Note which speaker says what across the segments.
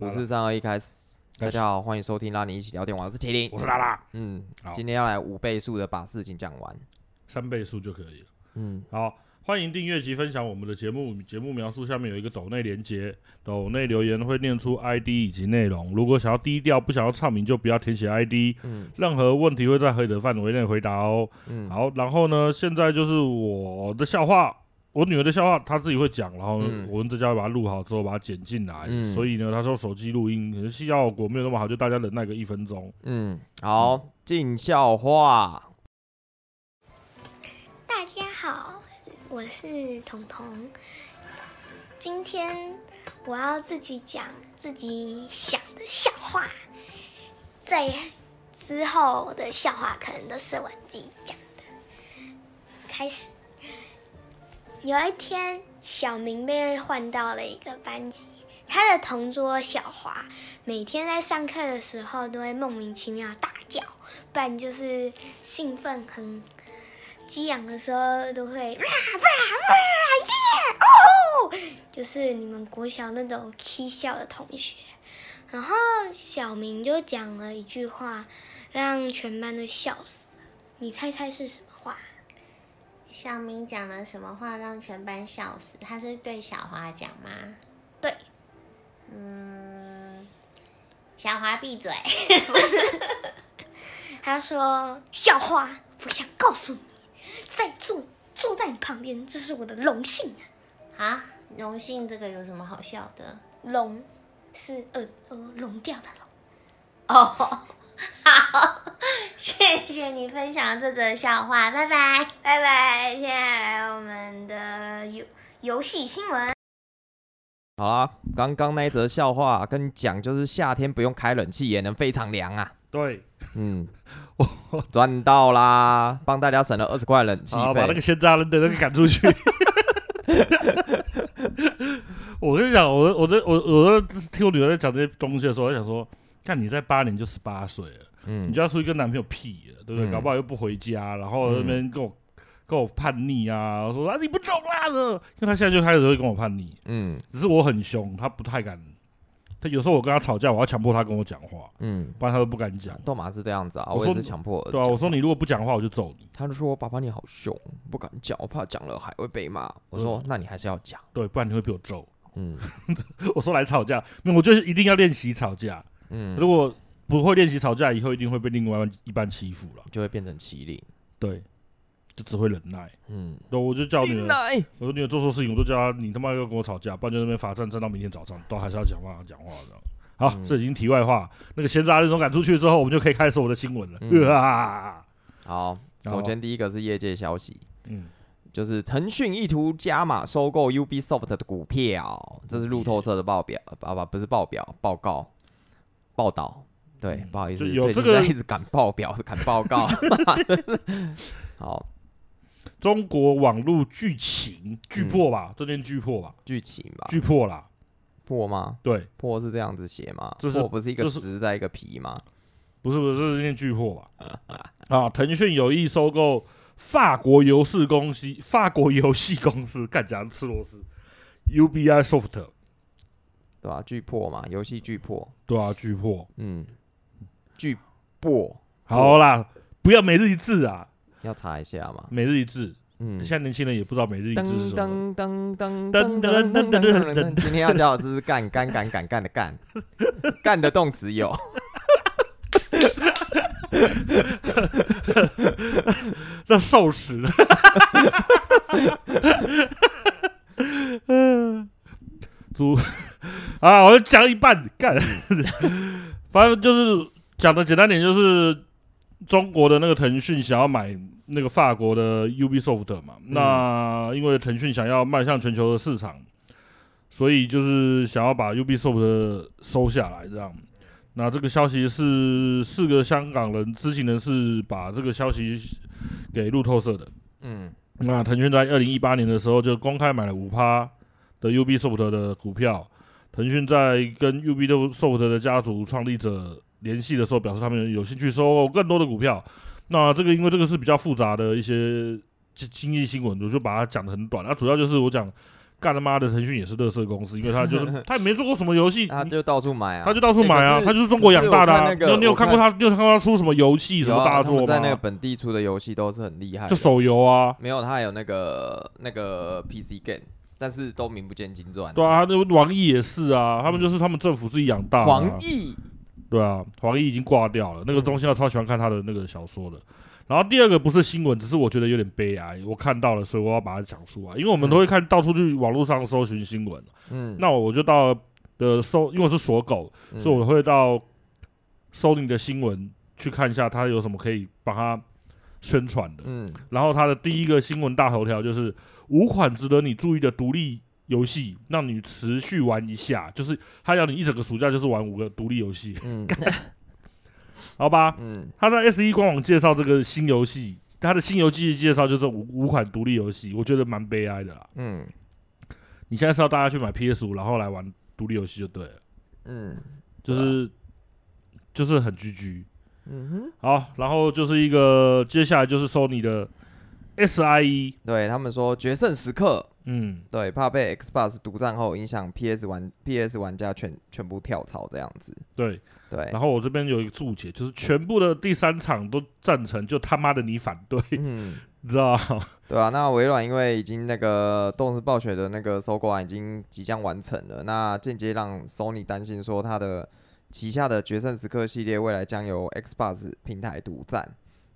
Speaker 1: 五四三二一开始，大家好，欢迎收听《拉你一起聊天》，我是麒麟
Speaker 2: 我。是拉拉，
Speaker 1: 嗯
Speaker 2: 好，
Speaker 1: 今天要来五倍速的把事情讲完。
Speaker 2: 三倍速就可以了。
Speaker 1: 嗯，
Speaker 2: 好，欢迎订阅及分享我们的节目，节目描述下面有一个抖内连接，抖内留言会念出 ID 以及内容。如果想要低调，不想要唱名，就不要填写 ID。
Speaker 1: 嗯
Speaker 2: 任何问题会在合理的范围内回答哦。
Speaker 1: 嗯，
Speaker 2: 好，然后呢，现在就是我的笑话，我女儿的笑话，她自己会讲，然后
Speaker 1: 嗯
Speaker 2: 我们在家把它录好之后把它剪进来。
Speaker 1: 嗯
Speaker 2: 所以呢，她说手机录音可能效果没有那么好，就大家忍耐个一分钟。
Speaker 1: 嗯，好，进笑话。
Speaker 3: 大家好，我是彤彤。今天我要自己讲自己想的笑话，在之后的笑话可能都是我自己讲的。开始，有一天，小明被换到了一个班级，他的同桌小华每天在上课的时候都会莫名其妙大叫，不然就是兴奋很激昂的时候都会哇哇哇耶哦，就是你们国小那种嬉笑的同学。然后小明就讲了一句话，让全班都笑死了。你猜猜是什么话？
Speaker 4: 小明讲了什么话让全班笑死？他是对小华讲吗？
Speaker 3: 对，
Speaker 4: 嗯，小华闭嘴。
Speaker 3: 他说：“笑话，我想告诉你，在坐坐在你旁边，这是我的荣幸啊！
Speaker 4: 啊，荣幸这个有什么好笑的？
Speaker 3: 龙是呃呃龙掉的龙。”
Speaker 4: 哦，好，谢谢你分享这则笑话，拜拜。
Speaker 3: 拜拜，接下来我们的游游戏新闻。
Speaker 1: 好啦，刚刚那一则笑话跟你讲，就是夏天不用开冷气也能非常凉啊。
Speaker 2: 对，
Speaker 1: 嗯，赚到啦，帮大家省了二十块冷气
Speaker 2: 好，把那
Speaker 1: 费
Speaker 2: 个。先扎人的那个赶出去。 我跟你讲，我我在我我在听我女儿在讲这些东西的时候，我在想说，看你在八年就十八岁了，你
Speaker 1: 嗯
Speaker 2: 就要出去跟男朋友屁了，对不
Speaker 1: 嗯
Speaker 2: 对？搞不好又不回家，然后那边跟我、跟我叛逆啊，说啊你不懂啦的，因为他现在就开始会跟我叛逆，
Speaker 1: 嗯
Speaker 2: 只是我很凶，他不太敢。他有时候我跟他吵架，我要强迫他跟我讲话，
Speaker 1: 嗯，
Speaker 2: 不然他都不敢讲。
Speaker 1: 豆马是这样子啊，
Speaker 2: 我
Speaker 1: 我
Speaker 2: 说
Speaker 1: 也是强迫儿子
Speaker 2: 对啊，
Speaker 1: 讲
Speaker 2: 我说你如果不讲话，我就揍你。
Speaker 1: 他就说：“爸爸你好凶，不敢讲，我怕讲了还会被骂。”我
Speaker 2: 嗯
Speaker 1: 说：“那你还是要讲。
Speaker 2: 对，不然你会被我揍。
Speaker 1: 嗯”
Speaker 2: 我说来吵架，那我就是一定要练习吵架。
Speaker 1: 嗯
Speaker 2: 如果不会练习吵架，以后一定会被另外一半欺负了。
Speaker 1: 就会变成麒麟。
Speaker 2: 对，就只会忍耐。
Speaker 1: 嗯，
Speaker 2: 那我就叫女
Speaker 1: 你
Speaker 2: 儿，
Speaker 1: 来，
Speaker 2: 我说女儿做错事情，我都叫她，你他妈要跟我吵架，不然就在那边罚站，站到明天早上，都还是要讲话讲话这样。好，
Speaker 1: 嗯
Speaker 2: 这已经题外话。那个闲杂人种赶出去之后，我们就可以开始我的新闻了。
Speaker 1: 嗯
Speaker 2: 啊，
Speaker 1: 好，首先第一个是业界消息，
Speaker 2: 嗯，
Speaker 1: 就是腾讯意图加码收购 Ubisoft 的股票，这是路透社的报表，啊不不是报表，报告报道。对，
Speaker 2: 嗯
Speaker 1: 不好意思，
Speaker 2: 就有
Speaker 1: 最近
Speaker 2: 这个
Speaker 1: 在一直赶报表， 赶报告。好，
Speaker 2: 中国网络剧情剧
Speaker 1: 嗯
Speaker 2: 破吧，这念剧破吧，
Speaker 1: 剧情吧，
Speaker 2: 剧破啦。
Speaker 1: 破吗？
Speaker 2: 对，
Speaker 1: 破是这样子写吗？
Speaker 2: 这是
Speaker 1: 破不是一个
Speaker 2: 这是
Speaker 1: 十在一个皮吗？
Speaker 2: 不是不是，是念巨破吧？ 啊，腾讯有意收购法国游戏公司，法国游戏公司，干讲吃螺丝，UBI Soft，
Speaker 1: 对吧、巨破嘛，游戏巨破，
Speaker 2: 对啊，巨破。
Speaker 1: 嗯，巨破
Speaker 2: 好啦，不要每日一字啊，
Speaker 1: 要查一下嘛，
Speaker 2: 每日一字，
Speaker 1: 嗯，
Speaker 2: 现在年轻人也不知道每日一
Speaker 1: 噔
Speaker 2: 字是什么。
Speaker 1: 噔噔噔噔噔噔
Speaker 2: 噔噔
Speaker 1: 噔
Speaker 2: 噔噔
Speaker 1: 噔
Speaker 2: 噔
Speaker 1: 噔，今天要教的是干干干干干的干，干的动词有，
Speaker 2: 那受死了。 主啊，我就讲一半干， 反正就是讲的简单点，就是中国的那个腾讯想要买那个法国的 Ubisoft 嘛，那因为腾讯想要迈向全球的市场，所以就是想要把 Ubisoft 收下来这样。那这个消息是四个香港人知情人士把这个消息给路透社的。
Speaker 1: 嗯
Speaker 2: 那腾讯在二零一八年的时候就公开买了五趴的 Ubisoft 的股票。腾讯在跟 Ubisoft 的家族创立者联系的时候，表示他们有兴趣收购更多的股票。那这个因为这个是比较复杂的一些经经济新闻，我就把它讲的很短。那、主要就是我讲干他妈的腾讯也是乐色公司，因为他就 是他也没做过什么游戏，
Speaker 1: 他
Speaker 2: 你
Speaker 1: 就到处买啊，
Speaker 2: 他就到处买
Speaker 1: 欸
Speaker 2: 啊，
Speaker 1: 可是
Speaker 2: 他就是中国养大的、
Speaker 1: 可是我
Speaker 2: 啊。
Speaker 1: 看
Speaker 2: 你
Speaker 1: 那个
Speaker 2: 有你有看过他？你有看过他出什么游戏、什
Speaker 1: 有
Speaker 2: 么
Speaker 1: 啊
Speaker 2: 大
Speaker 1: 他
Speaker 2: 作
Speaker 1: 们在那个
Speaker 2: 吗？
Speaker 1: 本地出的游戏都是很厉害的，
Speaker 2: 就手游啊，
Speaker 1: 没有，他还有那个那个 PC game，但是都名不见经传。
Speaker 2: 对啊，他那个网易也是啊，他们就是他们政府自己养大、啊。
Speaker 1: 黄奕
Speaker 2: 对啊，黄奕已经挂掉了。那
Speaker 1: 嗯
Speaker 2: 个中心我超喜欢看他的那个小说的。然后第二个不是新闻，只是我觉得有点悲哀，我看到了，所以我要把它讲出来，因为我们都会看到处去网络上搜寻新闻。
Speaker 1: 嗯，
Speaker 2: 那我就到呃搜，因为我是锁狗，
Speaker 1: 嗯
Speaker 2: 所以我会到搜你的新闻去看一下，它有什么可以帮它宣传的。
Speaker 1: 嗯
Speaker 2: 然后它的第一个新闻大头条就是五款值得你注意的独立游戏，让你持续玩一下，就是它要你一整个暑假就是玩五个独立游戏，
Speaker 1: 嗯
Speaker 2: 好吧？
Speaker 1: 嗯
Speaker 2: 他在 S 一官网介绍这个新游戏，他的新游戏介绍就是五五款独立游戏，我觉得蛮悲哀的啦。
Speaker 1: 嗯
Speaker 2: 你现在是要大家去买 PS 五，然后来玩独立游戏就对了，
Speaker 1: 嗯
Speaker 2: 就是、就是很居居。
Speaker 1: 嗯哼，
Speaker 2: 好，然后就是一个接下来就是 Sony 的 SIE，
Speaker 1: 对他们说决胜时刻，
Speaker 2: 嗯，
Speaker 1: 对，怕被 Xbox 独占后影响 PS 玩 PS 玩家全全部跳槽这样子，
Speaker 2: 对。
Speaker 1: 对，
Speaker 2: 然后我这边有一个注解，就是全部的第三场都赞成，就他妈的你反对，
Speaker 1: 嗯。
Speaker 2: 你知道吗？
Speaker 1: 对啊，那微软因为已经那个动视暴雪的那个收购案已经即将完成了，那间接让 Sony 担心说它的旗下的《决胜时刻》系列未来将由 Xbox 平台独占，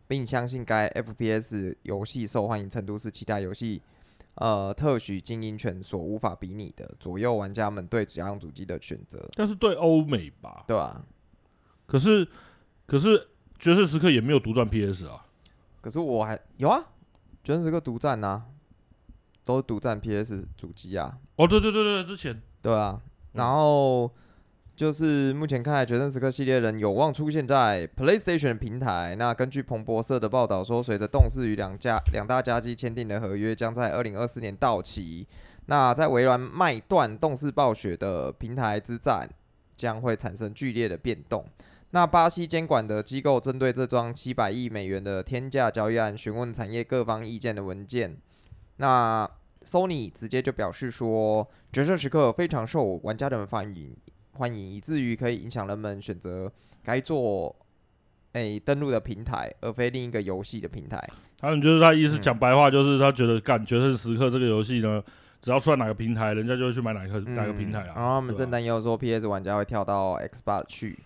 Speaker 1: 并相信该 FPS 游戏受欢迎程度是其他游戏呃特许经营权所无法比拟的，左右玩家们对家用主机的选择，
Speaker 2: 但是对欧美吧，
Speaker 1: 对啊吧、
Speaker 2: 可是可是爵士时刻也没有独占 PS 啊。
Speaker 1: 可是我还有啊，《决胜时刻》独占呐、都独占 PS 主机啊。
Speaker 2: 哦，对对对对，之前
Speaker 1: 对啊，然后就是目前看来，《决胜时刻》系列人有望出现在 PlayStation 平台。那根据彭博社的报道说，随着动视与两家两大家机签订的合约将在二零二四年到期，那在微软卖断动视暴雪的平台之战将会产生剧烈的变动。那巴西监管的机构针对这桩七百亿美元的天价交易案询问产业各方意见的文件，那 Sony 直接就表示说，《决胜时刻》非常受玩家的欢迎，欢迎以至于可以影响人们选择该做诶、登录的平台，而非另一个游戏的平台。
Speaker 2: 他们就是他意思
Speaker 1: 嗯
Speaker 2: 讲白话，就是他觉得感觉是时刻这个游戏呢，只要出来哪个平台，人家就会去买哪个哪个平台啊。
Speaker 1: 嗯然后他们
Speaker 2: 对
Speaker 1: 正
Speaker 2: 啊
Speaker 1: 担忧说，PS 玩家会跳到 Xbox 去。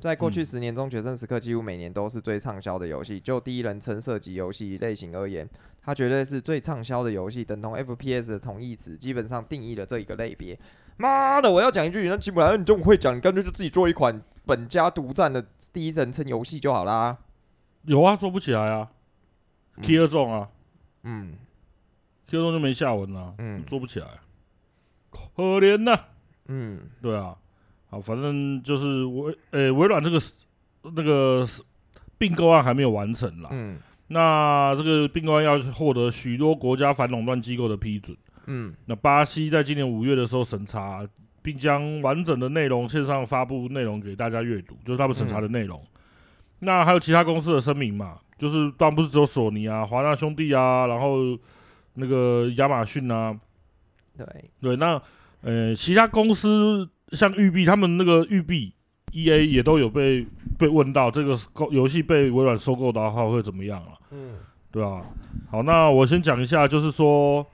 Speaker 1: 在过去
Speaker 2: 嗯
Speaker 1: 十年中，《决胜时刻》几乎每年都是最畅销的游戏。就第一人称射击游戏类型而言，它绝对是最畅销的游戏，等同 FPS 的同义词，基本上定义了这一个类别。妈的，我要讲一句，那起不来，你这么会讲，你干脆就自己做一款本家独占的第一人称游戏就好啦。
Speaker 2: 有啊，做不起来啊。
Speaker 1: 嗯
Speaker 2: K 二中啊
Speaker 1: 嗯
Speaker 2: ，K 二中就没下文了，
Speaker 1: 嗯
Speaker 2: 做不起来，可怜呐、
Speaker 1: 嗯，
Speaker 2: 对啊，好，反正就是微呃微软这个那个并购案还没有完成啦。
Speaker 1: 嗯
Speaker 2: 那这个并购案要获得许多国家反垄断机构的批准。
Speaker 1: 嗯
Speaker 2: 那巴西在今年五月的时候审查，并将完整的内容线上发布内容给大家阅读，就是他们审查的内容。那还有其他公司的声明嘛？就是当然不是只有索尼啊、华纳兄弟啊，然后那个亚马逊啊，
Speaker 1: 对，
Speaker 2: 对，那呃其他公司像育碧，他们那个育碧 E A 也都有被被问到这个公游戏被微软收购的话会怎么样啊？
Speaker 1: 嗯
Speaker 2: 对啊，好，那我先讲一下，就是说，《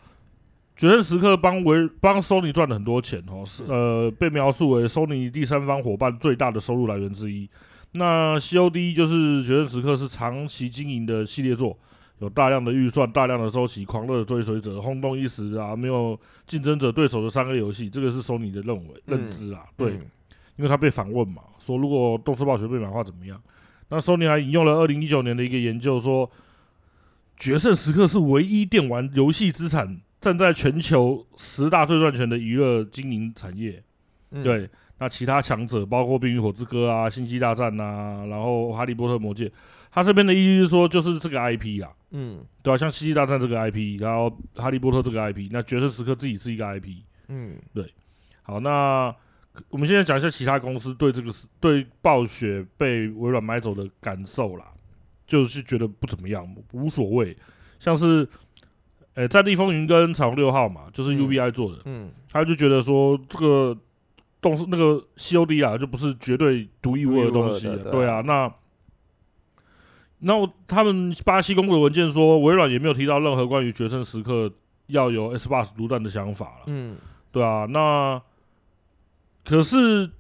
Speaker 2: 决胜时刻》帮维帮 Sony 赚了很多钱哦，是呃被描述为 Sony 第三方伙伴最大的收入来源之一。那 COD 就是《决胜时刻》是长期经营的系列作，有大量的预算、大量的周期、狂热的追随者、轰动一时啊，没有竞争者对手的三个游戏，这个是 Sony 的认为认知啊，对。
Speaker 1: 嗯
Speaker 2: 因为他被反问嘛，说如果动视暴雪被买的话怎么样？那 Sony 还引用了二零一九年的一个研究说，《决胜时刻》是唯一电玩游戏资产站在全球十大最赚钱的娱乐经营产业。
Speaker 1: 嗯，
Speaker 2: 对，那其他强者包括《冰与火之歌》啊，《星际大战》啊，然后《哈利波特》《魔戒》，他这边的意思是说，就是这个 IP 啦，
Speaker 1: 嗯
Speaker 2: 对啊，像《星际大战》这个 IP，然后《哈利波特》这个 IP，那《决胜时刻》自己是一个 IP。
Speaker 1: 嗯
Speaker 2: 好，那我们现在讲一下其他公司对这个事对暴雪被微软买走的感受啦，就是觉得不怎么样，无所谓。像是哎，战地风云跟彩虹六号嘛，就是
Speaker 1: 嗯
Speaker 2: UBI 做的，
Speaker 1: 嗯，
Speaker 2: 他就觉得说这个动是那个 COD 啊，就不是绝对独一无二的东西
Speaker 1: 独一无
Speaker 2: 啊，
Speaker 1: 二的对啊
Speaker 2: 对啊，那。那我他们巴西公布的文件说，微软也没有提到任何关于决胜时刻要有 Xbox 独占的想法了。
Speaker 1: 嗯，
Speaker 2: 对啊，那可是，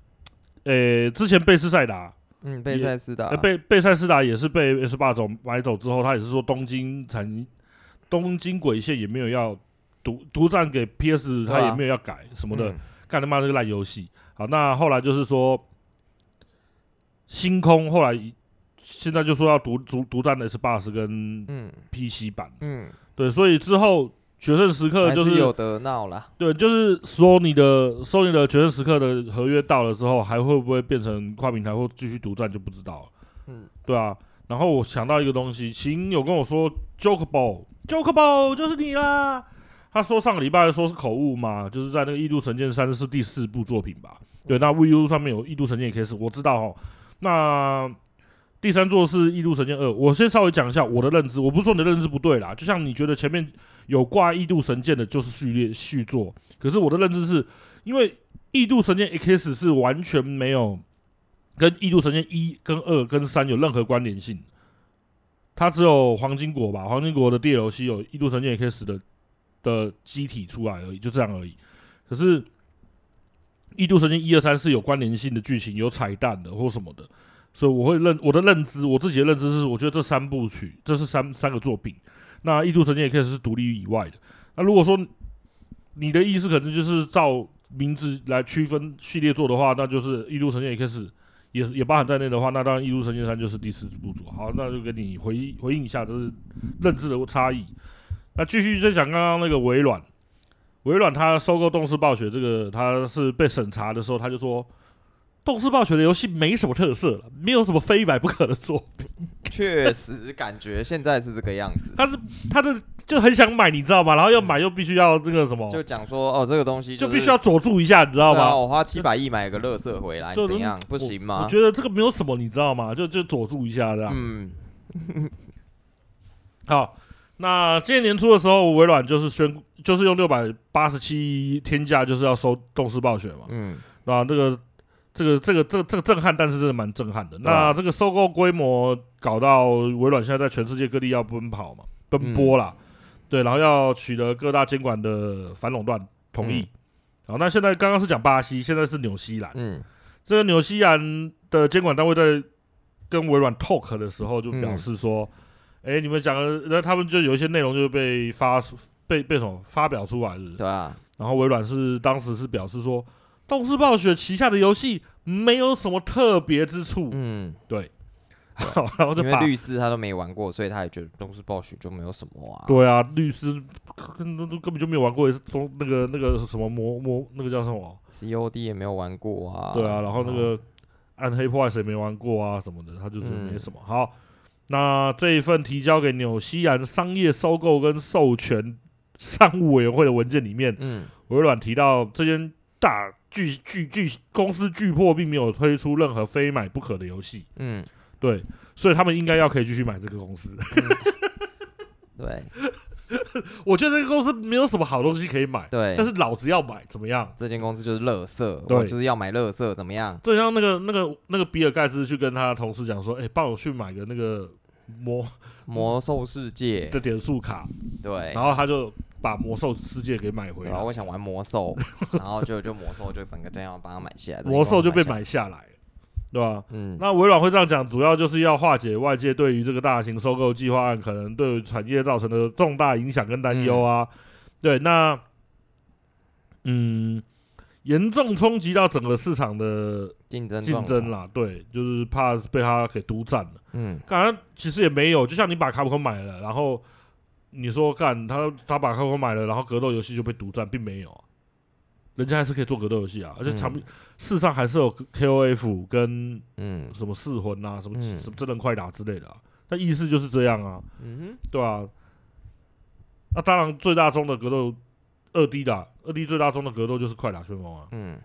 Speaker 2: 诶、之前贝斯赛达，
Speaker 1: 嗯，贝塞斯达，
Speaker 2: 呃贝贝塞斯达也是被 S 八走买走之后，他也是说东京产东京鬼线也没有要独独占给 PS，
Speaker 1: 对啊
Speaker 2: 他也没有要改什么的，
Speaker 1: 嗯
Speaker 2: 干他妈这个烂游戏。好，那后来就是说，星空后来现在就说要独独独占 S 八十跟
Speaker 1: 嗯
Speaker 2: PC 版，
Speaker 1: 嗯，
Speaker 2: 对，所以之后决胜时刻
Speaker 1: 还
Speaker 2: 就是
Speaker 1: 有得闹啦。
Speaker 2: 对，就是索尼的索尼的决胜时刻的合约到了之后，还会不会变成跨平台或继续独占就不知道了。
Speaker 1: 嗯，
Speaker 2: 对啊。然后我想到一个东西，秦有跟我说 Joke Ball，Joke Ball 就是你啦。他说上个礼拜说是口误嘛，就是在那个《异度神剑三》是第四部作品吧？对，那 VU 上面有《异度神剑》也可以是，我知道哦。那第三座是《异度神剑二》，我先稍微讲一下我的认知，我不是说你的认知不对啦，就像你觉得前面有挂《异度神剑》的就是序列续作，可是我的认知是因为《异度神剑 X》是完全没有跟《异度神剑一》跟二跟三有任何关联性，它只有黄金国吧，黄金国的 DLC 有《异度神剑 X》的的机体出来而已，就这样而已。可是《异度神剑一二三》是有关联性的剧情，有彩蛋的或什么的，所以我会认我的认知，我自己的认知是，我觉得这三部曲，这是三三个作品。那《异度神剑 X》是独立以外的。那如果说你的意思可能就是照名字来区分系列作的话，那就是《异度神剑 X》也也包含在内的话，那当然《异度神剑三》就是第四部作。好，那就给你回回应一下，就是认知的差异。那继续再讲刚刚那个微软，微软它收购动视暴雪这个，它是被审查的时候，他就说。动视暴雪的游戏没什么特色了，没有什么非买不可的作
Speaker 1: 确实感觉现在是这个样子。
Speaker 2: 他是他的就很想买，你知道吗？然后要买又必须要那个什么，
Speaker 1: 就讲说哦，这个东西
Speaker 2: 就是必须要佐助一下，你知道
Speaker 1: 对啊
Speaker 2: 吗？
Speaker 1: 我花七百亿买个乐色回来，
Speaker 2: 对
Speaker 1: 怎样不行
Speaker 2: 我
Speaker 1: 吗？
Speaker 2: 觉得这个没有什么，你知道吗？就就佐助一下这样。
Speaker 1: 嗯
Speaker 2: 好，那今年年初的时候，微软就是宣，就是用六百八十七天价，就是要收动视暴雪嘛。
Speaker 1: 嗯，
Speaker 2: 那啊这个这个这个这个这个震撼，但是真的蛮震撼的。
Speaker 1: 对啊
Speaker 2: 那这个收购规模搞到微软现在在全世界各地要奔跑嘛，
Speaker 1: 嗯
Speaker 2: 奔波啦，对，然后要取得各大监管的反垄断同意。好，那现在刚刚是讲巴西，现在是纽西兰。
Speaker 1: 嗯
Speaker 2: 这个纽西兰的监管单位在跟微软 talk 的时候，就
Speaker 1: 嗯
Speaker 2: 表示说：“哎、你们讲的，那他们就有一些内容就被发被被什么发表出来，是不是？
Speaker 1: 对啊，
Speaker 2: 然后微软是当时是表示说，动视暴雪旗下的游戏没有什么特别之处，
Speaker 1: 嗯，
Speaker 2: 好 然后就
Speaker 1: 因为
Speaker 2: 把
Speaker 1: 律师他都没玩过，所以他也觉得东视暴雪就没有什么啊。
Speaker 2: 对啊，律师根根本就没有玩过，也是从那个那个什么魔魔那个叫什么，
Speaker 1: ，COD 也没有玩过啊。
Speaker 2: 对啊，然后那个暗黑破坏谁没玩过啊什么的，他就说
Speaker 1: 嗯
Speaker 2: 没什么。好，那这一份提交给纽西兰商业收购跟授权商务委员会的文件里面，
Speaker 1: 嗯
Speaker 2: 微软提到，这间大巨巨巨公司巨破并没有推出任何非买不可的游戏，
Speaker 1: 嗯，
Speaker 2: 对，所以他们应该要可以继续买这个公司。
Speaker 1: 对
Speaker 2: 我觉得这个公司没有什么好东西可以买，
Speaker 1: 对，
Speaker 2: 但是老子要买，怎么样？
Speaker 1: 这间公司就是乐色，
Speaker 2: 对
Speaker 1: 我就是要买乐色，怎么样？
Speaker 2: 就像那个那个那个比尔盖茨去跟他的同事讲说，哎、帮我去买个那个魔
Speaker 1: 魔兽世界
Speaker 2: 的，点数卡，
Speaker 1: 对
Speaker 2: 然。后他就把魔兽世界给买回
Speaker 1: 然后
Speaker 2: 来，
Speaker 1: 我想玩魔兽，然后就就魔兽就整个这样把它买下来，
Speaker 2: 魔兽就被
Speaker 1: 整个公司买下来。
Speaker 2: 买下来了，对吧？
Speaker 1: 嗯，
Speaker 2: 那微软会这样讲，主要就是要化解外界对于这个大型收购计划案可能对产业造成的重大影响跟担忧啊。对，那嗯，严重冲击到整个市场的
Speaker 1: 竞争
Speaker 2: 竞
Speaker 1: 状
Speaker 2: 争
Speaker 1: 况，
Speaker 2: 啦。对，就是怕被它给独占了。
Speaker 1: 嗯
Speaker 2: 感觉其实也没有，就像你把卡普空买了，然后你说干他他把卡普空买了，然后格斗游戏就被独占，并没有啊。人家还是可以做格斗游戏啊，而且场面、事实上还是有 KOF 跟
Speaker 1: 嗯
Speaker 2: 什么噬魂啊，什么、
Speaker 1: 嗯
Speaker 2: 什么真人快打之类的、啊，那意思就是这样啊，
Speaker 1: 嗯
Speaker 2: 对啊。那当然，最大宗的格斗二 D 的啊二 D 最大宗的格斗就是快打旋风啊。
Speaker 1: 嗯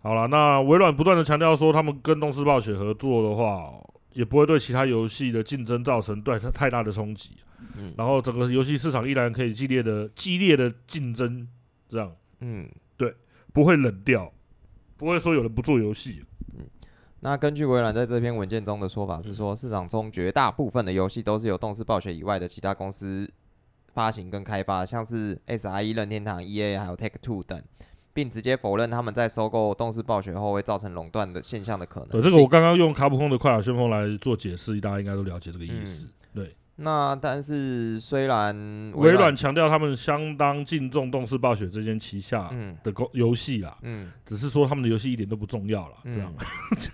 Speaker 2: 好了，那微软不断的强调说，他们跟动视暴雪合作的话，也不会对其他游戏的竞争造成对它太大的冲击。
Speaker 1: 嗯
Speaker 2: 然后整个游戏市场依然可以激烈的激烈的竞争，这样
Speaker 1: 嗯，
Speaker 2: 不会冷掉，不会说有人不做游戏。
Speaker 1: 那根据微软在这篇文件中的说法是说，市场中绝大部分的游戏都是由动视暴雪以外的其他公司发行跟开发，像是 SIE、任天堂、EA 还有 Take Two 等，并直接否认他们在收购动视暴雪后会造成垄断的现象的可能
Speaker 2: 对，
Speaker 1: 性。
Speaker 2: 这个我刚刚用卡普空的《快打旋风》来做解释，大家应该都了解这个意思。对，
Speaker 1: 那但是虽然
Speaker 2: 微软强调他们相当敬重动视暴雪这间旗下
Speaker 1: 嗯
Speaker 2: 的公游戏啦，
Speaker 1: 嗯，
Speaker 2: 只是说他们的游戏一点都不重要啦。这样，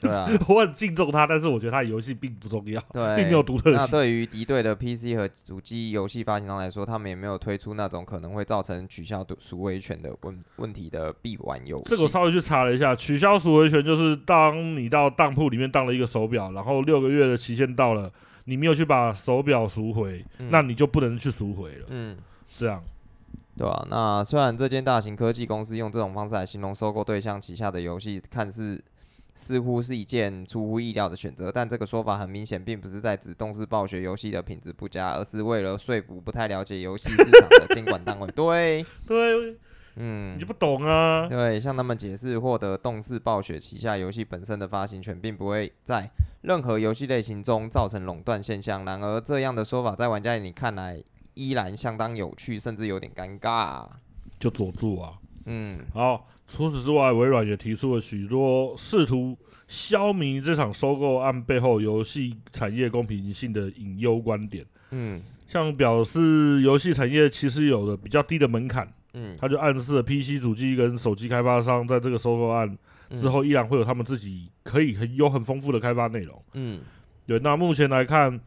Speaker 1: 对啊，
Speaker 2: 我很敬重他，但是我觉得他的游戏并不重要，
Speaker 1: 对，啊
Speaker 2: 并没有独特
Speaker 1: 那
Speaker 2: 性。
Speaker 1: 对于敌对的 PC 和主机游戏发行商来说，他们也没有推出那种可能会造成取消赎回权的问问题的必玩游戏。
Speaker 2: 这个我稍微去查了一下，取消赎回权就是当你到当铺里面当了一个手表，然后六个月的期限到了，你没有去把手表赎回，
Speaker 1: 嗯
Speaker 2: 那你就不能去赎回了。
Speaker 1: 嗯，
Speaker 2: 这样，
Speaker 1: 对吧、那虽然这间大型科技公司用这种方式来形容收购对象旗下的游戏，看似似乎是一件出乎意料的选择，但这个说法很明显并不是在指动视暴雪游戏的品质不佳，而是为了说服不太了解游戏市场的监管单 位。对，
Speaker 2: 对，
Speaker 1: 嗯，
Speaker 2: 你就不懂啊。
Speaker 1: 对，向他们解释，获得动视暴雪旗下游戏本身的发行权，并不会在任何游戏类型中造成垄断现象。然而，这样的说法在玩家眼里看来依然相当有趣，甚至有点尴尬。啊
Speaker 2: 就佐助啊。
Speaker 1: 嗯
Speaker 2: 好，除此之外，微软也提出了许多试图消弭这场收购案背后游戏产业公平性的隐忧观点，
Speaker 1: 嗯
Speaker 2: 像表示游戏产业其实有了比较低的门槛，
Speaker 1: 嗯
Speaker 2: 它就暗示了 PC 主机跟手机开发商在这个收购案之
Speaker 1: 嗯
Speaker 2: 后，依然会有他们自己可以很有很丰富的开发内容。
Speaker 1: 嗯
Speaker 2: 对，那目前来看，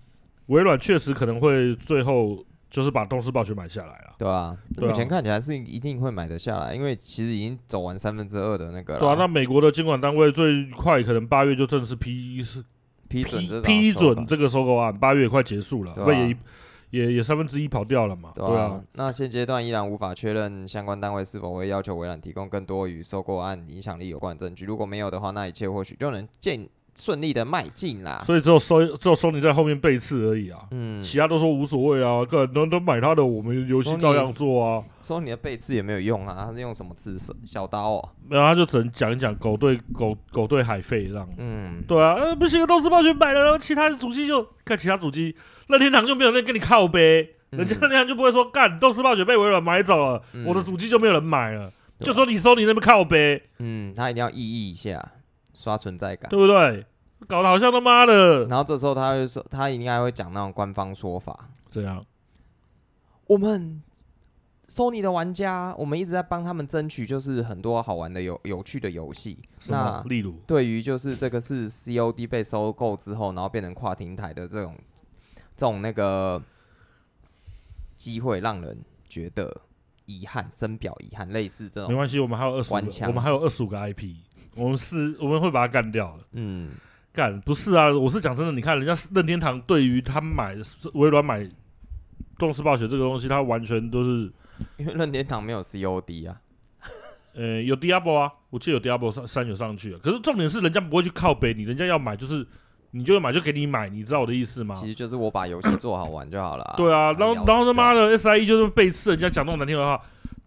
Speaker 2: 微软确实可能会最后就是把动视暴雪买下来了。
Speaker 1: 对啊，
Speaker 2: 对啊
Speaker 1: 目前看起来是一定会买得下来，因为其实已经走完三分之二的那个了。
Speaker 2: 对啊，那美国的监管单位最快可能八月就正式批
Speaker 1: 批准
Speaker 2: 批
Speaker 1: 这种
Speaker 2: 批
Speaker 1: 手
Speaker 2: 准
Speaker 1: 法
Speaker 2: 这个收购案，八月也快结束了，
Speaker 1: 对啊
Speaker 2: 不也一也也三分之一跑掉了嘛？对
Speaker 1: 对啊，，那现阶段依然无法确认相关单位是否会要求微软提供更多与收购案影响力有关的证据。如果没有的话，那一切或许就能见顺利的迈进啦。
Speaker 2: 所以只有收只有 Sony 在后面背刺而已啊，
Speaker 1: 嗯，
Speaker 2: 其他都说无所谓啊，个人都都买他的，我们游戏
Speaker 1: Sony
Speaker 2: 照样做啊。
Speaker 1: 说你的背刺也没有用啊，他是用什么刺？手小刀哦。
Speaker 2: 然后他就只能讲一讲狗对狗狗对海费这样。
Speaker 1: 嗯，
Speaker 2: 对啊，呃，不行，都是暴雪买了，然后其他的主机就看其他主机，任天堂就没有人跟你靠呗，
Speaker 1: 嗯
Speaker 2: 人家任天堂就不会说干，都是暴雪被微软买走了，
Speaker 1: 嗯
Speaker 2: 我的主机就没有人买了，
Speaker 1: 对啊
Speaker 2: 就说你 Sony 那边靠呗，
Speaker 1: 嗯，他一定要意义一下，刷存在感。
Speaker 2: 对不对？搞得好像他妈的
Speaker 1: 然后这时候他会说，他应该会讲那种官方说法。
Speaker 2: 这样，
Speaker 1: 我们 Sony 的玩家，我们一直在帮他们争取，就是很多好玩的有有趣的游戏。
Speaker 2: 什么
Speaker 1: 那
Speaker 2: 例如
Speaker 1: 对于就是这个是 COD 被收购之后，然后变成跨平台的这种这种那个机会，让人觉得遗憾，深表遗憾。类似这
Speaker 2: 没
Speaker 1: 种，
Speaker 2: 关系，我们还有二十
Speaker 1: 官腔
Speaker 2: 个，我们还有二十五个 IP，我们是我们会把它干掉的。
Speaker 1: 嗯，
Speaker 2: 干不是啊，我是讲真的，你看人家任天堂对于他买微软买动视暴雪这个东西，他完全都是
Speaker 1: 因为任天堂没有 COD 啊，
Speaker 2: 呃，有 Diablo 啊，我记得有 Diablo 三三有上去啊。可是重点是，人家不会去靠北你，人家要买就是你就买就给你买，你知道我的意思吗
Speaker 1: 其？实就是我把游戏做好玩就好了、
Speaker 2: 啊对啊，然后然后他妈
Speaker 1: 的，
Speaker 2: 的 SIE 就是背刺，人家讲那种难听的话，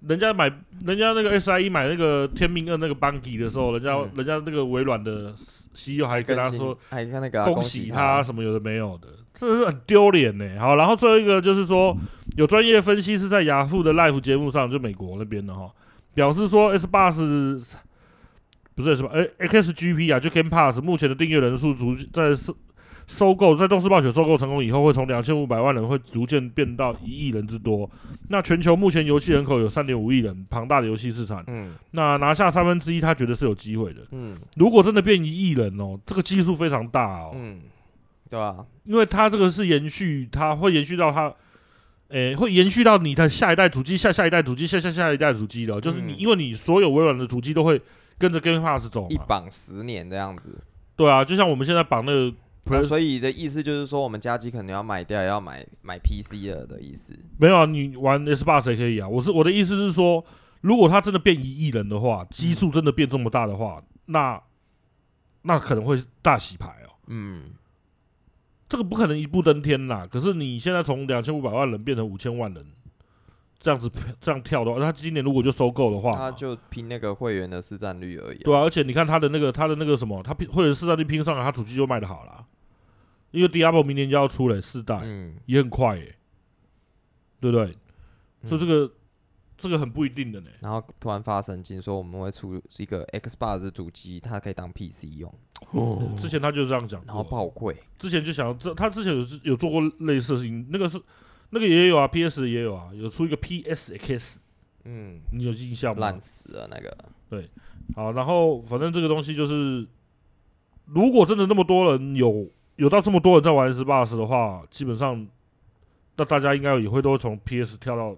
Speaker 2: 人家买人家那个 SIE 买那个天命二那个 Bungie 的时候，人家、
Speaker 1: 嗯
Speaker 2: 人家那个微软的 CEO 还跟
Speaker 1: 更
Speaker 2: 他
Speaker 1: 新
Speaker 2: 说，
Speaker 1: 还看那个啊、
Speaker 2: 恭
Speaker 1: 恭
Speaker 2: 喜
Speaker 1: 他
Speaker 2: 他，什么有的没有的，这是很丢脸呢。好，然后最后一个就是说，有专业分析师在雅虎的 Live 节目上，就美国那边的哈，表示说 S b o x 不是什么，哎 XGP 啊，就 Game Pass 目前的订阅人数逐在收收购，在动视暴雪收购成功以后，会从两千五百万人会逐渐变到一亿人之多。那全球目前游戏人口有三点五亿人，庞大的游戏市场，
Speaker 1: 嗯
Speaker 2: 那拿下三分之一，他觉得是有机会的。
Speaker 1: 嗯
Speaker 2: 如果真的变一亿人哦，这个基数非常大哦。
Speaker 1: 嗯，对啊，
Speaker 2: 因为它这个是延续，它会延续到它，诶、会延续到你的下一代主机、下下一代主机、下下下一代主机的哦，就是你，
Speaker 1: 嗯
Speaker 2: 因为你所有微软的主机都会跟着 Game Pass 走
Speaker 1: 一
Speaker 2: 嘛，
Speaker 1: 绑十年这样子。
Speaker 2: 对啊，就像我们现在绑那个
Speaker 1: 那
Speaker 2: Play-
Speaker 1: 所以的意思就是说，我们家机可能要买掉，也要买买 PC 了的意思。
Speaker 2: 没有啊，你玩 S 八谁可以啊？我是我的意思是说，如果它真的变一亿人的话，基数真的变这么大的话，那那可能会大洗牌哦。
Speaker 1: 嗯，
Speaker 2: 这这个不可能一步登天啦。可是你现在从两千五百万人变成五千万人，这样子这样跳的话，他今年如果就收购的话，
Speaker 1: 他就拼那个会员的市占率而已、啊。
Speaker 2: 对啊，而且你看他的那个他的那个什么，他拼或者市占率拼上来，他主机就卖的好啦。因为 Diablo 明年就要出了、四代、
Speaker 1: 嗯，
Speaker 2: 也很快耶、对不对？
Speaker 1: 嗯
Speaker 2: 所以这个这个很不一定的呢、
Speaker 1: 然后突然发神经说我们会出一个 Xbox 的主机，它可以当 PC 用，
Speaker 2: 之前他就这样讲过，
Speaker 1: 哦
Speaker 2: 啊
Speaker 1: 然后爆贵。
Speaker 2: 之前就想要这，他之前有有做过类似的事情，那个是那个也有啊，PS 也有啊，有出一个 PSX，
Speaker 1: 嗯，
Speaker 2: 你有印象吗
Speaker 1: 烂？死了那个。
Speaker 2: 好，然后反正这个东西就是，如果真的那么多人有有到这么多人在玩 Xbox 的话，基本上那大家应该也会都从 PS 跳到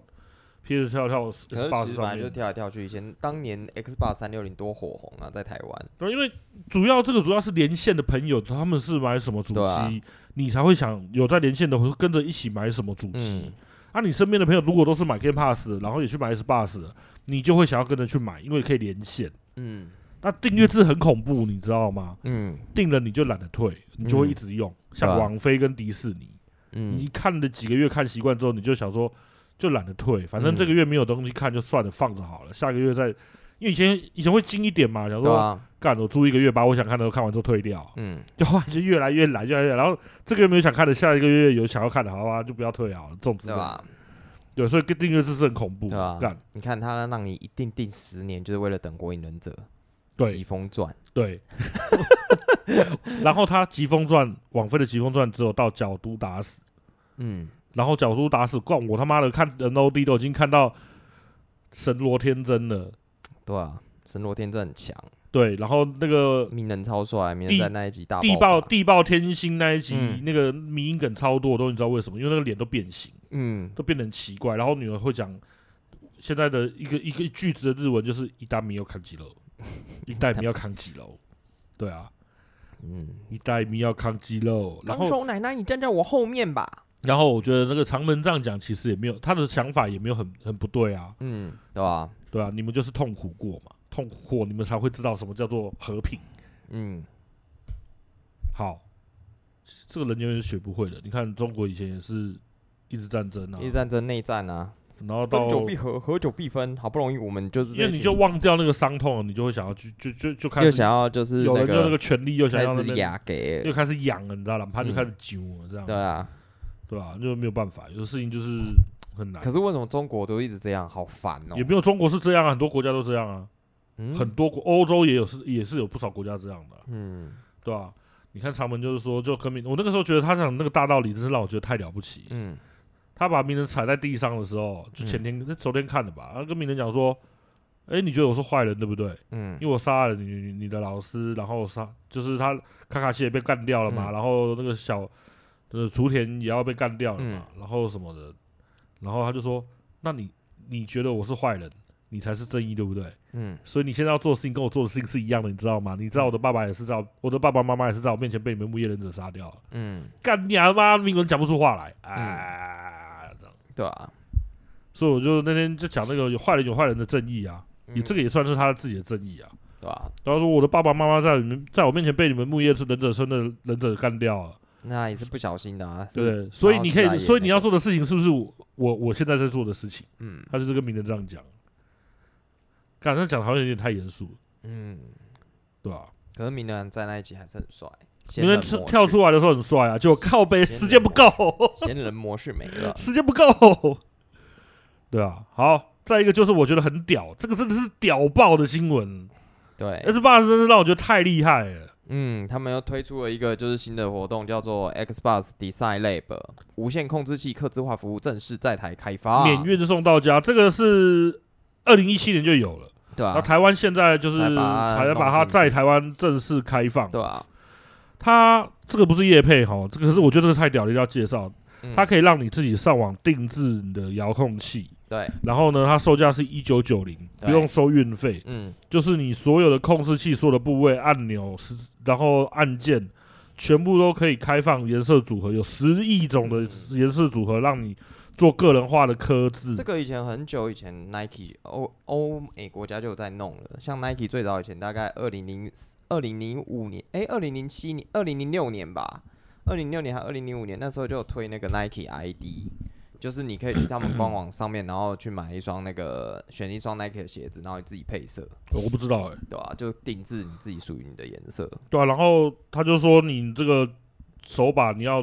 Speaker 2: PS 跳跳
Speaker 1: 可是其
Speaker 2: Xbox
Speaker 1: 实本来
Speaker 2: 上
Speaker 1: 就
Speaker 2: 面。
Speaker 1: 跳来跳去，以前当年 Xbox 三六零多火红啊，在台湾。
Speaker 2: 对，因为主要这个主要是连线的朋友，他们是买什么主机，
Speaker 1: 对啊
Speaker 2: 你才会想有在连线的会跟着一起买什么主机。
Speaker 1: 嗯，
Speaker 2: 啊，你身边的朋友如果都是买 Game Pass，的然后也去买 S Pass，的你就会想要跟着去买，因为可以连线。
Speaker 1: 嗯
Speaker 2: 那订阅制很恐怖，你知道吗？
Speaker 1: 嗯
Speaker 2: 订了你就懒得退，你就会一直用，像
Speaker 1: 对啊
Speaker 2: 王菲跟迪士尼，
Speaker 1: 嗯
Speaker 2: 你看了几个月看习惯之后，你就想说就懒得退，反正
Speaker 1: 嗯
Speaker 2: 这个月没有东西看就算了，放着好了，下个月再。因为以前以前会精一点嘛，想
Speaker 1: 对
Speaker 2: 说
Speaker 1: 啊，
Speaker 2: 干、我租一个月把我想看的都看完之后退掉，啊
Speaker 1: 嗯
Speaker 2: 就后来就越来越懒，越来越懒。然后这个月没有想看的，下一个月有想要看的，好吧，就不要退好了，这种之
Speaker 1: 对
Speaker 2: 类的。
Speaker 1: 吧？
Speaker 2: 对，所以跟订阅制是很恐怖
Speaker 1: 对
Speaker 2: 的
Speaker 1: 吧，
Speaker 2: 干
Speaker 1: 你看他让你一定定十年，就是为了等《火影忍者》疾
Speaker 2: 对
Speaker 1: 风传。
Speaker 2: 对。 然后他《疾风传》，网飞的《疾风传》只有到角都打死，
Speaker 1: 嗯，
Speaker 2: 然后角都打死，逛我他妈的看 N O D 都已经看到神罗天真了，
Speaker 1: 对啊，神罗天真很强，
Speaker 2: 对，然后那个
Speaker 1: 鸣人超帅，鸣人
Speaker 2: 地
Speaker 1: 在那一集大
Speaker 2: 地
Speaker 1: 爆
Speaker 2: 爆
Speaker 1: 发
Speaker 2: 地爆天星那一集，
Speaker 1: 嗯
Speaker 2: 那个迷因梗超多，都你知道为什么？因为那个脸都变形，
Speaker 1: 嗯，
Speaker 2: 都变得很奇怪，然后女儿会讲。现在的一个一个一句子的日文就是“一大米要扛几楼， 一代米要扛几楼”，对啊，
Speaker 1: 嗯，
Speaker 2: 一代米要扛几楼，
Speaker 1: 纲
Speaker 2: 然后
Speaker 1: 手奶奶，你站在我后面吧。
Speaker 2: 然后我觉得那个长门这样讲，其实也没有他的想法也没有很很不对啊，
Speaker 1: 嗯，对吧？
Speaker 2: 对啊，你们就是痛苦过嘛，痛苦过你们才会知道什么叫做和平。
Speaker 1: 嗯，
Speaker 2: 好，这个人永远是学不会的。你看中国以前也是一直战争啊
Speaker 1: 一，战争内战啊，
Speaker 2: 然后到
Speaker 1: 分久必合，合久必分，好不容易我们就是
Speaker 2: 因为
Speaker 1: 这
Speaker 2: 你
Speaker 1: 群
Speaker 2: 就忘掉那个伤痛了，你就会想要去就就就开
Speaker 1: 又
Speaker 2: 始
Speaker 1: 想要就是
Speaker 2: 有
Speaker 1: 那
Speaker 2: 人就那
Speaker 1: 个
Speaker 2: 个权利又想
Speaker 1: 开
Speaker 2: 要那
Speaker 1: 始
Speaker 2: 边
Speaker 1: 压给
Speaker 2: 又，开始痒了，你知道吗？他就
Speaker 1: 嗯
Speaker 2: 开始揪了，这样
Speaker 1: 对啊。
Speaker 2: 对吧？就没有办法，有的事情就是很难
Speaker 1: 可。是为什么中国都一直这样，好烦哦
Speaker 2: 也。没有中国是这样啊，很多国家都这样啊。
Speaker 1: 嗯
Speaker 2: 很多国欧洲也有是也是有不少国家这样的啊、
Speaker 1: 嗯
Speaker 2: 对吧、你看长门就是说，就跟明，我那个时候觉得他讲那个大道理，真是让我觉得太了不起。
Speaker 1: 嗯
Speaker 2: 他把鸣人踩在地上的时候，就前天、那昨天看的吧，然后跟鸣人讲说：“哎、你觉得我是坏人对不对？
Speaker 1: 嗯
Speaker 2: 因为我杀了你你你的老师，然后杀就是他卡卡西也被干掉了嘛，
Speaker 1: 嗯
Speaker 2: 然后那个小呃雏田也要被干掉了嘛，
Speaker 1: 嗯
Speaker 2: 然后什么的，然后他就说：那你你觉得我是坏人，你才是正义对不对？
Speaker 1: 嗯
Speaker 2: 所以你现在要做的事情跟我做的事情是一样的，你知道吗？你知道我的爸爸也是在我我的爸爸妈妈也是在我面前被你们木叶忍者杀掉了，
Speaker 1: 嗯，
Speaker 2: 干你啊妈！明伦讲不出话来啊，这样。
Speaker 1: 对啊。
Speaker 2: 所以我就那天就讲那个有坏人有坏人的正义啊，也这
Speaker 1: 个
Speaker 2: 个也算是他自己的正义啊。
Speaker 1: 对啊，
Speaker 2: 然后说我的爸爸妈妈在你们在我面前被你们木叶忍者村的忍者干掉了，
Speaker 1: 那也是不小心的啊。
Speaker 2: 对
Speaker 1: 是
Speaker 2: 不对？所以你可
Speaker 1: 然后自来
Speaker 2: 以，
Speaker 1: 也
Speaker 2: 所以
Speaker 1: 那
Speaker 2: 你
Speaker 1: 个
Speaker 2: 要做的事情是不是我我我现在在做的事情？
Speaker 1: 嗯
Speaker 2: 他就是跟名人这样讲。干，他讲得好像有点太严肃了，
Speaker 1: 嗯。
Speaker 2: 对吧、
Speaker 1: 可是鸣人在那一集还是很帅，
Speaker 2: 你
Speaker 1: 仙人
Speaker 2: 们
Speaker 1: 模式
Speaker 2: 跳跳出来的时候很帅啊，就靠背
Speaker 1: 仙人
Speaker 2: 时间不够，。
Speaker 1: 仙人模式没了
Speaker 2: 时间不够。 对啊，好，再一个就是我觉得很屌，这个真的是屌爆的新闻
Speaker 1: 对，
Speaker 2: ，S 八真是让我觉得太厉害了。
Speaker 1: 嗯，他们又推出了一个就是新的活动，叫做 Xbox Design Lab 无线控制器客制化服务正式在台开发，
Speaker 2: 免运送到家，这个是二零一七年就有了，
Speaker 1: 对
Speaker 2: 然后
Speaker 1: 啊，
Speaker 2: 台湾现在就是
Speaker 1: 才把它
Speaker 2: 才把它
Speaker 1: 弄进去
Speaker 2: 在台湾正式开放。
Speaker 1: 对啊，
Speaker 2: 它这个不是叶配哈，这个可是我觉得这个太屌了，一定要介绍。
Speaker 1: 嗯
Speaker 2: 它可以让你自己上网定制你的遥控器，
Speaker 1: 对，
Speaker 2: 然后呢，它售价是一九九零，不
Speaker 1: 对
Speaker 2: 用收运费。
Speaker 1: 嗯
Speaker 2: 就是你所有的控制器、所有的部位、按钮、是然后按键，全部都可以开放颜色组合，有十亿种的颜色组合，让你做个人化的刻
Speaker 1: 这
Speaker 2: 字。
Speaker 1: 个以前很久以前，Nike 欧欧美国家就有在弄了。像 Nike 最早以前大概二零零二零零五年，哎、2二零零七年、二零零六年吧，二零六年还二零零五年那时候就有推那个 Nike ID，就是你可以去他们官网上面，然后去买一双那个选一双 Nike 的鞋子，然后你自己配色，
Speaker 2: 我不知道哎、
Speaker 1: 对吧、就定制你自己属于你的颜色。
Speaker 2: 对啊，然后他就说你这个手把你要，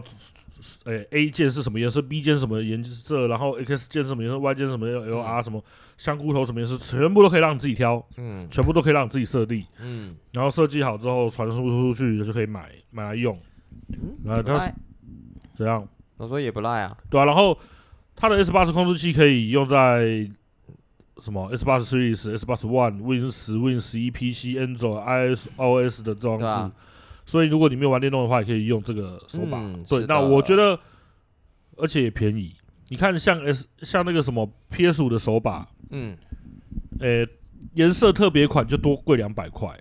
Speaker 2: 呃、a 键是什么颜色，B 键是什么颜色，然后 X 键是什么颜色，Y 键是什么颜色，L R 什么香菇头什么颜色，全部都可以让你自己挑，
Speaker 1: 嗯
Speaker 2: 全部都可以让你自己设定，
Speaker 1: 嗯，
Speaker 2: 然后设计好之后传输出去就可以买买来用，然后
Speaker 1: 也不
Speaker 2: 它
Speaker 1: 赖，
Speaker 2: 怎样？
Speaker 1: 我说也不赖啊。
Speaker 2: 对啊，然后它的 S 八十控制器可以用在什么 S 八十 Series、S 八十 One、Win 十、Win 十一、PC、Android、iOS 的装置，
Speaker 1: 对啊
Speaker 2: 所以如果你没有玩电动的话，也可以用这个手把。
Speaker 1: 嗯
Speaker 2: 对
Speaker 1: 是，的
Speaker 2: 那我觉得，而且也便宜。你看像 S 像那个什么 PS 五的手把，
Speaker 1: 嗯
Speaker 2: 诶、颜色特别款就多贵两百块。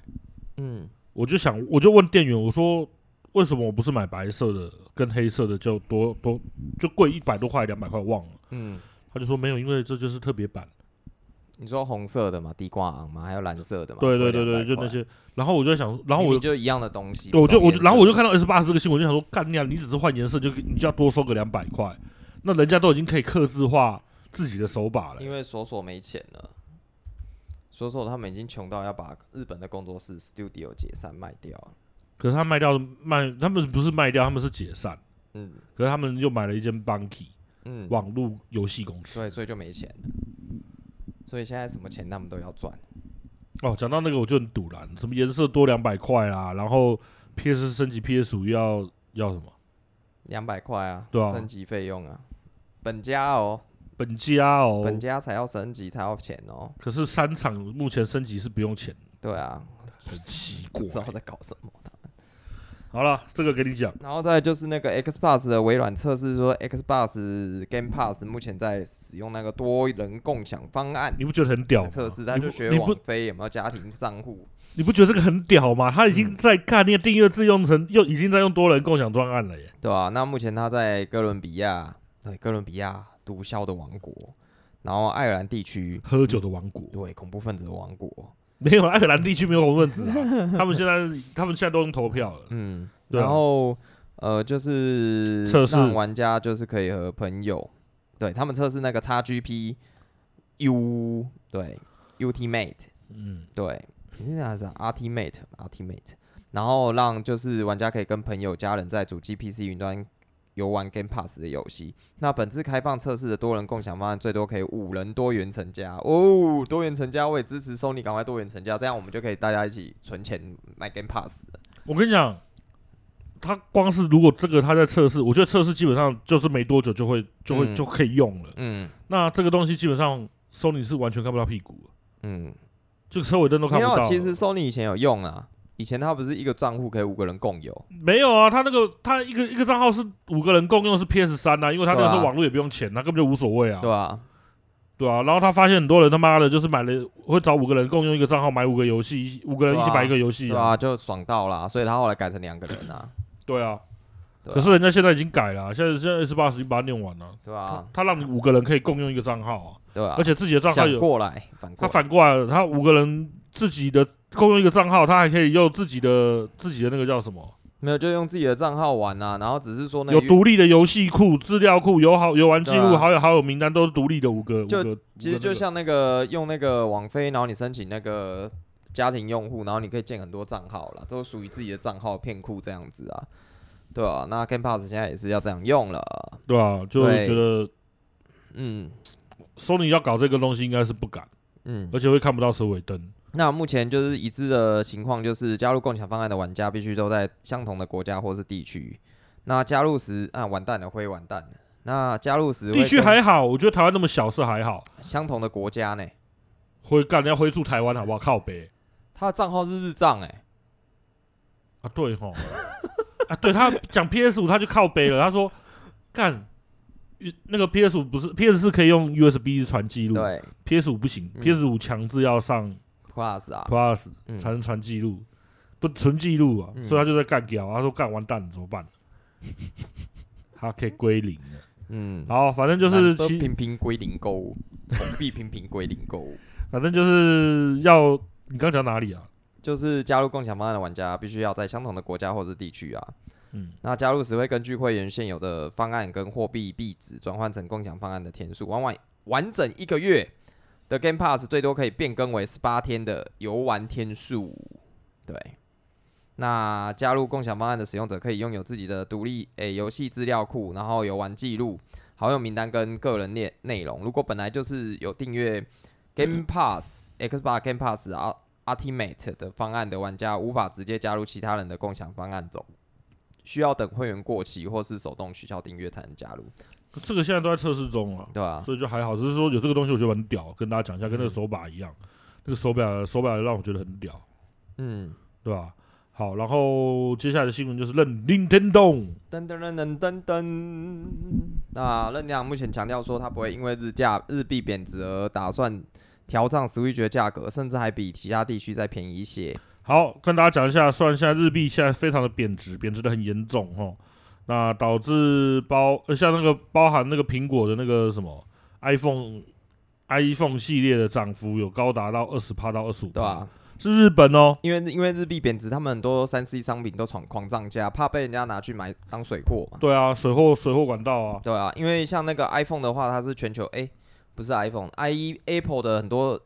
Speaker 1: 嗯，
Speaker 2: 我就想，我就问店员，我说为什么我不是买白色的跟黑色的就多多就贵一百多块两百块忘了。
Speaker 1: 嗯，
Speaker 2: 他就说没有，因为这就是特别版。
Speaker 1: 你说红色的嘛，地瓜昂嘛，还有蓝色的嘛，
Speaker 2: 对对
Speaker 1: 贵
Speaker 2: 对对，
Speaker 1: 200
Speaker 2: 就
Speaker 1: 块
Speaker 2: 那。些。然后我就在想，然后
Speaker 1: 明
Speaker 2: 我
Speaker 1: 明就一样的东西，
Speaker 2: 对我就
Speaker 1: 不同
Speaker 2: 我就然后我就
Speaker 1: 颜色
Speaker 2: 看到 S 八这个新闻，就想说，干你啊，你只是换颜色就你就要多收个两百块，那人家都已经可以刻字化自己的手把了。
Speaker 1: 因为索索没钱了，索索他们已经穷到要把日本的工作室 studio 解散卖掉了。
Speaker 2: 可是他卖掉卖，他们不是卖掉，他们是解散。
Speaker 1: 嗯
Speaker 2: 可是他们又买了一间 Bunky
Speaker 1: 嗯，
Speaker 2: 网络游戏公司。
Speaker 1: 对，所以就没钱了。所以现在什么钱他们都要赚。
Speaker 2: 哦，讲到那个我就很堵然，什么颜色多两百块啦，然后 PS 升级 PS 五要要什么？
Speaker 1: 两百块啊，
Speaker 2: 对啊
Speaker 1: 升级费用啊，本家哦，
Speaker 2: 本家哦，
Speaker 1: 本家才要升级才要钱哦，
Speaker 2: 可是三场目前升级是不用钱的。
Speaker 1: 对啊，
Speaker 2: 很奇
Speaker 1: 不
Speaker 2: 怪。
Speaker 1: 知道在搞什么。
Speaker 2: 好了，这个给你讲。
Speaker 1: 然后再来就是那个 Xbox 的微软测试说，Xbox Game Pass 目前在使用那个多人共享方案
Speaker 2: 你不觉得很屌吗？
Speaker 1: 测试，他就学
Speaker 2: 你不
Speaker 1: 网飞有没有家庭账户，
Speaker 2: 你不觉得这个很屌吗？他已经在看那个订阅制用成，又已经在用多人共享专案了耶。
Speaker 1: 对吧、那目前他在哥伦比亚，对哥伦比亚毒枭的王国，然后爱尔兰地区，
Speaker 2: 喝酒的王国
Speaker 1: 对恐怖分子的王国，
Speaker 2: 没有啊爱尔兰地区没有红分子啊， 他们现在他们现在都用投票了。
Speaker 1: 嗯，
Speaker 2: 对啊
Speaker 1: 然后呃，就是
Speaker 2: 测试
Speaker 1: 让玩家就是可以和朋友，对他们测试那个 XGP U 对 Ultimate
Speaker 2: 嗯，
Speaker 1: 对，你那是 Ultimate Ultimate，然后让就是玩家可以跟朋友、家人在主机 PC 云端。游玩 Game Pass 的游戏，那本次开放测试的多人共享方案最多可以五人多元成家哦，多元成家我也支持 Sony 赶快多元成家，这样我们就可以大家一起存钱买 Game Pass 了。
Speaker 2: 我跟你讲，他光是如果这个他在测试，我觉得测试基本上就是没多久就会就会、
Speaker 1: 嗯
Speaker 2: 就可以用了。
Speaker 1: 嗯
Speaker 2: 那这个东西基本上 Sony 是完全看不到屁股的，
Speaker 1: 嗯，
Speaker 2: 就车尾灯都看
Speaker 1: 没
Speaker 2: 不到
Speaker 1: 有，
Speaker 2: 了。
Speaker 1: 其实 Sony 以前有用啊，以前它不是一个账户可以五个人共有，
Speaker 2: 没有啊，他那个他一个一个账号是五个人共用是 PS 三呐、因为他那个时
Speaker 1: 对
Speaker 2: 候
Speaker 1: 啊
Speaker 2: 网络也不用钱，他根本就无所谓啊，
Speaker 1: 对吧、
Speaker 2: 对啊。然后他发现很多人他妈的就是买了会找五个人共用一个账号买五个游戏，五个人一起
Speaker 1: 对啊
Speaker 2: 买一个游戏
Speaker 1: 对啊，就爽到啦，所以他后来改成两个人啊，
Speaker 2: 对啊。
Speaker 1: 对啊
Speaker 2: 可是人家现在已经改了啊、现在现在 S 八十已经把它念完了，
Speaker 1: 对啊，
Speaker 2: 他让你五个人可以共用一个账号啊，
Speaker 1: 对啊，
Speaker 2: 而且自己的账号
Speaker 1: 想
Speaker 2: 有
Speaker 1: 过来反
Speaker 2: 他
Speaker 1: 过来，
Speaker 2: 反过来了，他五个人自己的共用一个账号，他还可以用自己的自己的那个叫什么？
Speaker 1: 没有就用自己的账号玩啊，然后只是说那
Speaker 2: 有
Speaker 1: 个
Speaker 2: 独立的游戏库、资料库、有好游玩记录、
Speaker 1: 对啊
Speaker 2: 好友好友名单，都是独立的五个五
Speaker 1: 就
Speaker 2: 个。五个
Speaker 1: 其实
Speaker 2: 那
Speaker 1: 就
Speaker 2: 个
Speaker 1: 像那个用那个网飞，然后你申请那个家庭用户，然后你可以建很多账号啦，都属于自己的账号片库这样子啊，对啊，那 Game Pass 现在也是要这样用了，
Speaker 2: 对啊，就
Speaker 1: 对
Speaker 2: 觉得
Speaker 1: 嗯
Speaker 2: Sony 要搞这个东西应该是不敢，
Speaker 1: 嗯。
Speaker 2: 而且会看不到车尾灯。
Speaker 1: 那目前就是已知的情况，就是加入共享方案的玩家必须都在相同的国家或是地区。那加入时啊，完蛋了，会完蛋了。那加入时会
Speaker 2: 地区
Speaker 1: 跟
Speaker 2: 还好，我觉得台湾那么小是还好，
Speaker 1: 相同的国家呢？
Speaker 2: 会干要回驻台湾好不好？靠北
Speaker 1: 他的账号是日账哎、
Speaker 2: 啊，对吼啊，对他讲 PS 五他就靠北了，他说干。那个 PS 五不是 PS 四可以用 USB 传记录
Speaker 1: 对
Speaker 2: ，PS 五不行、
Speaker 1: 嗯
Speaker 2: p s 五强制要上
Speaker 1: ，Plus 啊，
Speaker 2: Plus
Speaker 1: 嗯
Speaker 2: 才能传记录，不存记录啊，
Speaker 1: 嗯
Speaker 2: 所以他就在干掉，他说干完蛋了怎么办？ 他可以归零了。
Speaker 1: 嗯，
Speaker 2: 好，反正就是
Speaker 1: 都
Speaker 2: 其
Speaker 1: 频频归零购物，红币频频归零购物，
Speaker 2: 反正就是要你刚讲哪里啊？
Speaker 1: 就是加入共享方案的玩家必须要在相同的国家或是地区啊。
Speaker 2: 嗯，
Speaker 1: 那加入时会根据会员现有的方案跟货币币值转换成共享方案的天数，完完完整一个月的 Game Pass 最多可以变更为十八天的游玩天数。对，那加入共享方案的使用者可以拥有自己的独立诶游戏资料库，然后游玩记录、好友名单跟个人内内容。如果本来就是有订阅 Game Pass、Xbox Game Pass 啊。Ultimate 的方案的玩家无法直接加入其他人的共享方案中。需要等会员过期或是手动取消订阅才能加入，
Speaker 2: 这个现在都在测试中啊，
Speaker 1: 对吧、
Speaker 2: 所以就还好。只是说有这个东西，我觉得很屌，跟大家讲一下，跟那个手把一样，那个手表手表让我觉得很屌，
Speaker 1: 嗯，
Speaker 2: 对吧？好，然后接下来的新闻就是任 Nintendo
Speaker 1: 噔噔噔噔噔噔。那任亮目前强调说，他不会因为日价日币贬值而打算调涨 Switch 的价格，甚至还比其他地区再便宜一些。
Speaker 2: 好，跟大家讲一下，虽然现在日币现在非常的贬值，贬值的很严重哦，那导致包呃像那个包含那个苹果的那个什么 iPhone iPhone 系列的涨幅有高达到二十趴到二十五，
Speaker 1: 对啊吧、
Speaker 2: 是日本哦，
Speaker 1: 因为因为日币贬值，他们很多三 C 商品都闯狂涨价，怕被人家拿去买当水货嘛。
Speaker 2: 对啊，水货水货管道啊，
Speaker 1: 对啊，因为像那个 iPhone 的话，它是全球哎、不是 iPhone，i Apple 的很多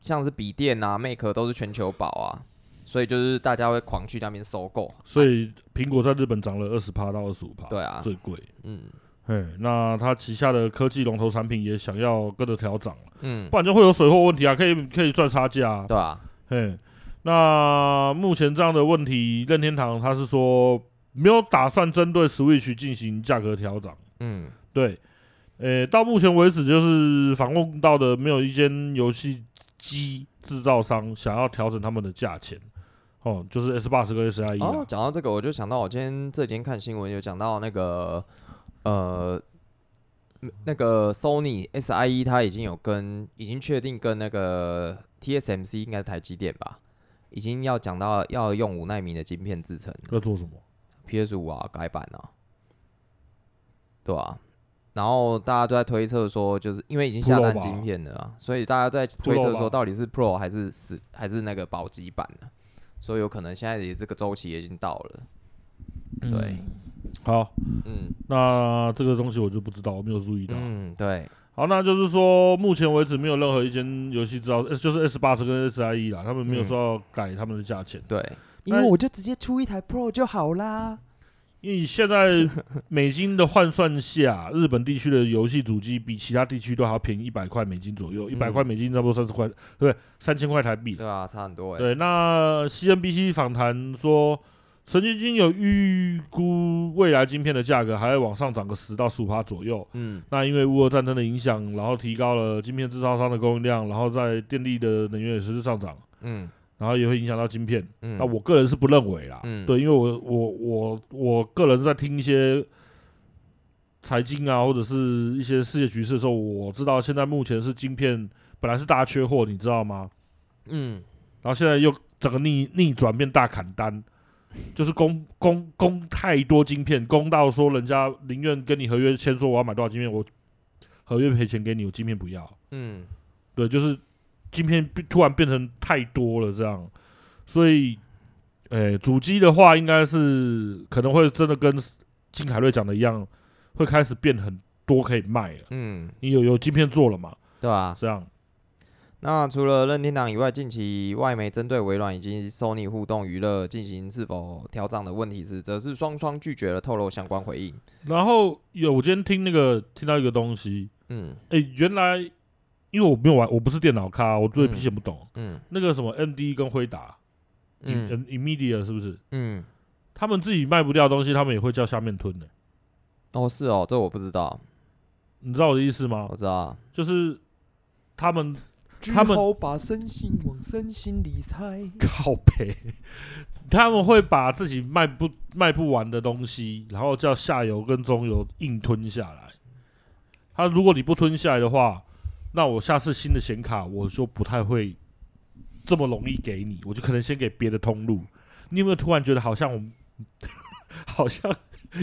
Speaker 1: 像是笔电啊、Mac 都是全球宝啊，所以就是大家会狂去那边收购。
Speaker 2: 所以苹果在日本涨了二十趴到二十五趴，
Speaker 1: 对啊
Speaker 2: 最贵。
Speaker 1: 嗯
Speaker 2: 嘿，那它旗下的科技龙头产品也想要跟着调涨了，
Speaker 1: 嗯，
Speaker 2: 不然就会有水货问题啊，可以可以赚差价啊。
Speaker 1: 对啊，
Speaker 2: 嘿，那目前这样的问题，任天堂他是说没有打算针对 Switch 进行价格调整。
Speaker 1: 嗯
Speaker 2: 对，呃，到目前为止就是访问到的，没有一间游戏机制造商想要调整他们的价钱。哦，就是 S 八十跟 S I E
Speaker 1: 哦
Speaker 2: 啊，，
Speaker 1: 讲到这个，我就想到我今天这几天看新闻有讲到那个呃。嗯那个 Sony SIE 它已经有跟已经确定跟那个 TSMC 应该是台积电吧，已经要讲到要用五纳米的晶片制成
Speaker 2: 要做什么？
Speaker 1: PS 五啊改版啊，对啊，然后大家都在推测说，就是因为已经下
Speaker 2: Pro
Speaker 1: 单
Speaker 2: 吧
Speaker 1: 晶片了啊，所以大家在推测
Speaker 2: Pro
Speaker 1: 说
Speaker 2: 吧
Speaker 1: 到底是 Pro 还是十还是那个保级版呢、所以有可能现在也这个周期也已经到了，对
Speaker 2: 嗯，好，
Speaker 1: 嗯
Speaker 2: 那这个东西我就不知道，我没有注意到。
Speaker 1: 嗯，对，
Speaker 2: 好，那就是说，目前为止没有任何一间游戏制造，呃就是 S 八十跟 S I E 啦，他们
Speaker 1: 嗯
Speaker 2: 没有说要改他们的价钱，
Speaker 1: 对，因
Speaker 2: 那
Speaker 1: 为我就直接出一台 Pro 就好啦，
Speaker 2: 因为现在美金的换算下，日本地区的游戏主机比其他地区都还要便宜一百块美金左右，一百
Speaker 1: 嗯
Speaker 2: 块美金差不多三十块，对，三千块台币。
Speaker 1: 对啊，差很多哎、
Speaker 2: 对，那 CNBC 访谈说，陈晶晶有预估未来晶片的价格还会往上涨个十到十五趴左右，
Speaker 1: 嗯
Speaker 2: 那因为乌俄战争的影响，然后提高了晶片制造商的供应量，然后在电力的能源也随之上涨，
Speaker 1: 嗯
Speaker 2: 然后也会影响到晶片。
Speaker 1: 嗯，
Speaker 2: 那我个人是不认为啦，
Speaker 1: 嗯
Speaker 2: 对，因为我我我我个人在听一些财经啊，或者是一些世界局势的时候，我知道现在目前是晶片本来是大家缺货，你知道吗？
Speaker 1: 嗯
Speaker 2: 然后现在又整个逆逆转变大砍单，就是供供供太多晶片，供到说人家宁愿跟你合约签说我要买多少晶片，我合约赔钱给你，我晶片不要。
Speaker 1: 嗯
Speaker 2: 对，就是晶片变突然变成太多了这样，所以，诶、主机的话应该是可能会真的跟金凯瑞讲的一样，会开始变很多可以卖了，
Speaker 1: 嗯，
Speaker 2: 你有有晶片做了嘛？
Speaker 1: 对啊，
Speaker 2: 这样，
Speaker 1: 那除了任天堂以外，近期外媒针对微软以及 Sony 互动娱乐进行是否调涨的问题时，则是双双拒绝了透露相关回应。
Speaker 2: 然后有我今天听那个听到一个东西，
Speaker 1: 嗯
Speaker 2: 哎、原来因为我没有玩，我不是电脑咖，我对
Speaker 1: 嗯
Speaker 2: PC 也不懂。
Speaker 1: 嗯
Speaker 2: 那个什么 MD 跟辉达、
Speaker 1: 嗯
Speaker 2: 嗯 i m m e d i a 是不是？
Speaker 1: 嗯，
Speaker 2: 他们自己卖不掉的东西，他们也会叫下面吞的、
Speaker 1: 哦是哦，这我不知道，
Speaker 2: 你知道我的意思吗
Speaker 1: 我？知道。
Speaker 2: 就是他们他们
Speaker 1: 把身心往身心理财。
Speaker 2: 靠背，他们会把自己卖不卖不完的东西，然后叫下游跟中游硬吞下来。他如果你不吞下来的话，那我下次新的显卡我就不太会这么容易给你，我就可能先给别的通路。你有没有突然觉得好像我们 好像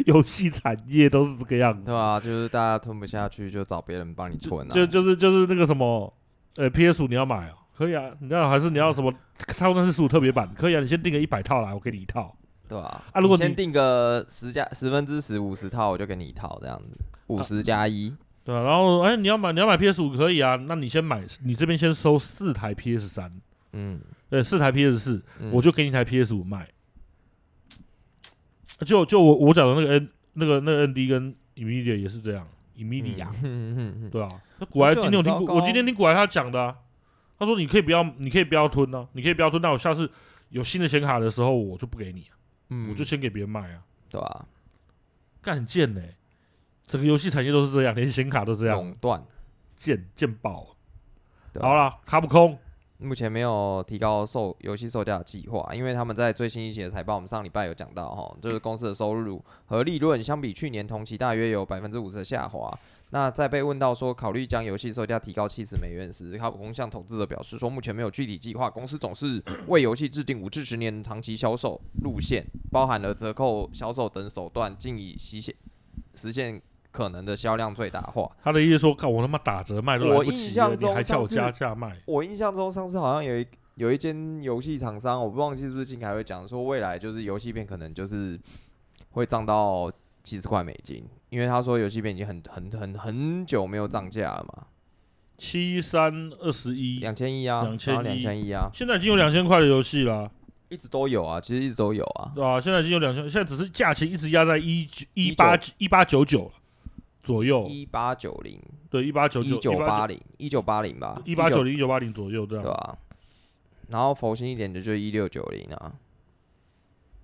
Speaker 2: 游戏产业都是这个样子
Speaker 1: 对？啊，就是大家吞不下去，就找别人帮你吞啊。
Speaker 2: 就就是就是那个什么，呃，PS 五你要买啊、可以啊，你要还是你要什么？它那是十五特别版，可以啊，你先订个一百套来，我给你一套。
Speaker 1: 对吧、啊？
Speaker 2: 啊如果
Speaker 1: 你
Speaker 2: 你
Speaker 1: 先定个十加十分之十五十套，我就给你一套这样子，五十加一。
Speaker 2: 对啊，然后哎，你要买你要买 PS 五可以啊，那你先买，你这边先收四台 PS 三，
Speaker 1: 嗯，
Speaker 2: 呃，四台 PS 四、
Speaker 1: 嗯
Speaker 2: 我就给你一台 PS 五卖。就就我我讲的那个 N 那个那个 ND 跟 Imedia 也是这样，Imedia、
Speaker 1: 嗯嗯嗯嗯
Speaker 2: 对啊，那古埃
Speaker 1: 就
Speaker 2: 今
Speaker 1: 很
Speaker 2: 天我听
Speaker 1: 糟
Speaker 2: 古
Speaker 1: 糕
Speaker 2: 我今天听古埃他讲的、啊，他说你可以不要你可以不要吞啊，你可以不要吞，那我下次有新的显卡的时候我就不给你啊、
Speaker 1: 嗯，
Speaker 2: 我就先给别人卖啊，
Speaker 1: 对吧、
Speaker 2: 干很贱呢、整个游戏产业都是这样，连显卡都这样，
Speaker 1: 垄断。
Speaker 2: 贱贱爆
Speaker 1: 对
Speaker 2: 了。
Speaker 1: 啊
Speaker 2: 好啦，卡普空
Speaker 1: 目前没有提高售游戏售价的计划，因为他们在最新一期的财报，我们上礼拜有讲到哈，就是公司的收入和利润相比去年同期大约有百分之五十的下滑。那在被问到说考虑将游戏售价提高七十美元时，卡普空向投资者表示说，目前没有具体计划，公司总是为游戏制定五至十年长期销售路线，包含了折扣、销售等手段，尽以实现实现可能的销量最大化。
Speaker 2: 他的意思说，看我他妈打折卖都来
Speaker 1: 我
Speaker 2: 不
Speaker 1: 印
Speaker 2: 及
Speaker 1: 象
Speaker 2: 了，你
Speaker 1: 中
Speaker 2: 还叫
Speaker 1: 上
Speaker 2: 我
Speaker 1: 次
Speaker 2: 加价卖？
Speaker 1: 我印象中上次好像有一有一间游戏厂商，我不忘记是不是金凯会讲说，未来就是游戏片可能就是会涨到七十块美金，因为他说游戏片已经很很很很久没有涨价了嘛，
Speaker 2: 七三二十嗯一，
Speaker 1: 两千一啊，
Speaker 2: 2100
Speaker 1: 两千一啊，
Speaker 2: 现在已经有两千块的游戏啦，
Speaker 1: 一直都有啊，其实一直都有啊，
Speaker 2: 对吧、现在已经有两千，现在只是价钱一直压在一九一八一八九九左右，
Speaker 1: 一八九零、
Speaker 2: 对，一八哦九
Speaker 1: 一
Speaker 2: 九
Speaker 1: 九八零、一九八零吧，
Speaker 2: 一八九零一九八零左右啊这
Speaker 1: 对啊
Speaker 2: 样。
Speaker 1: 吧、然后佛心一点的就是一六九零啊，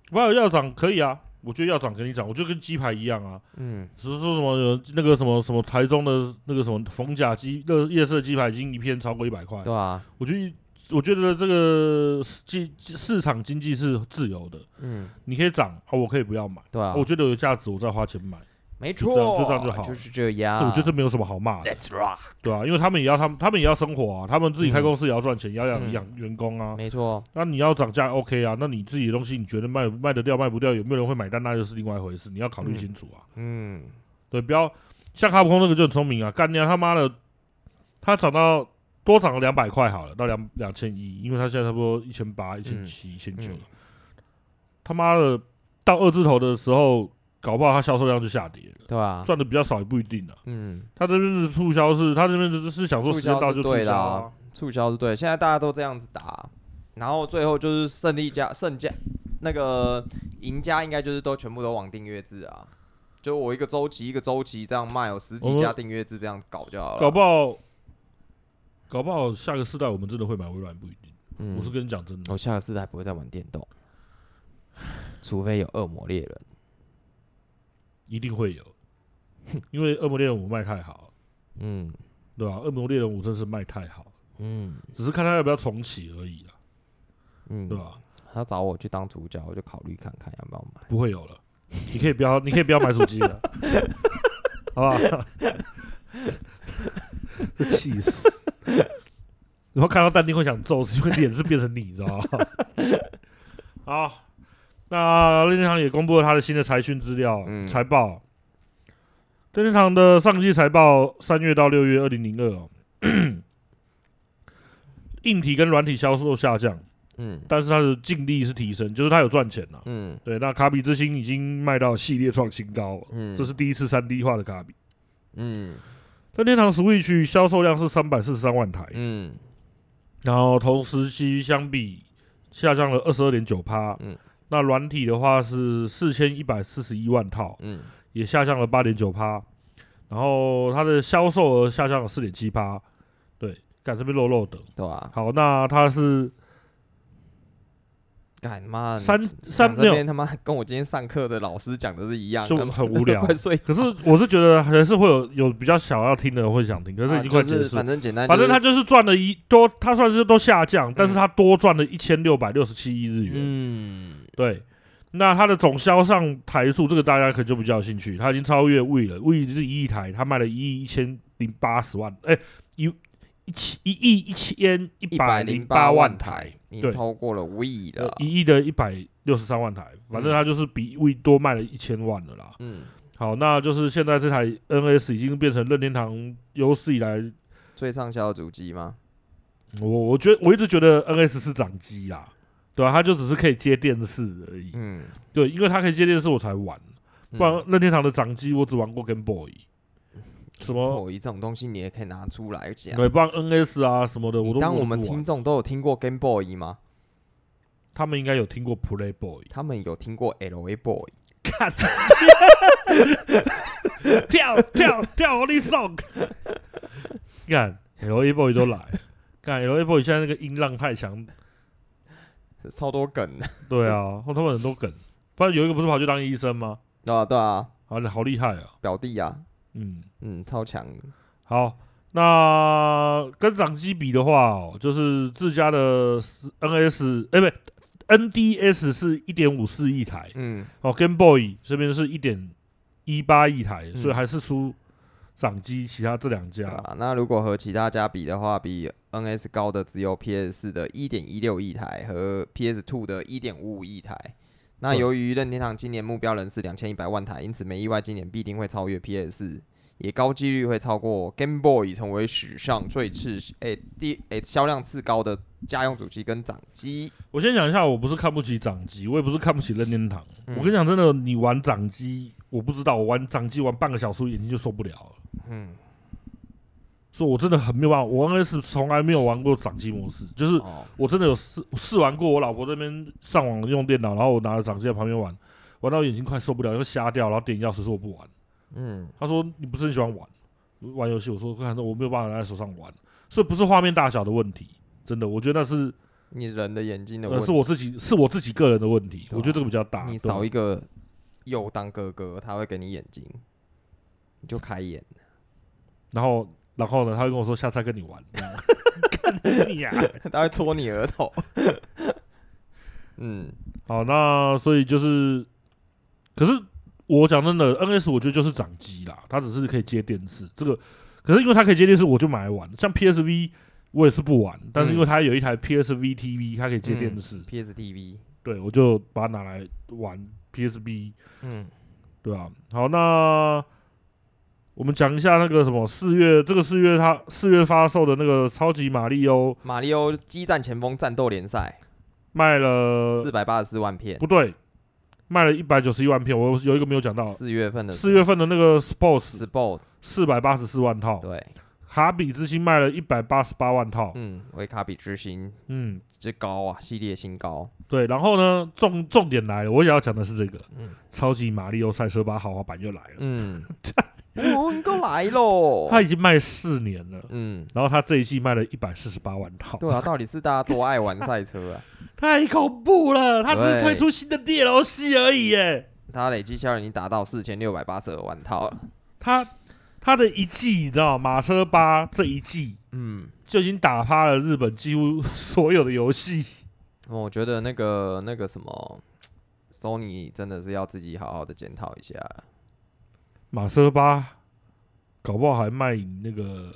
Speaker 2: 不过要涨可以啊，我觉得要涨跟你涨，我就跟鸡排一样啊，
Speaker 1: 嗯，
Speaker 2: 只是说什么有那个什么什么台中的那个什么逢甲鸡热夜市的鸡排已经一片超过一百块，
Speaker 1: 对啊，
Speaker 2: 我觉得我觉得这个市市场经济是自由的，
Speaker 1: 嗯，
Speaker 2: 你可以涨啊，我可以不要买，
Speaker 1: 对啊，
Speaker 2: 我觉得有价值我再花钱买，
Speaker 1: 没
Speaker 2: 就
Speaker 1: 错，
Speaker 2: 这样哦就这样就好
Speaker 1: 是这样，
Speaker 2: 这我觉得这没有什么好骂的，
Speaker 1: Let's rock，
Speaker 2: 对啊，因为他们也要他们他们也要生活啊，他们自己开公司也要赚钱，也要养
Speaker 1: 嗯
Speaker 2: 养员工啊，
Speaker 1: 没错，
Speaker 2: 那你要涨价 OK 啊，那你自己的东西你觉得卖卖得掉卖不掉，有没有人会买单那就是另外一回事，你要考虑
Speaker 1: 嗯
Speaker 2: 清楚啊，
Speaker 1: 嗯。
Speaker 2: 对，不要像卡普空那个就很聪明啊，干娘他妈的，他涨到多涨了两百块好了，到两两千一，因为他现在差不多一千
Speaker 1: 嗯
Speaker 2: 八、一千七、一千九了。他妈的，到二字头的时候，搞不好他销售量就下跌了，
Speaker 1: 对吧？
Speaker 2: 赚的比较少也不一定啊。
Speaker 1: 嗯，
Speaker 2: 他这边的促销是，他这边就是想说
Speaker 1: 促
Speaker 2: 时
Speaker 1: 销
Speaker 2: 间到
Speaker 1: 是
Speaker 2: 就促
Speaker 1: 对
Speaker 2: 销
Speaker 1: 的
Speaker 2: 啊、
Speaker 1: 啊促销是对，现在大家都这样子打，然后最后就是胜利家、胜家那个赢家，应该就是都全部都往订阅制啊。就我一个周期一个周期这样卖，有十几家订阅制这样搞就好了。
Speaker 2: 搞不好，搞不好下个世代我们真的会买微软，不一定。
Speaker 1: 嗯
Speaker 2: 我是跟你讲真的，
Speaker 1: 我下个世代不会再玩电动，除非有恶魔猎人。
Speaker 2: 一定会有， 因为《恶魔猎人五》卖太好了。
Speaker 1: 嗯
Speaker 2: 对吧、恶魔猎人五》真是卖太好，
Speaker 1: 嗯
Speaker 2: 只是看他要不要重启而已啦，对
Speaker 1: 嗯，
Speaker 2: 吧、
Speaker 1: 他找我去当主角，我就考虑看看要不要买。
Speaker 2: 不会有了，你可以不要， 你可以不要买主机了，好不 好？这气死！然后看到淡定会想揍，是因为脸是变成你，你 知道吗？好，那任天堂也公布了他的新的财讯资料、
Speaker 1: 嗯
Speaker 2: 财报。任天堂的上季财报，三月到六月二零零二，哦 硬体跟软体销售下降，
Speaker 1: 嗯
Speaker 2: 但是它的净利是提升，就是它有赚钱呐、
Speaker 1: 嗯
Speaker 2: 对，那卡比之星已经卖到系列创新高了，
Speaker 1: 嗯，
Speaker 2: 这是第一次三 D 化的卡比。
Speaker 1: 嗯
Speaker 2: 任天堂 Switch 销售量是三百四十三万台，
Speaker 1: 嗯
Speaker 2: 然后同时期相比下降了二十二点九趴。
Speaker 1: 嗯
Speaker 2: 那软体的话是四千一百四十一万套，
Speaker 1: 嗯
Speaker 2: 也下降了八点九趴，然后它的销售额下降了四点七趴。对，干这边漏漏的。
Speaker 1: 对啊吧？
Speaker 2: 好，那它是
Speaker 1: 干妈
Speaker 2: 三三
Speaker 1: 三
Speaker 2: 没
Speaker 1: 这
Speaker 2: 有
Speaker 1: 边他妈 跟我今天上课的老师讲的是一样，
Speaker 2: 就
Speaker 1: 他妈
Speaker 2: 很无聊
Speaker 1: 快睡。
Speaker 2: 可是我是觉得还是会有有比较想要听的会想听，可是已经快
Speaker 1: 啊
Speaker 2: 结
Speaker 1: 就是
Speaker 2: 束。
Speaker 1: 反正简单，
Speaker 2: 反正
Speaker 1: 他
Speaker 2: 他就是赚了一多，他算是都下降，但是他多赚了一千六百六十七亿日元。
Speaker 1: 嗯
Speaker 2: 对，那他的总销上台数，这个大家可能就比较有兴趣，他已经超越 We 了，We 是一亿台，他卖了一亿一千零八十万，哎、一一千一亿一千一
Speaker 1: 一
Speaker 2: 百
Speaker 1: 百
Speaker 2: 零
Speaker 1: 零
Speaker 2: 八
Speaker 1: 八
Speaker 2: 万
Speaker 1: 万
Speaker 2: 台
Speaker 1: 台，，已经
Speaker 2: 对
Speaker 1: 超过了 We
Speaker 2: 呃
Speaker 1: 了。
Speaker 2: 一亿的一百六十三万台，反正他就是比 We 多卖了一千万了啦。
Speaker 1: 嗯，
Speaker 2: 好，那就是现在这台 NS 已经变成任天堂有史以来，
Speaker 1: 最畅销的主机吗？
Speaker 2: 我我觉得我一直觉得 NS 是掌机啦，对啊，它就只是可以接电视而已。
Speaker 1: 嗯，
Speaker 2: 对，因为它可以接电视，我才玩。不然
Speaker 1: 嗯
Speaker 2: 任天堂的掌机我只玩过 Game Boy，什么
Speaker 1: 破译这哦种东西你也可以拿出来讲。
Speaker 2: 对，不然 NS 啊什么的
Speaker 1: 嗯
Speaker 2: 我
Speaker 1: 你
Speaker 2: 都
Speaker 1: 当
Speaker 2: 我
Speaker 1: 我
Speaker 2: 都
Speaker 1: 们
Speaker 2: 不玩
Speaker 1: 听众都有听过 Game Boy 吗？
Speaker 2: 他们应该有听过 Play Boy，
Speaker 1: 他们有听过 L A Boy，
Speaker 2: 看，跳跳跳我你 送，看 L A Boy 都来，看 L A Boy 现在那个音浪太强，
Speaker 1: 超多梗的
Speaker 2: 对啊，他们很多梗，不然有一个不是跑去当医生吗？
Speaker 1: 啊，对啊，
Speaker 2: 好，好厉害啊，
Speaker 1: 表弟啊，
Speaker 2: 嗯，
Speaker 1: 嗯，超强的，
Speaker 2: 好。那跟掌机比的话、哦，就是自家的 NS，哎、不，NDS 是一点五四亿台，
Speaker 1: 嗯，
Speaker 2: 哦，Game Boy 这边是一点一八亿台，
Speaker 1: 嗯
Speaker 2: 所以还是输掌机其他这两家
Speaker 1: 对。啊。那如果和其他家比的话，比 NS 高的只有 PS 的1.16亿台和 PS Two 的1.55亿台。那
Speaker 2: 对
Speaker 1: 由于任天堂今年目标人是2100万台，因此没意外，今年必定会超越 PS，也高几率会超过 Game Boy，成为史上最次诶、第诶、销量次高的家用主机跟掌机。
Speaker 2: 我先讲一下，我不是看不起掌机，我也不是看不起任天堂。
Speaker 1: 嗯
Speaker 2: 我跟你讲，真的，你玩掌机，我不知道，我玩掌机玩半个小时，我眼睛就受不了了。
Speaker 1: 嗯，
Speaker 2: 所以我真的很没有办法，我 NS 从来没有玩过掌机模式，就是
Speaker 1: 哦，
Speaker 2: 我真的有试试玩过，我老婆这边上网用电脑，然后我拿着掌机在旁边玩，玩到眼睛快受不了，就瞎掉，然后点钥匙说我不玩。
Speaker 1: 嗯，
Speaker 2: 他说你不是很喜欢玩玩游戏？我说看，我没有办法拿在手上玩，所以不是画面大小的问题，真的，我觉得那是
Speaker 1: 你人的眼睛的问
Speaker 2: 呃
Speaker 1: 题，
Speaker 2: 是我自己是我自己个人的问题，
Speaker 1: 对啊
Speaker 2: 我觉得这个比较大。
Speaker 1: 你
Speaker 2: 对
Speaker 1: 少一个右当哥哥，他会给你眼睛，你就开眼。
Speaker 2: 然后然后呢，他会跟我说下次再跟你玩，这样看你呀、
Speaker 1: 他会戳你额头。 嗯，
Speaker 2: 好，那所以就是，可是我讲真的，NS 我觉得就是掌机啦，它只是可以接电视。这个可是因为它可以接电视，我就买来玩。像 PSV 我也是不玩，但
Speaker 1: 嗯
Speaker 2: 是因为它有一台 PSV TV，它可以接电视，
Speaker 1: ，PSTV，
Speaker 2: 对我就把它拿来玩 PSV，
Speaker 1: 嗯，
Speaker 2: 对啊。好，那我们讲一下那个什么四月，这个四月它四月发售的那个超级哦马里奥
Speaker 1: 马里奥激战前锋战斗联赛
Speaker 2: 卖了
Speaker 1: 四百八十四万片，
Speaker 2: 呃不对，卖了一百九十一万片，我有一个没有讲到。
Speaker 1: 四月份的
Speaker 2: 四月哦份的那个 Sports
Speaker 1: Sport
Speaker 2: 四百八十四万套，
Speaker 1: 对，
Speaker 2: 卡比之星卖了一百八十八万套，
Speaker 1: 嗯，维卡比之星
Speaker 2: 嗯，
Speaker 1: 之高啊，系列新高，
Speaker 2: 对。然后呢，重重点来了，我也要讲的是这个，
Speaker 1: 嗯
Speaker 2: 超级马里奥赛车八豪华版又来了，
Speaker 1: 嗯，我够来喽，
Speaker 2: 它已经卖四年了。
Speaker 1: 嗯，
Speaker 2: 然后它这一季卖了一百四十八万套，
Speaker 1: 对啊，到底是大家多爱玩赛车啊？
Speaker 2: 太恐怖了！它只是
Speaker 1: 对
Speaker 2: 推出新的 DLC 而已，耶。
Speaker 1: 它累计销量已经达到四千六百八十二万套了，
Speaker 2: 它它的一季，你知道，马车八这一季
Speaker 1: 嗯。
Speaker 2: 就已经打趴了日本几乎所有的游戏。
Speaker 1: 我觉得那个那个什么，Sony 真的是要自己好好的检讨一下。啊
Speaker 2: 马车八，搞不好还卖淫那个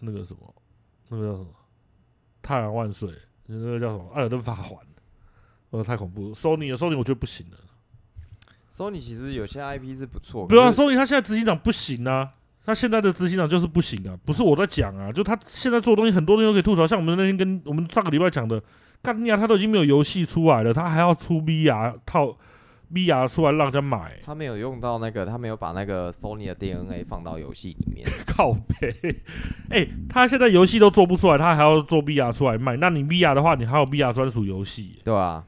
Speaker 2: 那个什么，那个叫什么《太阳万岁》，那个叫什么《艾尔登法环》，呃，太恐怖了。Sony 的 Sony 我觉得不行了，
Speaker 1: Sony 其实有些 IP 是不错，
Speaker 2: 不要
Speaker 1: 可是
Speaker 2: Sony，他现啊在执行长不行啊，他现在的执行长就是不行啊，不是我在讲啊，就他现在做的东西很多东西都可以吐槽，像我们那天跟我们上个礼拜讲的，干尼亚他都已经没有游戏出来了，他还要出 VR 套 VR 出来让人家买，
Speaker 1: 他没有用到那个，他没有把那个 Sony 的 DNA 放到游戏里 面。
Speaker 2: 靠背，哎、他现在游戏都做不出来，他还要做 VR 出来卖。那你 VR 的话，你还有 VR 专属游戏
Speaker 1: 对啊，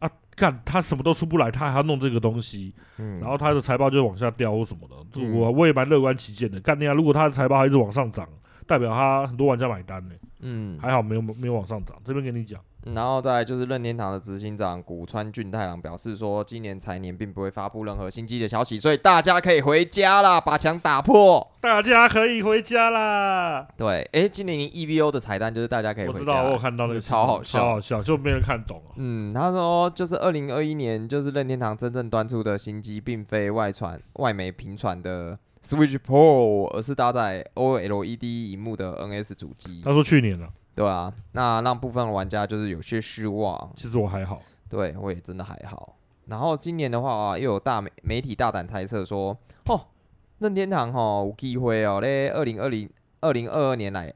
Speaker 2: 啊？干，他什么都出不来，他还要弄这个东西，
Speaker 1: 嗯，
Speaker 2: 然后他的财报就往下掉或什么的。这个
Speaker 1: 嗯
Speaker 2: 我我也蛮乐观其见的。干你啊！如果他的财报还一直往上涨，代表他很多玩家买单呢、
Speaker 1: 嗯，
Speaker 2: 还好没有没有往上涨。这边跟你讲，
Speaker 1: 然后再来就是任天堂的执行长古川俊太郎表示说，今年财年并不会发布任何新机的消息，所以大家可以回家啦，把墙打破。
Speaker 2: 大家可以回家啦。
Speaker 1: 对，诶，今年 EVO 的彩蛋就是大家可以
Speaker 2: 我
Speaker 1: 回家。
Speaker 2: 知道，我有看到那个
Speaker 1: 超好
Speaker 2: 新
Speaker 1: 笑
Speaker 2: 闻超好笑，就没人看懂啊。
Speaker 1: 嗯，他说就是二零二一年，就是任天堂真正端出的新机，并非外传外媒频传的 Switch Pro，而是搭载 OLED 荧幕的 NS 主机，
Speaker 2: 他说去年了、
Speaker 1: 对啊，那让部分玩家就是有些失望，
Speaker 2: 其实我还好。
Speaker 1: 对我也真的还好。然后今年的话、啊，又有大媒媒体大胆猜测说，哦，任天堂哦，有机会哦，嘞，二零二零二零二二年来，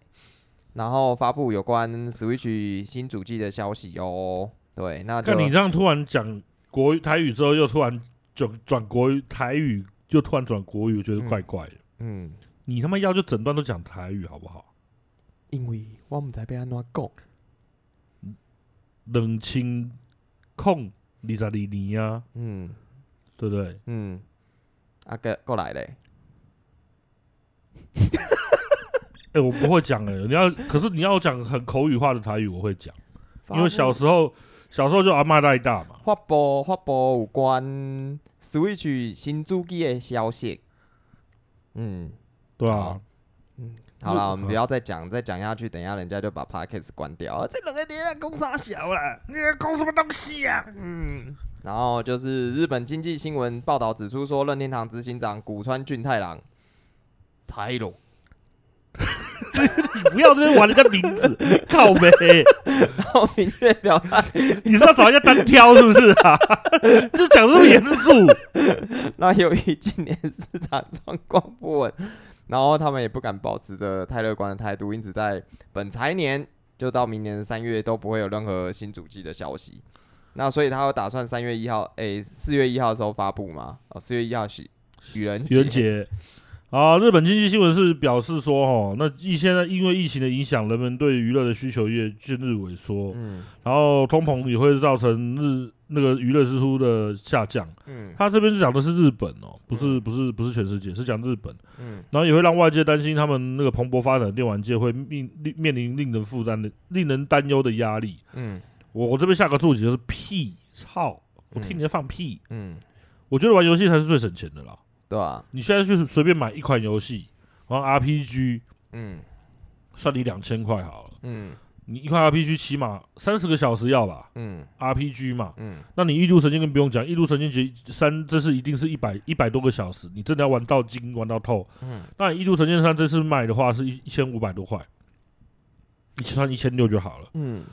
Speaker 1: 然后发布有关 Switch 新主机的消息哦。对，那就
Speaker 2: 看你这样突然讲国语台语之后，又突然转转国语台语，又突然转国语，我觉得怪怪的。
Speaker 1: 嗯，
Speaker 2: 你他妈要就整段都讲台语好不好？
Speaker 1: 因为我们在被安怎讲，
Speaker 2: 冷清控二十二年啊，
Speaker 1: 嗯
Speaker 2: 对不对？
Speaker 1: 嗯，啊个过来嘞，
Speaker 2: 哎、我不会讲哎、你要可是你要讲很口语化的台语，我会讲，因为小
Speaker 1: 发布
Speaker 2: 时候小时候就阿妈带大嘛。
Speaker 1: 发布发布有关 Switch 新主机的消息，嗯。
Speaker 2: 对啊
Speaker 1: 好，好了，
Speaker 2: 嗯
Speaker 1: 我们不要再讲，再讲下去，等一下人家就把 podcast 关掉。啊这两个点在攻啥小啦？你在攻什么东西啊？嗯。然后就是日本经济新闻报道指出说，任天堂执行长古川俊太郎，太郎，
Speaker 2: 你不要这边玩人家名字， 靠呗！
Speaker 1: 然 后明确表态，
Speaker 2: 你是要找人家单挑是不是啊？ 就讲得这么严肃，
Speaker 1: 那由于今年市场状况不稳，然后他们也不敢保持着太乐观的态度，因此在本财年就到明年的三月都不会有任何新主机的消息。那所以他有打算三月一号，诶、四月一号的时候发布吗？哦，四月一号许许人
Speaker 2: 愚人节。啊，日本经济新闻是表示说，哦，那疫现在因为疫情的影响，人们对娱乐的需求越近日萎缩，
Speaker 1: 嗯
Speaker 2: 然后通膨也会造成日那个娱乐支出的下降。
Speaker 1: 嗯
Speaker 2: 他这边讲的是日本哦，不是不是不是全世界，是讲日本，
Speaker 1: 嗯
Speaker 2: 然后也会让外界担心他们那个蓬勃发展的电玩界会面面临令人负担的、令人担忧的压力。
Speaker 1: 嗯
Speaker 2: 我我这边下个注解就是屁操，我替
Speaker 1: 嗯
Speaker 2: 你在放屁。
Speaker 1: 嗯，我
Speaker 2: 我觉得玩游戏才是最省钱的啦。
Speaker 1: 对吧、
Speaker 2: 你现在就是随便买一款游戏，然后 RPG
Speaker 1: 嗯
Speaker 2: 算你两千块好了，
Speaker 1: 嗯
Speaker 2: 你一款 RPG 起码三十个小时要吧
Speaker 1: 嗯
Speaker 2: ，RPG 嘛。
Speaker 1: 嗯
Speaker 2: 那你《异度神剑》更不用讲，《异度神剑》其实三这是一定是一百一百多个小时，你真的要玩到精玩到透。
Speaker 1: 嗯
Speaker 2: 那《异度神剑三》这次卖的话是一一千五百多块，你算一千六就好了。
Speaker 1: 嗯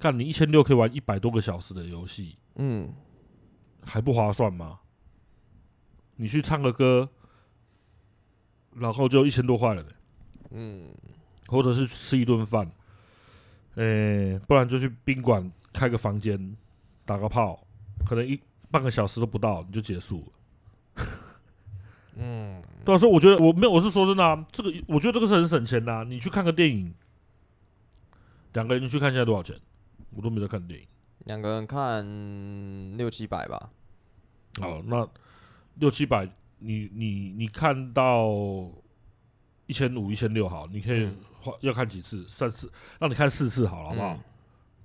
Speaker 2: 看你一千六可以玩一百多个小时的游戏，
Speaker 1: 嗯，
Speaker 2: 还不划算吗？你去唱个歌，然后就一千多块了呢。
Speaker 1: 嗯，
Speaker 2: 或者是去吃一顿饭，呃、不然就去宾馆开个房间打个炮，可能一半个小时都不到你就结束了。嗯，对啊，所以我觉得我没有，我是说真的啊，这个我觉得这个是很省钱的啊、你去看个电影，两个人去看现在多少钱？我都没在看电影。
Speaker 1: 两个人看六七百吧，嗯
Speaker 2: 好，哦那六七百，你你你看到一千五、一千六好，你可以
Speaker 1: 嗯
Speaker 2: 花、要看几次？三次，让你看四次好了，好不好？
Speaker 1: 嗯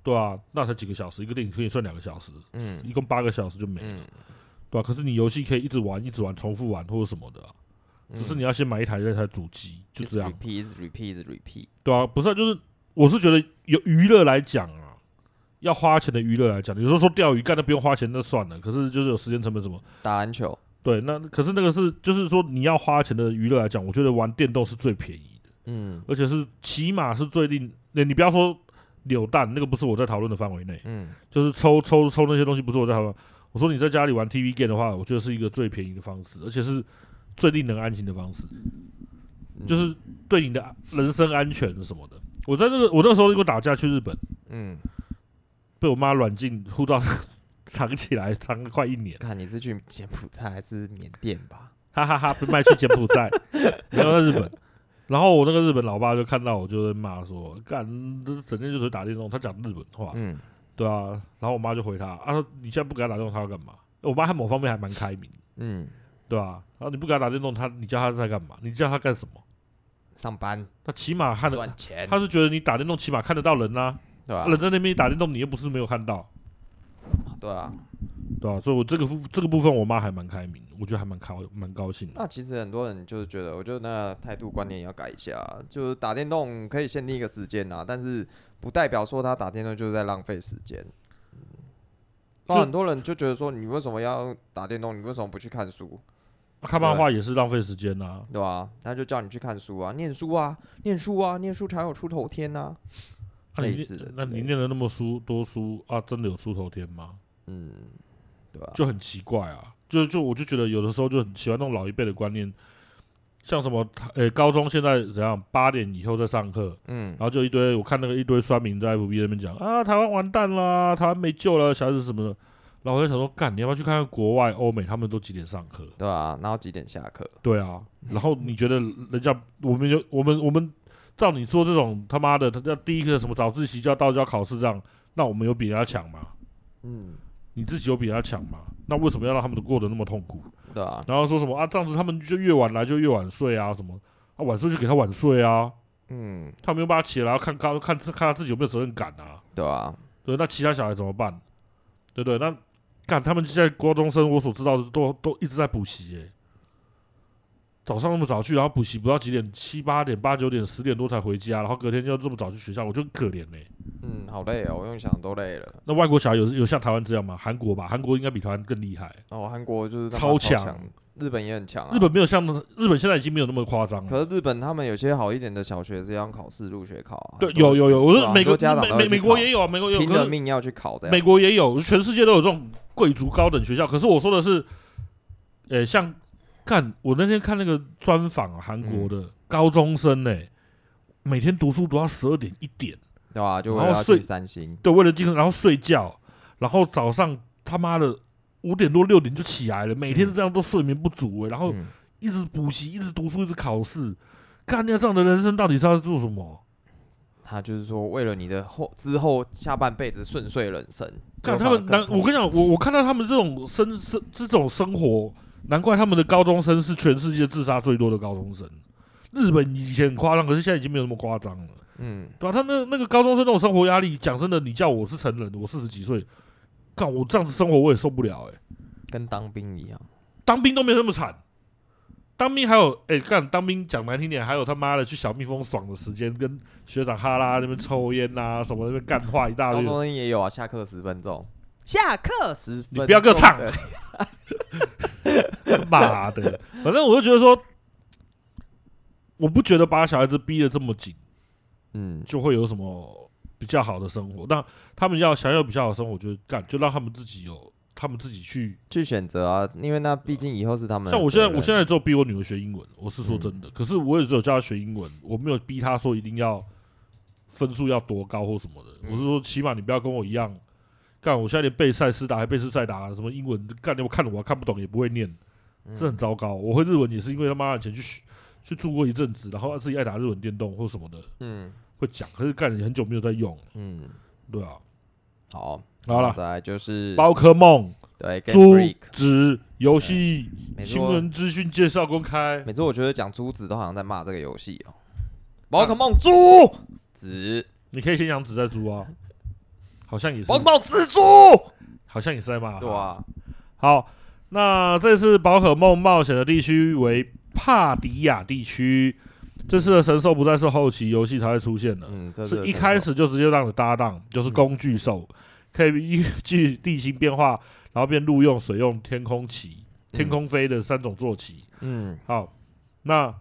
Speaker 2: 对啊，那才几个小时，一个电影可以算两个小时，
Speaker 1: 嗯
Speaker 2: 一共八个小时就没了，
Speaker 1: 嗯，
Speaker 2: 对啊，可是你游戏可以一直玩，一直玩，重复玩或者什么的啊、只是你要先买一台那台主机，就这样，
Speaker 1: 嗯 repeat repeat repeat，
Speaker 2: 对啊，不是、啊，就是我是觉得有娱乐来讲啊，要花钱的娱乐来讲，有时候说钓鱼干那不用花钱那算了，可是就是有时间成本什么。
Speaker 1: 打篮球，
Speaker 2: 对，那可是那个是，就是说你要花钱的娱乐来讲，我觉得玩电动是最便宜的，
Speaker 1: 嗯
Speaker 2: 而且是起码是最令……那你不要说扭蛋，那个不是我在讨论的范围内，
Speaker 1: 嗯。
Speaker 2: 就是抽抽抽那些东西不是我在讨论。我说你在家里玩 TV game 的话，我觉得是一个最便宜的方式，而且是最令人安心的方式，
Speaker 1: 嗯
Speaker 2: 就是对你的人身安全什么的。我在那个我那时候因为打架去日本，
Speaker 1: 嗯，
Speaker 2: 被我妈软禁护照 藏起来，藏了快一年。
Speaker 1: 看你是去柬埔寨还是缅甸吧？
Speaker 2: 哈哈哈，被卖去柬埔寨，然后在日本。然后我那个日本老爸就看到我，就在骂说：“干，这整天就是打电动。”他讲日本话，
Speaker 1: 嗯，
Speaker 2: 对啊。然后我妈就回他：“啊，你现在不给他打电动，他要干嘛？”我妈她某方面还蛮开明，
Speaker 1: 嗯，
Speaker 2: 对啊。然后你不给他打电动，他你叫他在干嘛？你叫他干什么？
Speaker 1: 上班
Speaker 2: 他起码看得，
Speaker 1: 赚钱，啊
Speaker 2: 他是觉得你打电动起码看得到人呐、
Speaker 1: 对吧、
Speaker 2: 人在那边打电动，你又不是没有看到，
Speaker 1: 对啊。
Speaker 2: 对啊。所以我这个部这个部分，我妈还蛮开明，我觉得还蛮高蛮高兴的。
Speaker 1: 那其实很多人就是觉得，我觉得那个态度观念也要改一下，啊就是打电动可以限定一个时间啦，但是不代表说他打电动就是在浪费时间。那
Speaker 2: 就
Speaker 1: 很多人就觉得说，你为什么要打电动？你为什么不去看书？
Speaker 2: 看漫画也是浪费时间呐、
Speaker 1: 对吧、他就叫你去看书啊，念书啊，念书啊，念书才有出头天呐、啊
Speaker 2: 那你
Speaker 1: 类
Speaker 2: 念
Speaker 1: 似的之
Speaker 2: 那
Speaker 1: 类
Speaker 2: 你
Speaker 1: 的
Speaker 2: 念了那么书多书啊，真的有出头天吗？
Speaker 1: 嗯，对吧、
Speaker 2: 啊就很奇怪啊，就就我就觉得有的时候就很奇怪，那种老一辈的观念，像什么呃、高中现在怎样八点以后在上课，
Speaker 1: 嗯
Speaker 2: 然，后就一堆我看那个一堆酸民在 FB 那边讲啊，台湾完蛋啦，台湾没救了，小孩子什么的。然后我就想说，干，你要不要去看看国外欧美他们都几点上课？
Speaker 1: 对啊，然后几点下课？
Speaker 2: 对啊，然后你觉得人家 我们就我们我们照你做这种他妈的，他要第一个什么早自习就要到就要考试这样，那我们有比人家强吗？
Speaker 1: 嗯，
Speaker 2: 你自己有比人家强吗？那为什么要让他们过得那么痛苦？
Speaker 1: 对啊，
Speaker 2: 然后说什么啊，这样子他们就越晚来就越晚睡啊，什么啊晚睡就给他晚睡啊，
Speaker 1: 嗯，
Speaker 2: 他没有把他起来，要看看看看他自己有没有责任感啊。
Speaker 1: 对啊，
Speaker 2: 对，那其他小孩怎么办？对不对？那干他们现在高中生，我所知道的都都一直在补习耶、早上那么早去，然后补习补到几点？七八点、八九点、十点多才回家，然后隔天又这么早去学校，我就很可怜嘞、
Speaker 1: 嗯，好累哦，我用想都累了。
Speaker 2: 那外国小孩有有像台湾这样吗？韩国吧，韩国应该比台湾更厉害。
Speaker 1: 哦，韩国就是他妈
Speaker 2: 超强
Speaker 1: 强，日本也很强、啊。
Speaker 2: 日本没有像日本现在已经没有那么夸张了。
Speaker 1: 可是日本他们有些好一点的小学是要考试入学考、啊，
Speaker 2: 对，
Speaker 1: 很多
Speaker 2: 有有有，我
Speaker 1: 对啊
Speaker 2: 说美
Speaker 1: 很多
Speaker 2: 国
Speaker 1: 家长
Speaker 2: 美美美国也有啊，美国也
Speaker 1: 有
Speaker 2: 有，
Speaker 1: 拼
Speaker 2: 可
Speaker 1: 了
Speaker 2: 是
Speaker 1: 命要去考这样。
Speaker 2: 美国也有，全世界都有这种贵族高等学校。可是我说的是，呃、像看我那天看那个专访啊，韩国
Speaker 1: 嗯
Speaker 2: 的、高中生呢、每天读书读到十二点一点，
Speaker 1: 对吧、就为
Speaker 2: 然
Speaker 1: 了
Speaker 2: 后
Speaker 1: 要
Speaker 2: 睡
Speaker 1: 进三星，
Speaker 2: 对，为了精神，然后睡觉，然后早上他妈的五点多六点就起来了，每天这样都睡眠不足、欸，然后
Speaker 1: 嗯，
Speaker 2: 一直补习，一直读书，一直考试，干掉这样的人生到底是要做什么？
Speaker 1: 他就是说为了你的后之后下半辈子顺遂人生。
Speaker 2: 看
Speaker 1: 就
Speaker 2: 他们
Speaker 1: 反而
Speaker 2: 难，
Speaker 1: 更
Speaker 2: 我跟你讲，我我看到他们这种生生这种生活，难怪他们的高中生是全世界自杀最多的高中生。日本以前很夸张，可是现在已经没有那么夸张了，
Speaker 1: 嗯，
Speaker 2: 对吧、他那那个高中生那种生活压力，讲真的，你叫我是成人，我四十几岁，干我这样子生活我也受不了哎、
Speaker 1: 跟当兵一样，
Speaker 2: 当兵都没有那么惨，当兵还有哎干、当兵讲难听点，还有他妈的去小蜜蜂爽的时间，跟学长哈拉那边抽烟呐、什么那边干话一大
Speaker 1: 高
Speaker 2: 堆，
Speaker 1: 中生也有啊，下课十分钟，下课十分钟，
Speaker 2: 你不要给我唱
Speaker 1: 对
Speaker 2: 妈的，反正我就觉得说，我不觉得把小孩子逼得这么紧，
Speaker 1: 嗯，
Speaker 2: 就会有什么比较好的生活。那他们要想要比较好的生活，我觉得干就让他们自己有，他们自己去。
Speaker 1: 去选择啊，因为那毕竟以后是他们的责任。
Speaker 2: 像我现在，我现在只有逼我女儿学英文，我是说真的。可是我也只有教她学英文，我没有逼她说一定要分数要多高或什么的。
Speaker 1: 嗯
Speaker 2: 我是说，起码你不要跟我一样。干！我现在连背赛斯达还背斯赛达什么英文，干！我看了我还看不懂，也不会念。
Speaker 1: 嗯
Speaker 2: 这很糟糕。我会日文也是因为他妈以前去学去住过一阵子，然后自己爱打日本电动或什么的
Speaker 1: 嗯
Speaker 2: 会讲，可是干你很久没有在用了，
Speaker 1: 嗯，
Speaker 2: 对啊。
Speaker 1: 好，
Speaker 2: 好了，
Speaker 1: 再来就是
Speaker 2: 宝可梦、
Speaker 1: 对 Game
Speaker 2: 珠
Speaker 1: Freak。
Speaker 2: 子游戏
Speaker 1: 没错
Speaker 2: 新闻资讯介绍公开，
Speaker 1: 每次我觉得讲珠子都好像在骂这个游戏哦。
Speaker 2: 啊
Speaker 1: 宝可梦珠子，
Speaker 2: 你可以先讲纸在猪啊，好像也是
Speaker 1: 宝，可梦蜘蛛，
Speaker 2: 好像也是在骂。
Speaker 1: 对啊，
Speaker 2: 好，那这次宝可梦冒险的地区为帕迪亚地区，这次的神兽不再是后期游戏才会出现的，
Speaker 1: 嗯，这
Speaker 2: 是一开始就直接让你搭
Speaker 1: 嗯
Speaker 2: 档，就是工具兽，可以依据地形变化，然后变陆用、水用、天空骑、天空飞的三种坐骑。
Speaker 1: 嗯，
Speaker 2: 好，那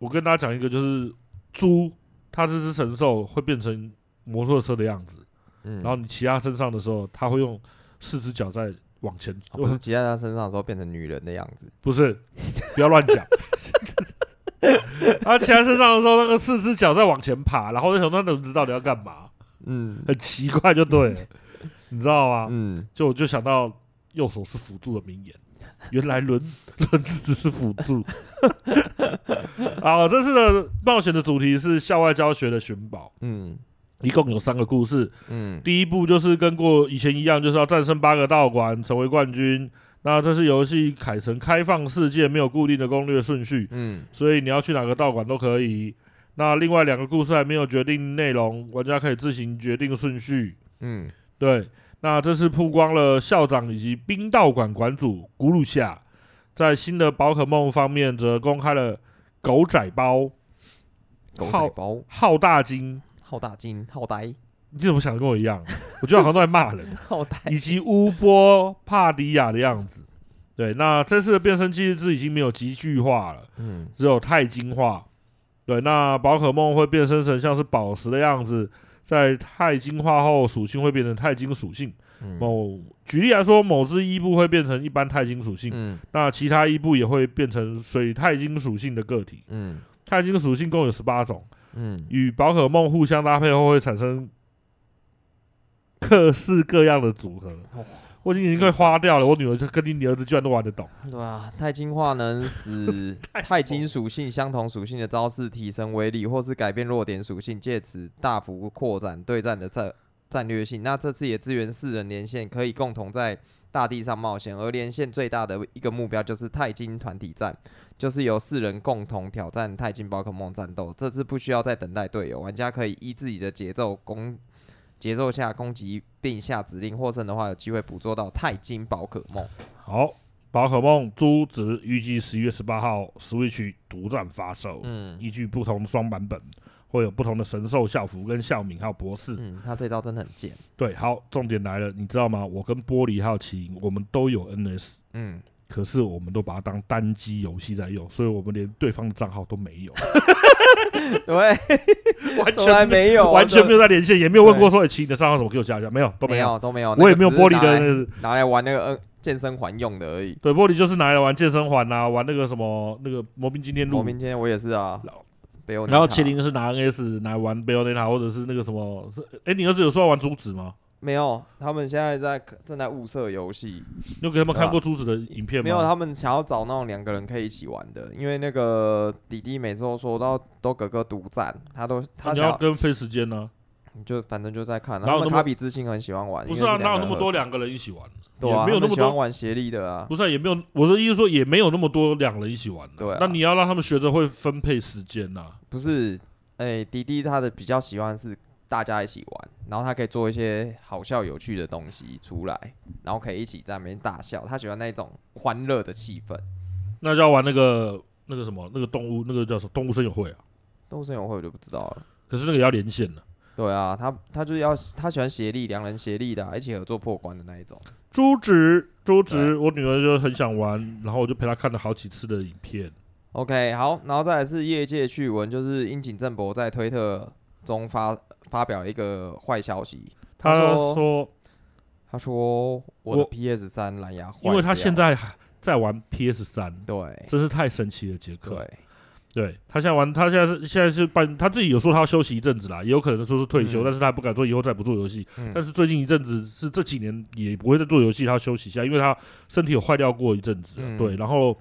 Speaker 2: 我跟大家讲一个，就是猪，它这只神兽会变成摩托车的样子，
Speaker 1: 嗯嗯，
Speaker 2: 然后你骑它身上的时候，它会用四只脚在往前，
Speaker 1: 哦不是骑在他身上的时候变成女人的样子，
Speaker 2: 不是，不要乱讲。 然后骑在身上的时候，那个四只脚在往前爬，然后我就想说，那轮子到底要干嘛？
Speaker 1: 嗯
Speaker 2: 很奇怪，就对了，你知道吗？
Speaker 1: 嗯，
Speaker 2: 就我就想到右手是辅助的名言，原来轮 轮子只是辅助。 好，这次的冒险的主题是校外教学的寻宝，
Speaker 1: 嗯
Speaker 2: 一共有三个故事。
Speaker 1: 嗯
Speaker 2: 第一部就是跟过以前一样，就是要战胜八个道馆，成为冠军。那这次游戏改成开放世界，没有固定的攻略顺序，
Speaker 1: 嗯
Speaker 2: 所以你要去哪个道馆都可以。那另外两个故事还没有决定内容，玩家可以自行决定顺序。
Speaker 1: 嗯
Speaker 2: 对，那这次曝光了校长以及冰道馆馆主古鲁夏，在新的宝可梦方面则公开了狗仔包、
Speaker 1: 狗
Speaker 2: 好
Speaker 1: 仔包，
Speaker 2: 浩大金，
Speaker 1: 浩大金，浩呆，
Speaker 2: 你怎么想的跟我一样？我觉得好像都在骂 人，
Speaker 1: 浩呆，
Speaker 2: 以及乌波帕迪亚的样子。对，那这次的变身机制已经没有极巨化了，
Speaker 1: 嗯
Speaker 2: 只有钛金化。对，那宝可梦会变身成像是宝石的样子，在钛金化后属性会变成钛金属性。
Speaker 1: 嗯
Speaker 2: 某举例来说，某只伊布会变成一般钛金属性，
Speaker 1: 嗯
Speaker 2: 那其他伊布也会变成水钛金属性的个体。
Speaker 1: 嗯
Speaker 2: 钛金属性共有十八种，
Speaker 1: 嗯
Speaker 2: 与宝可梦互相搭配后会产生各式各样的组合
Speaker 1: 哦。
Speaker 2: 我已经已经快花掉了，我女儿就跟你儿子居然都玩得懂。
Speaker 1: 对啊，钛金化能使钛金属性相同属性的招式提升威力，或是改变弱点属性，借此大幅扩展对战的战战略性。那这次也支援四人连线，可以共同在大地上冒险。而连线最大的一个目标就是钛金团体战，就是由四人共同挑战钛金宝可梦战斗。这次不需要再等待队友，玩家可以依自己的节奏攻节奏下攻击并下指令，获胜的话有机会捕捉到钛金宝可梦。
Speaker 2: 好，宝可梦珠子预计十一月十八号 Switch 独占发售，
Speaker 1: 嗯
Speaker 2: 依据不同双版本会有不同的神兽校服跟校名还有博士。
Speaker 1: 嗯，他这招真的很贱。
Speaker 2: 对，好，重点来了，你知道吗？我跟玻璃还有麒麟，我们都有 NS，
Speaker 1: 嗯，
Speaker 2: 可是我们都把它当单机游戏在用，所以我们连对方的账号都没 有，
Speaker 1: 对，
Speaker 2: 完
Speaker 1: 从来
Speaker 2: 全
Speaker 1: 没有，
Speaker 2: 完全没
Speaker 1: 有，
Speaker 2: 有在连线，也没有问过说，哎，麒麟的账号怎么给我加一下？没有，都
Speaker 1: 没
Speaker 2: 有。
Speaker 1: 有，都没有，
Speaker 2: 我也没有玻璃
Speaker 1: 那个
Speaker 2: 的
Speaker 1: 只是
Speaker 2: 那个，
Speaker 1: 拿来拿来玩那个呃健身环用的而已。
Speaker 2: 对，玻璃就是拿来玩健身环啊，玩那个什么那个魔兵今天
Speaker 1: 我
Speaker 2: 录，
Speaker 1: 明天我也是啊，北欧
Speaker 2: 然后
Speaker 1: 纳卡
Speaker 2: 麒麟是拿 NS 来玩 b a y o n e t a 或者是那个什么，哎，你儿子有说要玩珠子吗？
Speaker 1: 没有，他们现在在正在物色游戏，
Speaker 2: 你有给他们看过珠子的影片
Speaker 1: 啊
Speaker 2: 吗？
Speaker 1: 没有，他们想要找那种两个人可以一起玩的，因为那个弟弟每次都说到都哥哥独占，他都他
Speaker 2: 你
Speaker 1: 想
Speaker 2: 要
Speaker 1: 要
Speaker 2: 跟分时间呢？
Speaker 1: 就反正就在看，
Speaker 2: 哪
Speaker 1: 他
Speaker 2: 有
Speaker 1: 们
Speaker 2: 那么
Speaker 1: 卡比之心很喜欢玩，
Speaker 2: 不是啊，
Speaker 1: 因为
Speaker 2: 哪
Speaker 1: 两
Speaker 2: 有
Speaker 1: 个人
Speaker 2: 那么
Speaker 1: 合
Speaker 2: 多两个人一起玩？
Speaker 1: 对啊，
Speaker 2: 也没有那
Speaker 1: 他
Speaker 2: 么
Speaker 1: 们喜
Speaker 2: 多
Speaker 1: 欢玩协力的啊，
Speaker 2: 不是、啊，也没有，我的意思说也没有那么多两人一起玩的、
Speaker 1: 对啊
Speaker 2: 那你要让他们学着会分配时间啊呐、
Speaker 1: 不是，哎、迪迪他的比较喜欢是大家一起玩，然后他可以做一些好笑有趣的东西出来，然后可以一起在那边大笑，他喜欢那种欢乐的气氛。
Speaker 2: 那就要玩那个那个什么那个动物那个叫什么动物森友会啊？
Speaker 1: 动物森友会我就不知道了。
Speaker 2: 可是那个也要连线的、
Speaker 1: 对啊，他他就是要他喜欢协力，两人协力的啊、一起合作破关的那一种。
Speaker 2: 珠子，珠
Speaker 1: 对
Speaker 2: 子，我女儿就很想玩，然后我就陪她看了好几次的影片。
Speaker 1: OK，好，然后再来是业界趣闻，就是樱井正博在推特中发发表了一个坏消息，
Speaker 2: 她
Speaker 1: 他说
Speaker 2: 说，
Speaker 1: 他说我的
Speaker 2: 我
Speaker 1: PS 三蓝牙坏掉
Speaker 2: 因
Speaker 1: 了，
Speaker 2: 为她现在还在玩 PS 三，
Speaker 1: 对
Speaker 2: 真是太神奇了，杰
Speaker 1: 哎
Speaker 2: 克。
Speaker 1: 对
Speaker 2: 对他现在玩，他现在是现在是办，他自己有说他要休息一阵子啦，也有可能说是退休，
Speaker 1: 嗯
Speaker 2: 但是他不敢说以后再不做游戏。
Speaker 1: 嗯
Speaker 2: 但是最近一阵子是这几年也不会再做游戏，他要休息一下，因为他身体有坏掉过一阵子了。
Speaker 1: 嗯
Speaker 2: 对，然后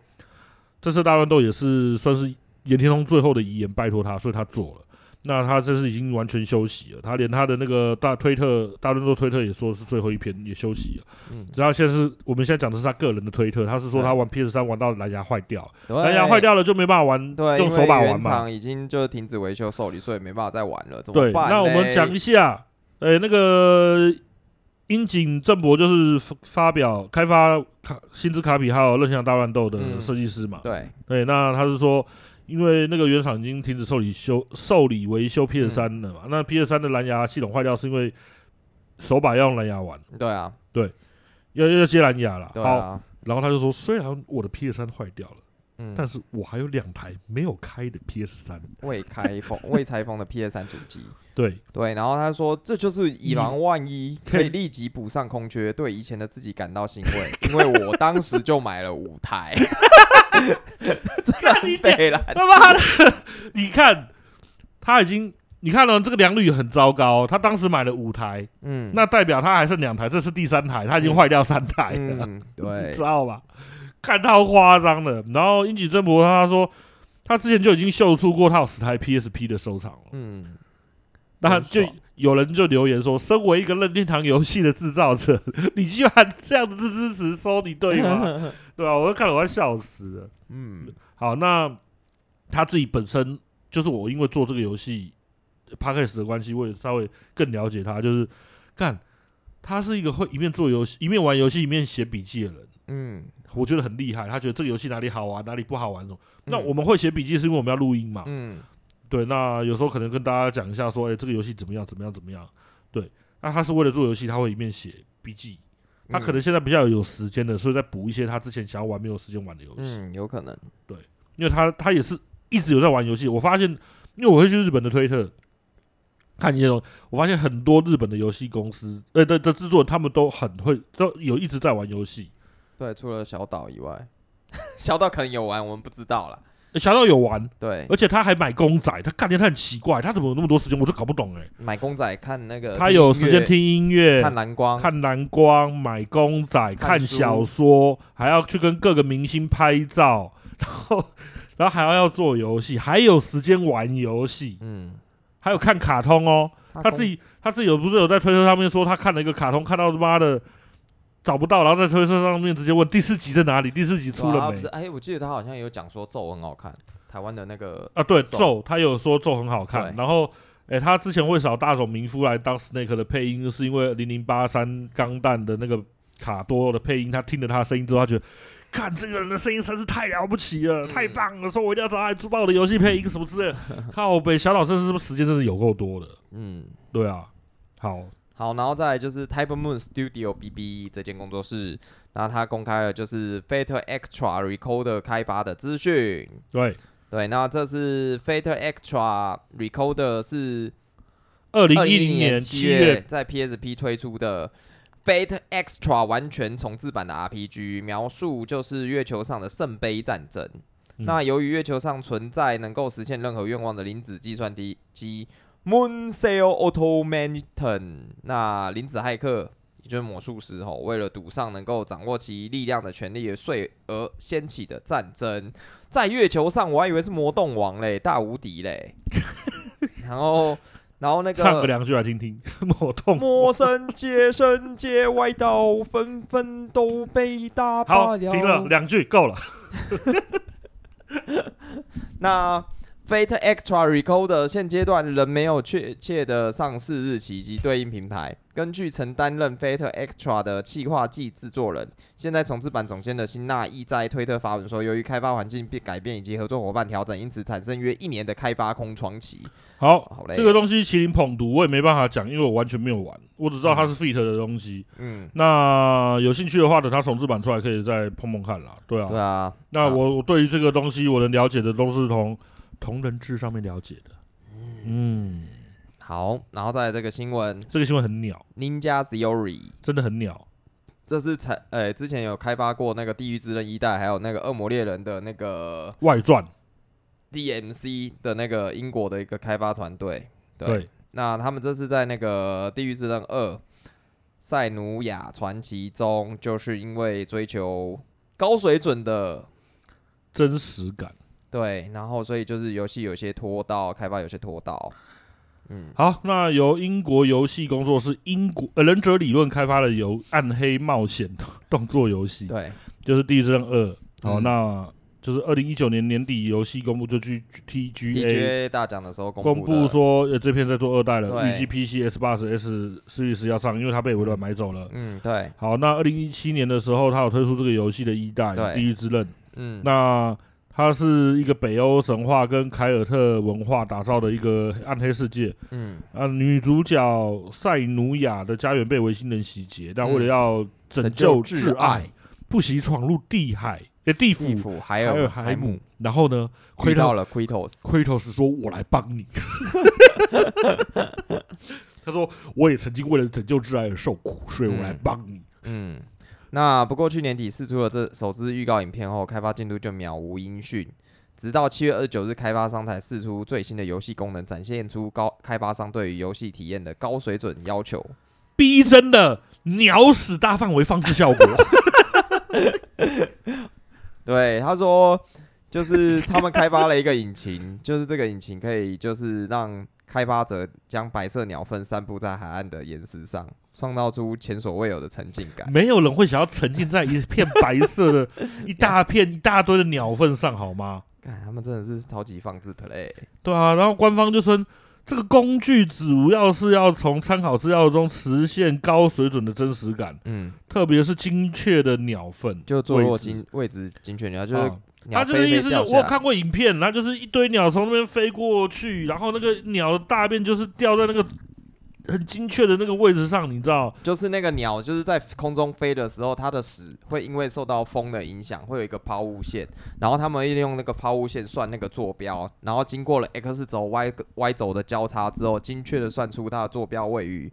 Speaker 2: 这次大乱斗也是算是岩田通最后的遗言，拜托他，所以他做了。那他这次已经完全休息了，他连他的那个大推特大乱斗推特也说是最后一篇也休息了。
Speaker 1: 嗯
Speaker 2: 然后现在是我们现在讲的是他个人的推特，他是说他玩 PS 三玩到蓝牙坏掉，
Speaker 1: 对，
Speaker 2: 蓝哎牙坏掉了就没办法玩，
Speaker 1: 哎对，
Speaker 2: 用
Speaker 1: 因
Speaker 2: 手
Speaker 1: 为
Speaker 2: 把玩
Speaker 1: 原
Speaker 2: 嘛。
Speaker 1: 厂已经就停止维修受理，所以没办法再玩了，怎
Speaker 2: 对，
Speaker 1: 么办？
Speaker 2: 那我们讲一，下，呃、那个樱井正博就是发发表开发卡薪资卡比还有任天堂大乱斗的
Speaker 1: 嗯
Speaker 2: 设计师嘛。
Speaker 1: 对，
Speaker 2: 对，那他是说，因为那个原厂已经停止受理修受理维修 PS 三了嘛，
Speaker 1: 嗯
Speaker 2: 那 PS 三的蓝牙系统坏掉是因为手把要用蓝牙玩，
Speaker 1: 对啊，
Speaker 2: 要要接蓝牙啦。
Speaker 1: 对
Speaker 2: 好，
Speaker 1: 啊，
Speaker 2: 然后他就说，虽然我的 PS 三坏掉了，
Speaker 1: 嗯，
Speaker 2: 但是我还有两台没有开的 PS 三。
Speaker 1: 未开封、 未拆封的 PS 三主机，
Speaker 2: 对，
Speaker 1: 对，然后他说这就是以防万一，
Speaker 2: 可
Speaker 1: 可
Speaker 2: 以
Speaker 1: 以立即补上空缺，对以前的自己感到欣慰， 因为我当时就买了五 台，真的很北啦，
Speaker 2: 他妈的， 你看他已经，你看哦了、这个良率很糟糕。他当时买了五台，
Speaker 1: 嗯，
Speaker 2: 那代表他还剩两台，这是第三台，他已经坏掉三台了，
Speaker 1: 嗯，
Speaker 2: 你
Speaker 1: 对
Speaker 2: 知，道吧？看到夸张了。然后樱井正博他说，他之前就已经秀出过他有十台 PSP 的收藏了。
Speaker 1: 嗯，
Speaker 2: 那
Speaker 1: 很
Speaker 2: 就
Speaker 1: 爽
Speaker 2: 有人就留言说，身为一个任天堂游戏的制造者， 你居然这样子支持 Sony 对吗？对啊，我都看了我要笑死了。
Speaker 1: 嗯，
Speaker 2: 好，那他自己本身就是我，因为做这个游戏 p a c k a s 的关系，我也稍微更了解他。就是干，他是一个会一面做游戏、一面玩游戏、一面写笔记的人，
Speaker 1: 嗯，
Speaker 2: 我觉得很厉害。他觉得这个游戏哪里好玩，哪里不好玩什么。那
Speaker 1: 嗯
Speaker 2: 我，们会写笔记是因为我们要录音嘛？
Speaker 1: 嗯，
Speaker 2: 对，那有时候可能跟大家讲一下说，哎、这个游戏怎么样，怎么样，怎么样。对，那他是为了做游戏，他会一面写笔记。他
Speaker 1: 嗯
Speaker 2: 可能现在比较有时间的，所以再补一些他之前想要玩没有时间玩的游戏。
Speaker 1: 嗯，有可能，
Speaker 2: 因为他他也是一直有在玩游戏。我发现，因为我会去日本的推特，看一些东西，我发现很多日本的游戏公司，呃的的制作人，他们都很会，都有一直在玩游戏。
Speaker 1: 对，除了小岛以外， 小岛可能有玩，我们不知道啦。
Speaker 2: 呃小岛有玩，
Speaker 1: 对，
Speaker 2: 而且他还买公仔，他干爹他很奇怪，他怎么有那么多时间，我就搞不懂哎、
Speaker 1: 买公仔看那个，
Speaker 2: 他有时间、呃听音乐、
Speaker 1: 看蓝光，
Speaker 2: 看蓝光、买公仔、看
Speaker 1: 看书
Speaker 2: 小说，还要去跟各个明星拍照，然后然后还要要做游戏，还有时间玩游戏，
Speaker 1: 嗯，
Speaker 2: 还有看卡通哦。他
Speaker 1: 公
Speaker 2: 自己他自己有不是有在推特上面说他看了一个卡通，看到他妈的找不到，然后在推特上面直接问第四集在哪里，第四集出
Speaker 1: 对啊
Speaker 2: 了
Speaker 1: 不
Speaker 2: 没
Speaker 1: 是？？哎，我记得他好像有讲说咒很好看，台湾的那个，
Speaker 2: 啊，对，
Speaker 1: 咒
Speaker 2: 咒他有说咒很好看，
Speaker 1: 对
Speaker 2: 然后。诶，他之前会找大冢明夫来当 Snake 的配音，是因为零零八三钢弹的那个卡多的配音，他听了他的声音之后，他觉得，看这个人的声音真是太了不起
Speaker 1: 嗯
Speaker 2: 了，太棒了，说我一定要找他来做帮我的游戏配音什么之类的。 靠北，小岛真是不是时间真是有够多的，
Speaker 1: 嗯，
Speaker 2: 对啊，好，
Speaker 1: 好，然后再来就是 Type Moon Studio BB 这间工作室，那它公开了就是 Fate Extra Recorder 开发的资讯。
Speaker 2: 对，
Speaker 1: 对，那这是 Fate Extra Recorder 是
Speaker 2: 二
Speaker 1: 二
Speaker 2: 零一
Speaker 1: 一
Speaker 2: 零
Speaker 1: 年
Speaker 2: 七
Speaker 1: 七月在 PSP 推出的 Fate Extra 完全重置版的 RPG，描述就是月球上的圣杯战争。
Speaker 2: 嗯
Speaker 1: 那由于月球上存在能够实现任何愿望的离子计算机机 Moon Sail Automaton，那离子骇客也就是魔术师吼，为了赌上能够掌握其力量的权利而睡而掀起的战争，在月球上我还以为是魔动王嘞，大无敌 嘞，然后然后那个
Speaker 2: 唱个两句来听 听，我痛。
Speaker 1: 魔神界、神界外道纷纷都被打
Speaker 2: 好，
Speaker 1: 败
Speaker 2: 停了，两句够了。
Speaker 1: 那 Fate Extra Recorder 现阶段仍没有确切的上市日期及对应品牌。根据曾担任 Fate Extra 的企划暨制作人，现在重置版总监的辛纳亦在推特发文说，由于开发环境变改变以及合作伙伴调整，因此产生约一年的开发空窗期。
Speaker 2: 好，
Speaker 1: 好嘞，
Speaker 2: 这个东西麒麟捧读我也没办法讲，因为我完全没有玩，我只知道它是 Fit 的东西。
Speaker 1: 嗯，
Speaker 2: 那有兴趣的话，等它重置版出来可以再碰碰看啦。对啊，
Speaker 1: 对啊，
Speaker 2: 那
Speaker 1: 啊
Speaker 2: 我我对于这个东西我能了解的都是从同人志上面了解的。嗯，
Speaker 1: 好，然后再来这个新闻
Speaker 2: 这个新闻很鸟，
Speaker 1: ，Ninja Theory。
Speaker 2: 真的很鸟。
Speaker 1: 这是才呃、之前有开发过那个《地狱之刃》一代，还有那个《恶魔猎人》的那个
Speaker 2: 外传，
Speaker 1: DMC 的那个英国的一个开发团队。对，
Speaker 2: 对，
Speaker 1: 那他们这次在那个《地狱之刃二》塞努亚传奇中，就是因为追求高水准的
Speaker 2: 真实感。
Speaker 1: 对，然后所以就是游戏有些拖到，开发有些拖到。嗯，
Speaker 2: 好，那由英国游戏工作室英国呃忍者理论开发的游暗黑冒险动动作游戏，
Speaker 1: 对，
Speaker 2: 就是《地狱之刃二》。好，
Speaker 1: 嗯
Speaker 2: 那就是二零一九年年底游戏公布，就去 TGA
Speaker 1: DGA 大奖的时候公
Speaker 2: 公
Speaker 1: 布的
Speaker 2: 布，说，呃，这片在做二代了，预
Speaker 1: 对
Speaker 2: 计 PC、S 八十、S 四十要上，因为它被微软买走了。
Speaker 1: 嗯，对，
Speaker 2: 好，那二零一七年的时候，它有推出这个游戏的一代《
Speaker 1: 对
Speaker 2: 地狱之刃》，
Speaker 1: 嗯，
Speaker 2: 那它是一个北欧神话跟凯尔特文化打造的一个暗黑世界。
Speaker 1: 嗯，
Speaker 2: 啊，女主角塞努亚的家园被维京人洗劫，但
Speaker 1: 嗯
Speaker 2: 为了要拯救
Speaker 1: 救
Speaker 2: 挚
Speaker 1: 挚
Speaker 2: 爱，不惜闯入地海、呃地府，
Speaker 1: 地府还
Speaker 2: 还
Speaker 1: 有
Speaker 2: 有
Speaker 1: 海
Speaker 2: 海
Speaker 1: 姆
Speaker 2: 姆。然后呢，
Speaker 1: 遇
Speaker 2: 奎
Speaker 1: 到
Speaker 2: 头
Speaker 1: 了 Quitos，
Speaker 2: 奎头是说：“我来帮 你。” 他说：“我也曾经为了拯救挚爱而受苦，所以我来
Speaker 1: 嗯
Speaker 2: 帮你。
Speaker 1: 嗯，那不过去年底试出了这首支预告影片后，开发进度就渺无音讯。直到七月二十九日，开发商才试出最新的游戏功能，展现出高开发商对于游戏体验的高水准要求。
Speaker 2: 逼真的鸟屎大范围放置效果，
Speaker 1: 对，他说，就是他们开发了一个引擎，就是这个引擎可以就是让开发者将白色鸟粪散布在海岸的岩石上，创造出前所未有的沉浸感。
Speaker 2: 没有人会想要沉浸在一片白色 的、一大片、一大堆的鸟粪上，好吗？”
Speaker 1: 看他们真的是超级放置 play。
Speaker 2: 对啊，然后官方就称这个工具主要是要从参考资料中实现高水准的真实感，
Speaker 1: 嗯，
Speaker 2: 特别是精确的鸟粪，
Speaker 1: 就坐落
Speaker 2: 位置。
Speaker 1: 精位置精确，你要就是
Speaker 2: 啊，
Speaker 1: 鸟
Speaker 2: 他就是
Speaker 1: 飞
Speaker 2: 意
Speaker 1: 飞
Speaker 2: 思
Speaker 1: 掉
Speaker 2: 是，
Speaker 1: 下
Speaker 2: 我有
Speaker 1: 来
Speaker 2: 看过影片，它就是一堆鸟从那边飞过去，然后那个鸟的大便就是掉在那个很精确的那个位置上，你知道？
Speaker 1: 就是那个鸟，就是在空中飞的时候，它的屎会因为受到风的影响，会有一个抛物线，然后他们会利用那个抛物线算那个坐标，然后经过了 x 轴、y y 轴的交叉之后，精确的算出它的坐标位于，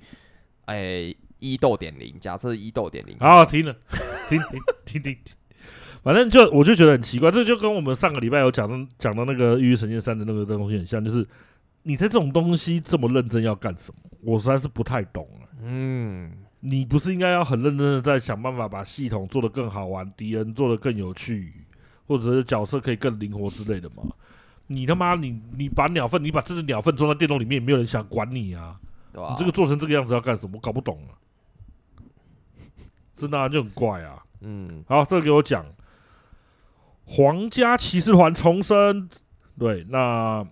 Speaker 1: 哎一豆点零，假设一豆点零，
Speaker 2: 好，停了， 停停停停停，反正就我就觉得很奇怪，这就跟我们上个礼拜有讲到讲到那个《玉神剑三》的那个东西很像，就是你在这种东西这么认真要干什么？我实在是不太懂啊。
Speaker 1: 嗯，
Speaker 2: 你不是应该要很认真的在想办法把系统做得更好玩，敌人做得更有趣，或者是角色可以更灵活之类的吗？你他妈你你把鸟粪，你把这个鸟粪装在电动里面，也没有人想管你啊！
Speaker 1: 对吧、
Speaker 2: 你这个做成这个样子要干什么？我搞不懂啊！真的、啊、就很怪啊！
Speaker 1: 嗯，
Speaker 2: 好，这个给我讲，皇家骑士团重生。对，那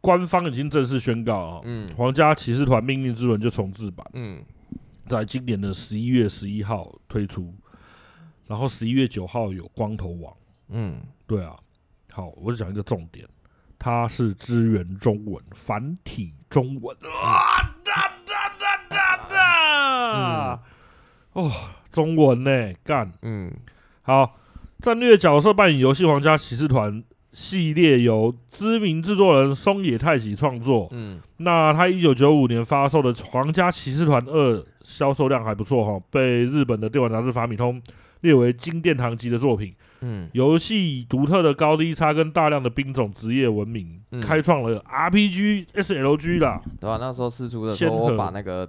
Speaker 2: 官方已经正式宣告啊、
Speaker 1: 嗯
Speaker 2: 皇家骑士团命运之轮就重置版，
Speaker 1: 嗯，
Speaker 2: 在今年的十一月十一号推出，然后十一月九号有光头王。
Speaker 1: 嗯，
Speaker 2: 对啊，好，我就讲一个重点，它是支援中文繁体中文啊！哒哒哒哒哒！哦，中文呢、干
Speaker 1: 嗯，
Speaker 2: 好！战略角色扮演游戏《皇家骑士团》系列由知名制作人松野太喜创作，
Speaker 1: 嗯，
Speaker 2: 那他一九九五年发售的《皇家骑士团二》销售量还不错哈，被日本的电玩杂志《法米通》列为金殿堂级的作品。
Speaker 1: 嗯，
Speaker 2: 游戏以独特的高低差跟大量的兵种职业闻名，
Speaker 1: 嗯
Speaker 2: 开创了 RPG、SLG 啦。
Speaker 1: 对吧、那时候试出的时
Speaker 2: 仙
Speaker 1: 候，我
Speaker 2: 鹤
Speaker 1: 把那个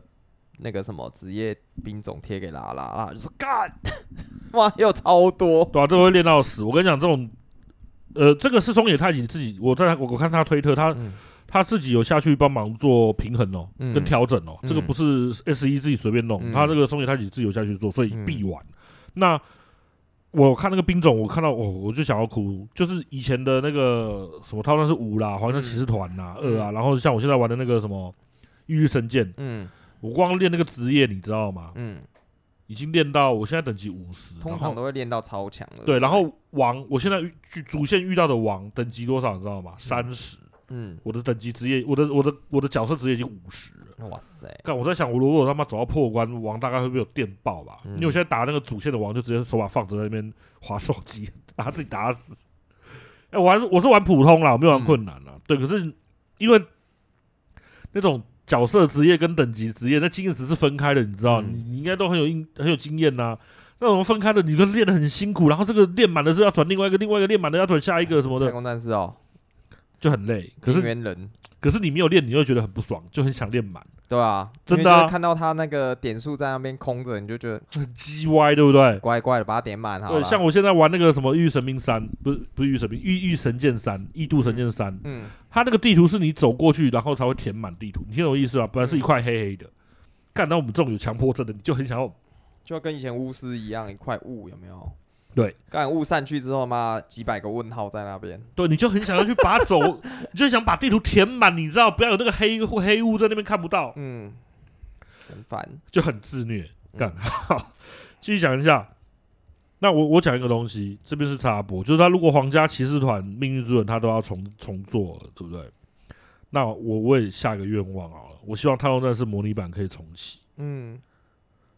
Speaker 1: 那个什么职业兵种贴给拉拉拉，就说干， 哇，又超多，
Speaker 2: 对啊，这会练到死。我跟你讲，这种，呃，这个是松野太己自己，我在我我看他推特，他、
Speaker 1: 嗯
Speaker 2: 他自己有下去帮忙做平衡哦，
Speaker 1: 嗯
Speaker 2: 跟调整哦，
Speaker 1: 嗯
Speaker 2: 这个不是 S E 一自己随便弄，
Speaker 1: 嗯
Speaker 2: 他这个松野太己自己有下去做，所以
Speaker 1: 嗯
Speaker 2: 必玩。那我看那个兵种，我看到哦我、我就想要哭，就是以前的那个什么，他那是五啦，皇家骑士团啦、
Speaker 1: 嗯
Speaker 2: 二啊，然后像我现在玩的那个什么御御神剑，
Speaker 1: 嗯
Speaker 2: 我光练那个职业，你知道吗？
Speaker 1: 嗯，
Speaker 2: 已经练到我现在等级五十，
Speaker 1: 通
Speaker 2: 然后
Speaker 1: 常都会练到超强的，
Speaker 2: 对，然后王，我现在遇主主线遇到的王等级多少，你知道吗？三十、
Speaker 1: 嗯，
Speaker 2: 我的等级职业，我的我的我的角色职业已经五十了。
Speaker 1: 哇塞，
Speaker 2: 但我在想，我如果他妈走到破关，王大概会被我电爆吧？
Speaker 1: 嗯
Speaker 2: 因为我现在打那个主线的王，就直接手把放着在那边划手机， 把他自己打死。哎、我还是我是玩普通啦，我没
Speaker 1: 嗯
Speaker 2: 有玩困难啦。对，可是因为那种角色职业跟等级职业，那经验值是分开的，你知道，
Speaker 1: 嗯
Speaker 2: 你你应该都很有经很有经验呐、那种分开的，你都练得很辛苦，然后这个练满了是要转另外一个，另外一个练满了要转下一个什么
Speaker 1: 太
Speaker 2: 的，
Speaker 1: 空战士哦，
Speaker 2: 就很累。可
Speaker 1: 平
Speaker 2: 是
Speaker 1: 原人，
Speaker 2: 可是你没有练，你又觉得很不爽，就很想练满，
Speaker 1: 对啊，
Speaker 2: 真的
Speaker 1: 因为就是
Speaker 2: 啊
Speaker 1: 看到他那个点数在那边空着，你就觉得
Speaker 2: 很鸡歪，对不对？
Speaker 1: 乖乖的把它点满好
Speaker 2: 对，
Speaker 1: 了，
Speaker 2: 像我现在玩那个什么《御神兵三》，不是不是《御神兵》，《御御神剑三》《异度神剑三》，
Speaker 1: 嗯
Speaker 2: 它那个地图是你走过去，然后才会填满地图，你听懂我意思吧？本来是一块黑
Speaker 1: 嗯
Speaker 2: 黑的，干到我们这种有强迫症的，你就很想要
Speaker 1: 就跟以前巫师一样，一块雾有没有？
Speaker 2: 对，
Speaker 1: 干雾散去之后，妈几百个问号在那边，
Speaker 2: 对，你就很想要去把它走，你就想把地图填满，你知道，不要有那个黑黑雾在那边看不到，
Speaker 1: 嗯，很烦，
Speaker 2: 就很自虐。
Speaker 1: 嗯
Speaker 2: 干，好， 继续讲一下。那我我讲一个东西，这边是插播，就是他如果皇家骑士团命运之轮他都要重重做了，对不对？那我我也下一个愿望好了，我希望太空战士模拟版可以重启。
Speaker 1: 嗯，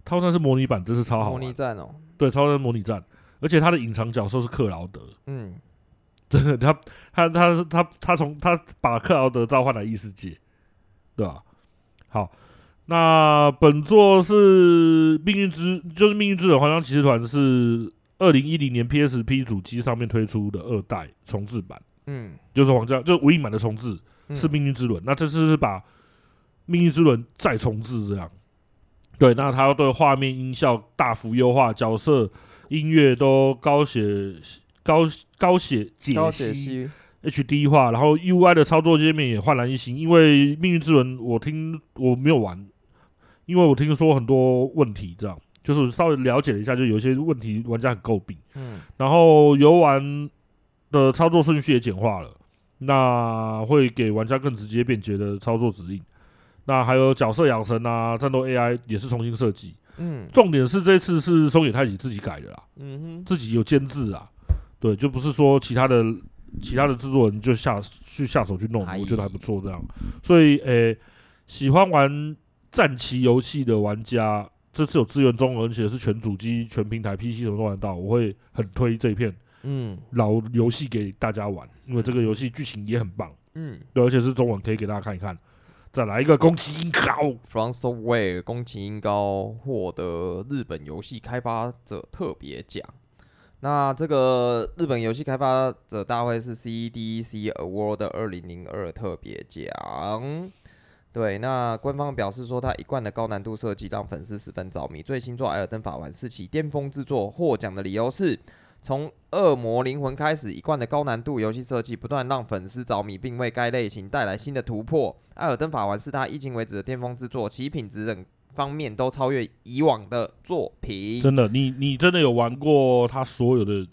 Speaker 2: 太空战士模拟版真是超好
Speaker 1: 模拟
Speaker 2: 玩，
Speaker 1: 战哦，
Speaker 2: 对，太空战士模拟战，而且他的隐藏角色是克劳德，
Speaker 1: 嗯，
Speaker 2: 真的，他他他他他从他把克劳德召唤来异世界，对吧？好，那本作是命运之，就是命运之轮环章骑士团是二零一零年 PSP 主机上面推出的二代重置版，
Speaker 1: 嗯
Speaker 2: 就是皇家就是无印版的重置
Speaker 1: 嗯，
Speaker 2: 是命运之轮，那这次是把命运之轮再重置这样。对，那它对画面、音效大幅优化，角色、音乐都高写高高写解
Speaker 1: 高解
Speaker 2: 析，
Speaker 1: 析，
Speaker 2: HD 化，然后 UI 的操作界面也焕然一新。因为《命运之轮》，我听我没有玩，因为我听说很多问题，这样就是我稍微了解了一下，就有一些问题玩家很诟病。
Speaker 1: 嗯
Speaker 2: 然后游玩的操作顺序也简化了，那会给玩家更直接便捷的操作指令。那还有角色养成啊，战斗 AI 也是重新设计。
Speaker 1: 嗯
Speaker 2: 重点是这次是松野太己自己改的啦，
Speaker 1: 嗯哼，
Speaker 2: 自己有监制啊，对，就不是说其他的其他的制作人就下去下手去弄，
Speaker 1: 哎
Speaker 2: 呃我觉得还不错这样。所以，诶、喜欢玩战棋游戏的玩家，这次有资源中文，而且是全主机、全平台、PC 什么都玩得到，我会很推这一片
Speaker 1: 嗯
Speaker 2: 老游戏给大家玩，因为这个游戏剧情也很棒，
Speaker 1: 嗯
Speaker 2: 对，而且是中文，可以给大家看一看。再来一个宫崎英高，
Speaker 1: ，From Software 宫崎英高获得日本游戏开发者特别奖。那这个日本游戏开发者大会是 CEDC Award 二零零二特别奖。对，那官方表示说，他一贯的高难度设计让粉丝十分着迷。最新作《艾尔登法环》是其巅峰之作，获奖的理由是从《恶魔灵魂》开始，一贯的高难度游戏设计不断让粉丝着迷，并为该类型带来新的突破。《艾尔登法环》是他迄今为止的巅峰之作，其品质等方面都超越以往的作品。
Speaker 2: 真的，你你真的有玩过他所有的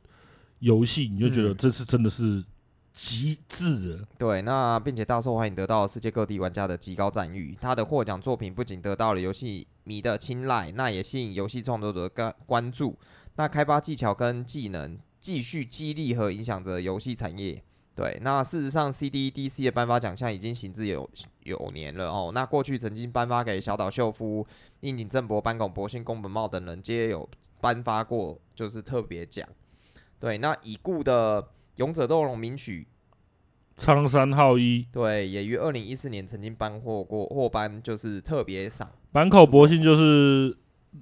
Speaker 2: 游戏，你就觉得
Speaker 1: 嗯
Speaker 2: 这次真的是极致了。
Speaker 1: 对，那并且大受欢迎，得到世界各地玩家的极高赞誉。他的获奖作品不仅得到了游戏迷的青睐，那也吸引游戏创作者的关关注。那开发技巧跟技能继续激励和影响着游戏产业。对，那事实上，CDDC 的颁发奖项已经行之有有年了哦。那过去曾经颁发给小岛秀夫、樱井正博、坂口博信、宫本茂等人，皆有颁发过就是特别奖。对，那已故的《勇者斗龙》名曲
Speaker 2: 苍山浩一、
Speaker 1: 对，也于二零一四年曾经颁获过获颁就是特别赏，
Speaker 2: 坂口博信就是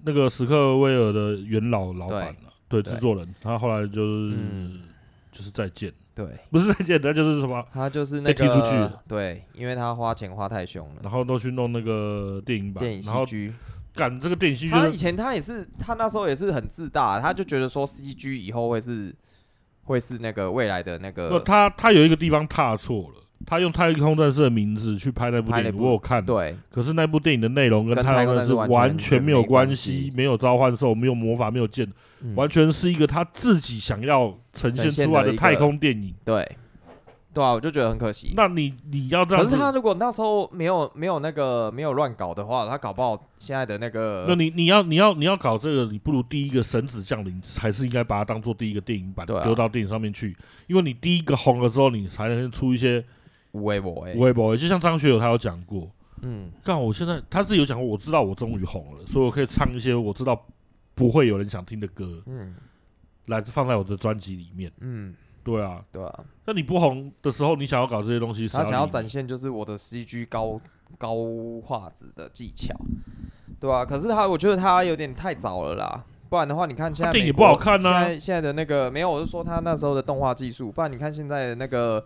Speaker 2: 那个史克威尔的元老老板了，对，
Speaker 1: 对
Speaker 2: 制作人。他后来就是、
Speaker 1: 嗯
Speaker 2: 就是再见，
Speaker 1: 对
Speaker 2: 不是再见，他就是什么，
Speaker 1: 他就是那
Speaker 2: 被
Speaker 1: 个
Speaker 2: 踢出去了
Speaker 1: 对，因为他花钱花太凶了，
Speaker 2: 然后都去弄那个电影版，
Speaker 1: 电影
Speaker 2: 然后
Speaker 1: CG，
Speaker 2: 干这个电影戏剧
Speaker 1: 他以前他也是他那时候也是很自大，他就觉得说 CG 以后会是会是那个未来的那
Speaker 2: 不，
Speaker 1: 个
Speaker 2: 他他有一个地方踏错了，他用《太空战士》的名字去拍那部
Speaker 1: 拍
Speaker 2: 电
Speaker 1: 那
Speaker 2: 影，
Speaker 1: 部
Speaker 2: 我有看，
Speaker 1: 对
Speaker 2: 可是那部电影的内容跟
Speaker 1: 跟
Speaker 2: 太
Speaker 1: 太空
Speaker 2: 空战
Speaker 1: 战
Speaker 2: 士
Speaker 1: 士
Speaker 2: 完
Speaker 1: 完
Speaker 2: 全
Speaker 1: 全
Speaker 2: 没
Speaker 1: 没
Speaker 2: 有
Speaker 1: 有
Speaker 2: 关
Speaker 1: 关
Speaker 2: 系
Speaker 1: 系，
Speaker 2: 没有召唤兽，没有魔法，没有剑，
Speaker 1: 嗯
Speaker 2: 完全是一个他自己想要呈现
Speaker 1: 呈现
Speaker 2: 出来
Speaker 1: 的
Speaker 2: 的
Speaker 1: 一个
Speaker 2: 太空电影。
Speaker 1: 对对啊，我就觉得很可惜。
Speaker 2: 那你你要这
Speaker 1: 可
Speaker 2: 样
Speaker 1: 是
Speaker 2: 子，
Speaker 1: 他如果那时候没有没有那个没有乱搞的话，他搞不好现在的那个
Speaker 2: 那你你要你要你要搞这个，你不如第一个《神子降临》才是应该把它当做第一个电影版
Speaker 1: 对啊
Speaker 2: 丢到电影上面去，因为你第一个红了之后，你才能出一些
Speaker 1: 无为我哎，
Speaker 2: 微博。就像张学友他有讲过，
Speaker 1: 嗯
Speaker 2: 但我现在他自己有讲过，我知道我终于红了，所以我可以唱一些我知道不会有人想听的歌，
Speaker 1: 嗯
Speaker 2: 来放在我的专辑里面。
Speaker 1: 嗯，
Speaker 2: 对啊，
Speaker 1: 对啊，
Speaker 2: 那你不红的时候，你想要搞这些东西，
Speaker 1: 他
Speaker 2: 谁
Speaker 1: 想要
Speaker 2: 理
Speaker 1: 展
Speaker 2: 你
Speaker 1: 现就是我的 CG 高高画质的技巧，对啊，可是他，我觉得他有点太早了啦，不然的话，你看现在
Speaker 2: 他电影
Speaker 1: 美国
Speaker 2: 也不好看啊
Speaker 1: 现在现在的那个没有，我是说他那时候的动画技术，不然你看现在的那个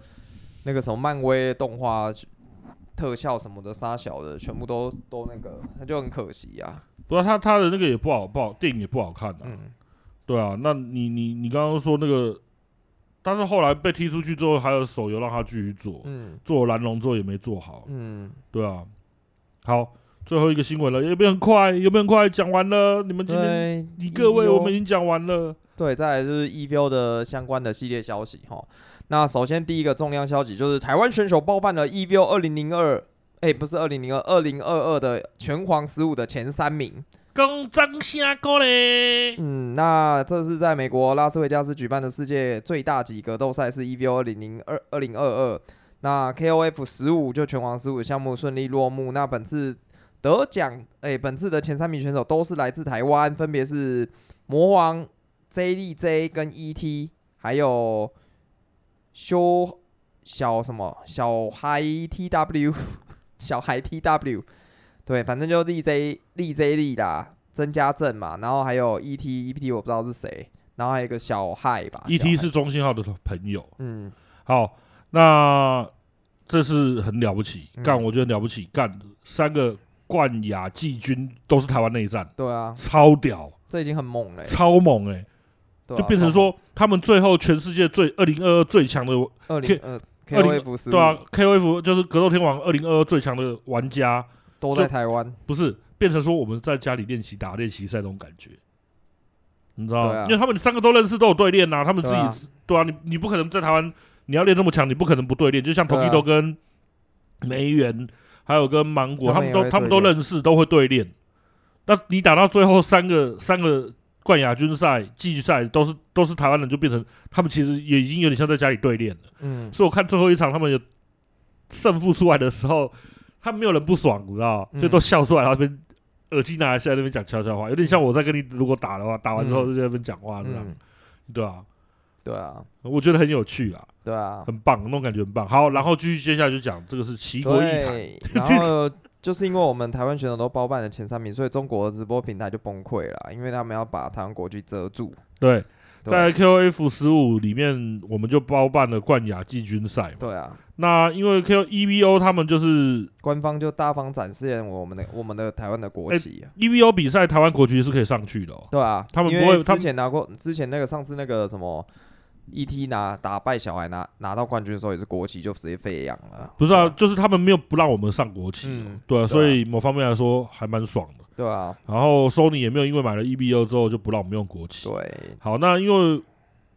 Speaker 1: 那个什么漫威动画特效什么的，杀小的全部都都那个，那就很可惜啊。
Speaker 2: 不然他他的那个也不好，不好，电影也不好看啊。
Speaker 1: 嗯，
Speaker 2: 对啊，那你你你刚刚说那个，但是后来被踢出去之后，还有手游让他继续做，
Speaker 1: 嗯
Speaker 2: 做蓝龙之后也没做好。
Speaker 1: 嗯，
Speaker 2: 对啊，好，最后一个新闻了，有没有很快？有没有很快？讲完了，你们今天
Speaker 1: 对，
Speaker 2: 你各位，
Speaker 1: 有
Speaker 2: 我们已经讲完了。
Speaker 1: 对，再来就是 EVO 的相关的系列消息哈。那首先第一个重量消息就是台湾选手包办了 EVO 二零零二，哎，不是二零零二，二零二二的拳皇十五的前三名。
Speaker 2: 刚张虾哥嘞，
Speaker 1: 嗯，那这是在美国拉斯维加斯举办的世界最大级格斗赛事 EVO 二零零二二零二二。那 KOF 十五就拳皇十五项目顺利落幕。那本次得奖，哎、本次的前三名选手都是来自台湾，分别是魔王 J D J 跟 E T，还有修小什么小孩 T W，小 孩 T W，对，反正就 D J D J 力啦，曾家正嘛，然后还有 E T E T 我不知道是谁，然后还有一个小害吧
Speaker 2: 一 E T
Speaker 1: 啊小害
Speaker 2: 是中信号的朋友。
Speaker 1: 嗯
Speaker 2: 好，那这是很了不起，
Speaker 1: 嗯
Speaker 2: 干、我觉得很了不起，干三个冠亚季军都是台湾内战，
Speaker 1: 对啊，
Speaker 2: 超屌，
Speaker 1: 这已经很猛了、欸，
Speaker 2: 超猛哎、
Speaker 1: 对啊
Speaker 2: 就变成说他们最后全世界最二零二二最强的，
Speaker 1: 二零呃 K
Speaker 2: 二零
Speaker 1: O F 十五
Speaker 2: 对啊，KOF 就是格斗天王二零二二最强的玩家，
Speaker 1: 都在台湾，
Speaker 2: 不是变成说我们在家里练习打练习赛那种感觉，你知道吗？
Speaker 1: 对啊
Speaker 2: 因为他们三个都认识，都有对练呐、他们自己
Speaker 1: 对啊
Speaker 2: 对啊，你你不可能在台湾你要练这么强，你不可能不对练。就像 t o
Speaker 1: 对
Speaker 2: k
Speaker 1: 啊
Speaker 2: i 跟梅园，还有跟芒果，他
Speaker 1: 他
Speaker 2: 们
Speaker 1: 们
Speaker 2: 都
Speaker 1: 也会
Speaker 2: 他们都
Speaker 1: 对
Speaker 2: 认识，都会对练。那你打到最后三个三个冠亚军赛、季赛都是都是台湾人，就变成他们其实也已经有点像在家里对练了。
Speaker 1: 嗯，
Speaker 2: 所以我看最后一场他们有胜负出来的时候，他们没有人不爽，你知道吗？
Speaker 1: 嗯
Speaker 2: 就都笑出来，然后那边耳机拿下来那边讲悄悄话，有点像我在跟你如果打的话，打完之后就在那边讲话这样，
Speaker 1: 嗯，
Speaker 2: 对啊，
Speaker 1: 对啊，
Speaker 2: 我觉得很有趣啊，
Speaker 1: 对啊，
Speaker 2: 很棒，那种感觉很棒。好，然后继续接下来就讲这个是齐国一台，
Speaker 1: 对，然 后就是因为我们台湾选手都包办了前三名，所以中国的直播平台就崩溃了，啊因为他们要把台湾国际遮住。
Speaker 2: 对，在
Speaker 1: 对
Speaker 2: QF 十五里面，我们就包办了冠亚季军赛嘛。
Speaker 1: 对啊，
Speaker 2: 那因为 Q EVO 他们就是
Speaker 1: 官方就大方展示了我们的我们的台湾的国
Speaker 2: 哎
Speaker 1: 旗啊。
Speaker 2: EVO 比赛，台湾国旗是可以上去的、哦。
Speaker 1: 对啊，
Speaker 2: 他们
Speaker 1: 因
Speaker 2: 不会
Speaker 1: 为之
Speaker 2: 他们
Speaker 1: 前拿过，之前那个上次那个什么 ET 拿打败小孩拿拿到冠军的时候，也是国旗就直接飞扬了。
Speaker 2: 不是啊，就是他们没有不让我们上国旗、哦
Speaker 1: 嗯
Speaker 2: 对、啊，
Speaker 1: 对啊
Speaker 2: 所以某方面来说还蛮爽的。
Speaker 1: 对啊，
Speaker 2: 然后 Sony 也没有因为买了 EVO 之后就不让我们用国旗。
Speaker 1: 对
Speaker 2: 好，那因为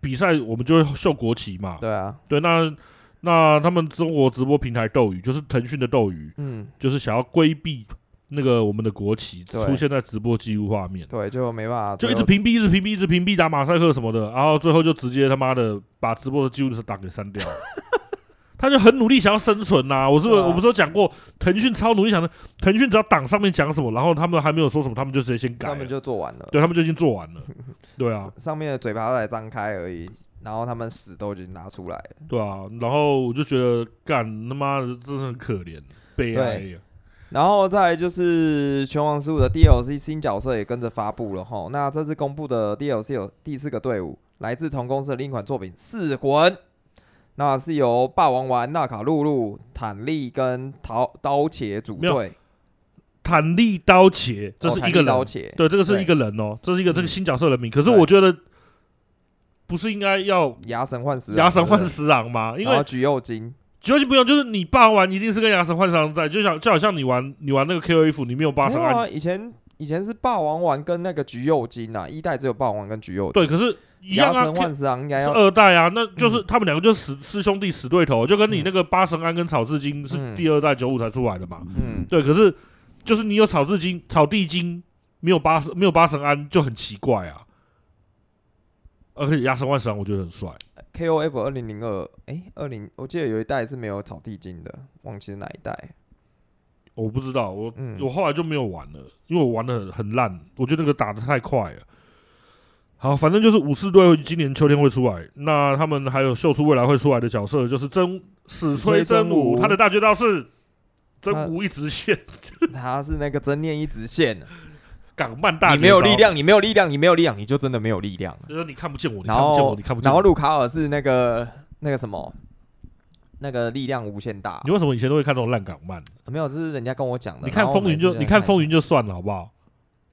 Speaker 2: 比赛我们就会秀国旗嘛，
Speaker 1: 对啊，
Speaker 2: 对，那那他们中国直播平台斗鱼就是腾讯的斗鱼，
Speaker 1: 嗯，
Speaker 2: 就是想要规避那个我们的国旗
Speaker 1: 对
Speaker 2: 出现在直播记录画面。
Speaker 1: 对，就没办法，
Speaker 2: 就一
Speaker 1: 最
Speaker 2: 直
Speaker 1: 后
Speaker 2: 屏蔽，一直屏蔽，一直屏蔽打马赛克什么的，然后最后就直接他妈的把直播的记录是打给删掉了。他就很努力想要生存呐、我是不是、
Speaker 1: 对啊
Speaker 2: 我不是有讲过，腾讯超努力想的，腾讯只要党上面讲什么，然后他们还没有说什么，他们就直接先改了，
Speaker 1: 他们就做完了。
Speaker 2: 对他们就已经做完 了，对啊，
Speaker 1: 上面的嘴巴才张开而已，然后他们屎都已经拿出来了。
Speaker 2: 对啊，然后我就觉得干他妈的真是很可怜，悲哀啊
Speaker 1: 对
Speaker 2: 呀，
Speaker 1: 然后再来就是《拳王十五》的 DLC 新角色也跟着发布了哈。那这次公布的 DLC 有第四个队伍，来自同公司的另一款作品《噬魂》，那是由霸王丸、纳卡露露、坦利跟刀刀茄组
Speaker 2: 没有
Speaker 1: 队。
Speaker 2: 坦利刀茄，这
Speaker 1: 哦
Speaker 2: 是
Speaker 1: 坦
Speaker 2: 一个
Speaker 1: 利
Speaker 2: 人，
Speaker 1: 刀茄，
Speaker 2: 对，这个是
Speaker 1: 对
Speaker 2: 一个人哦，这是一个这个
Speaker 1: 嗯
Speaker 2: 新角色人名，可是
Speaker 1: 对
Speaker 2: 我觉得不是应该要
Speaker 1: 牙神幻石，
Speaker 2: 牙神换
Speaker 1: 石，
Speaker 2: 十郎吗？因
Speaker 1: 然后
Speaker 2: 为
Speaker 1: 橘右京，
Speaker 2: 尤其不用，就是你霸王玩一定是跟牙神换十郎在，就像就好像你玩你玩那个 Q F，你没有八
Speaker 1: 没
Speaker 2: 神
Speaker 1: 有
Speaker 2: 按，
Speaker 1: 啊，以前以前是霸王丸跟那个橘右京啊，一代只有霸王丸跟橘右
Speaker 2: 对，
Speaker 1: 京，
Speaker 2: 可是一样
Speaker 1: 牙
Speaker 2: 啊
Speaker 1: 神。幻石郎应该
Speaker 2: 是
Speaker 1: 要
Speaker 2: 二代啊，那就是他们两个就是死师兄弟死对头，就跟你
Speaker 1: 嗯
Speaker 2: 那个八神庵跟草字经是
Speaker 1: 嗯
Speaker 2: 第二代九五才出来的嘛。
Speaker 1: 嗯。
Speaker 2: 对，可是就是你有草字经、草地经，没有八神没有八神庵就很奇怪啊。而且牙神万神郎我觉得很帅，
Speaker 1: KOF 二零零二，哎，二零我记得有一代是没有草地精的，忘记是哪一代。
Speaker 2: 我不知道，我、
Speaker 1: 嗯
Speaker 2: 我后来就没有玩了，因为我玩的很很烂，我觉得那个打的太快了。好，反正就是武士队今年秋天会出来，那他们还有秀出未来会出来的角色，就是真死
Speaker 1: 吹
Speaker 2: 吹真
Speaker 1: 真
Speaker 2: 武，
Speaker 1: 武
Speaker 2: 他的大绝招是
Speaker 1: 他
Speaker 2: 真武一直线，
Speaker 1: 他是那个真念一直线，啊
Speaker 2: 港漫大绝招
Speaker 1: 你没有力，量，你没有力量，你没有力量，你就真的没有力量。
Speaker 2: 就是你看不见我，你
Speaker 1: 然
Speaker 2: 看不见我，
Speaker 1: 后
Speaker 2: 你看不，见
Speaker 1: 然后
Speaker 2: 我。
Speaker 1: 卢卡尔是那个那个什么，那个力量无限大
Speaker 2: 你。为什么以前都会看这种烂港漫？
Speaker 1: 没有，这是人家跟我讲的。
Speaker 2: 你看
Speaker 1: 然后我
Speaker 2: 风云就
Speaker 1: 每次
Speaker 2: 你看风
Speaker 1: 云，
Speaker 2: 云就算了，好不好？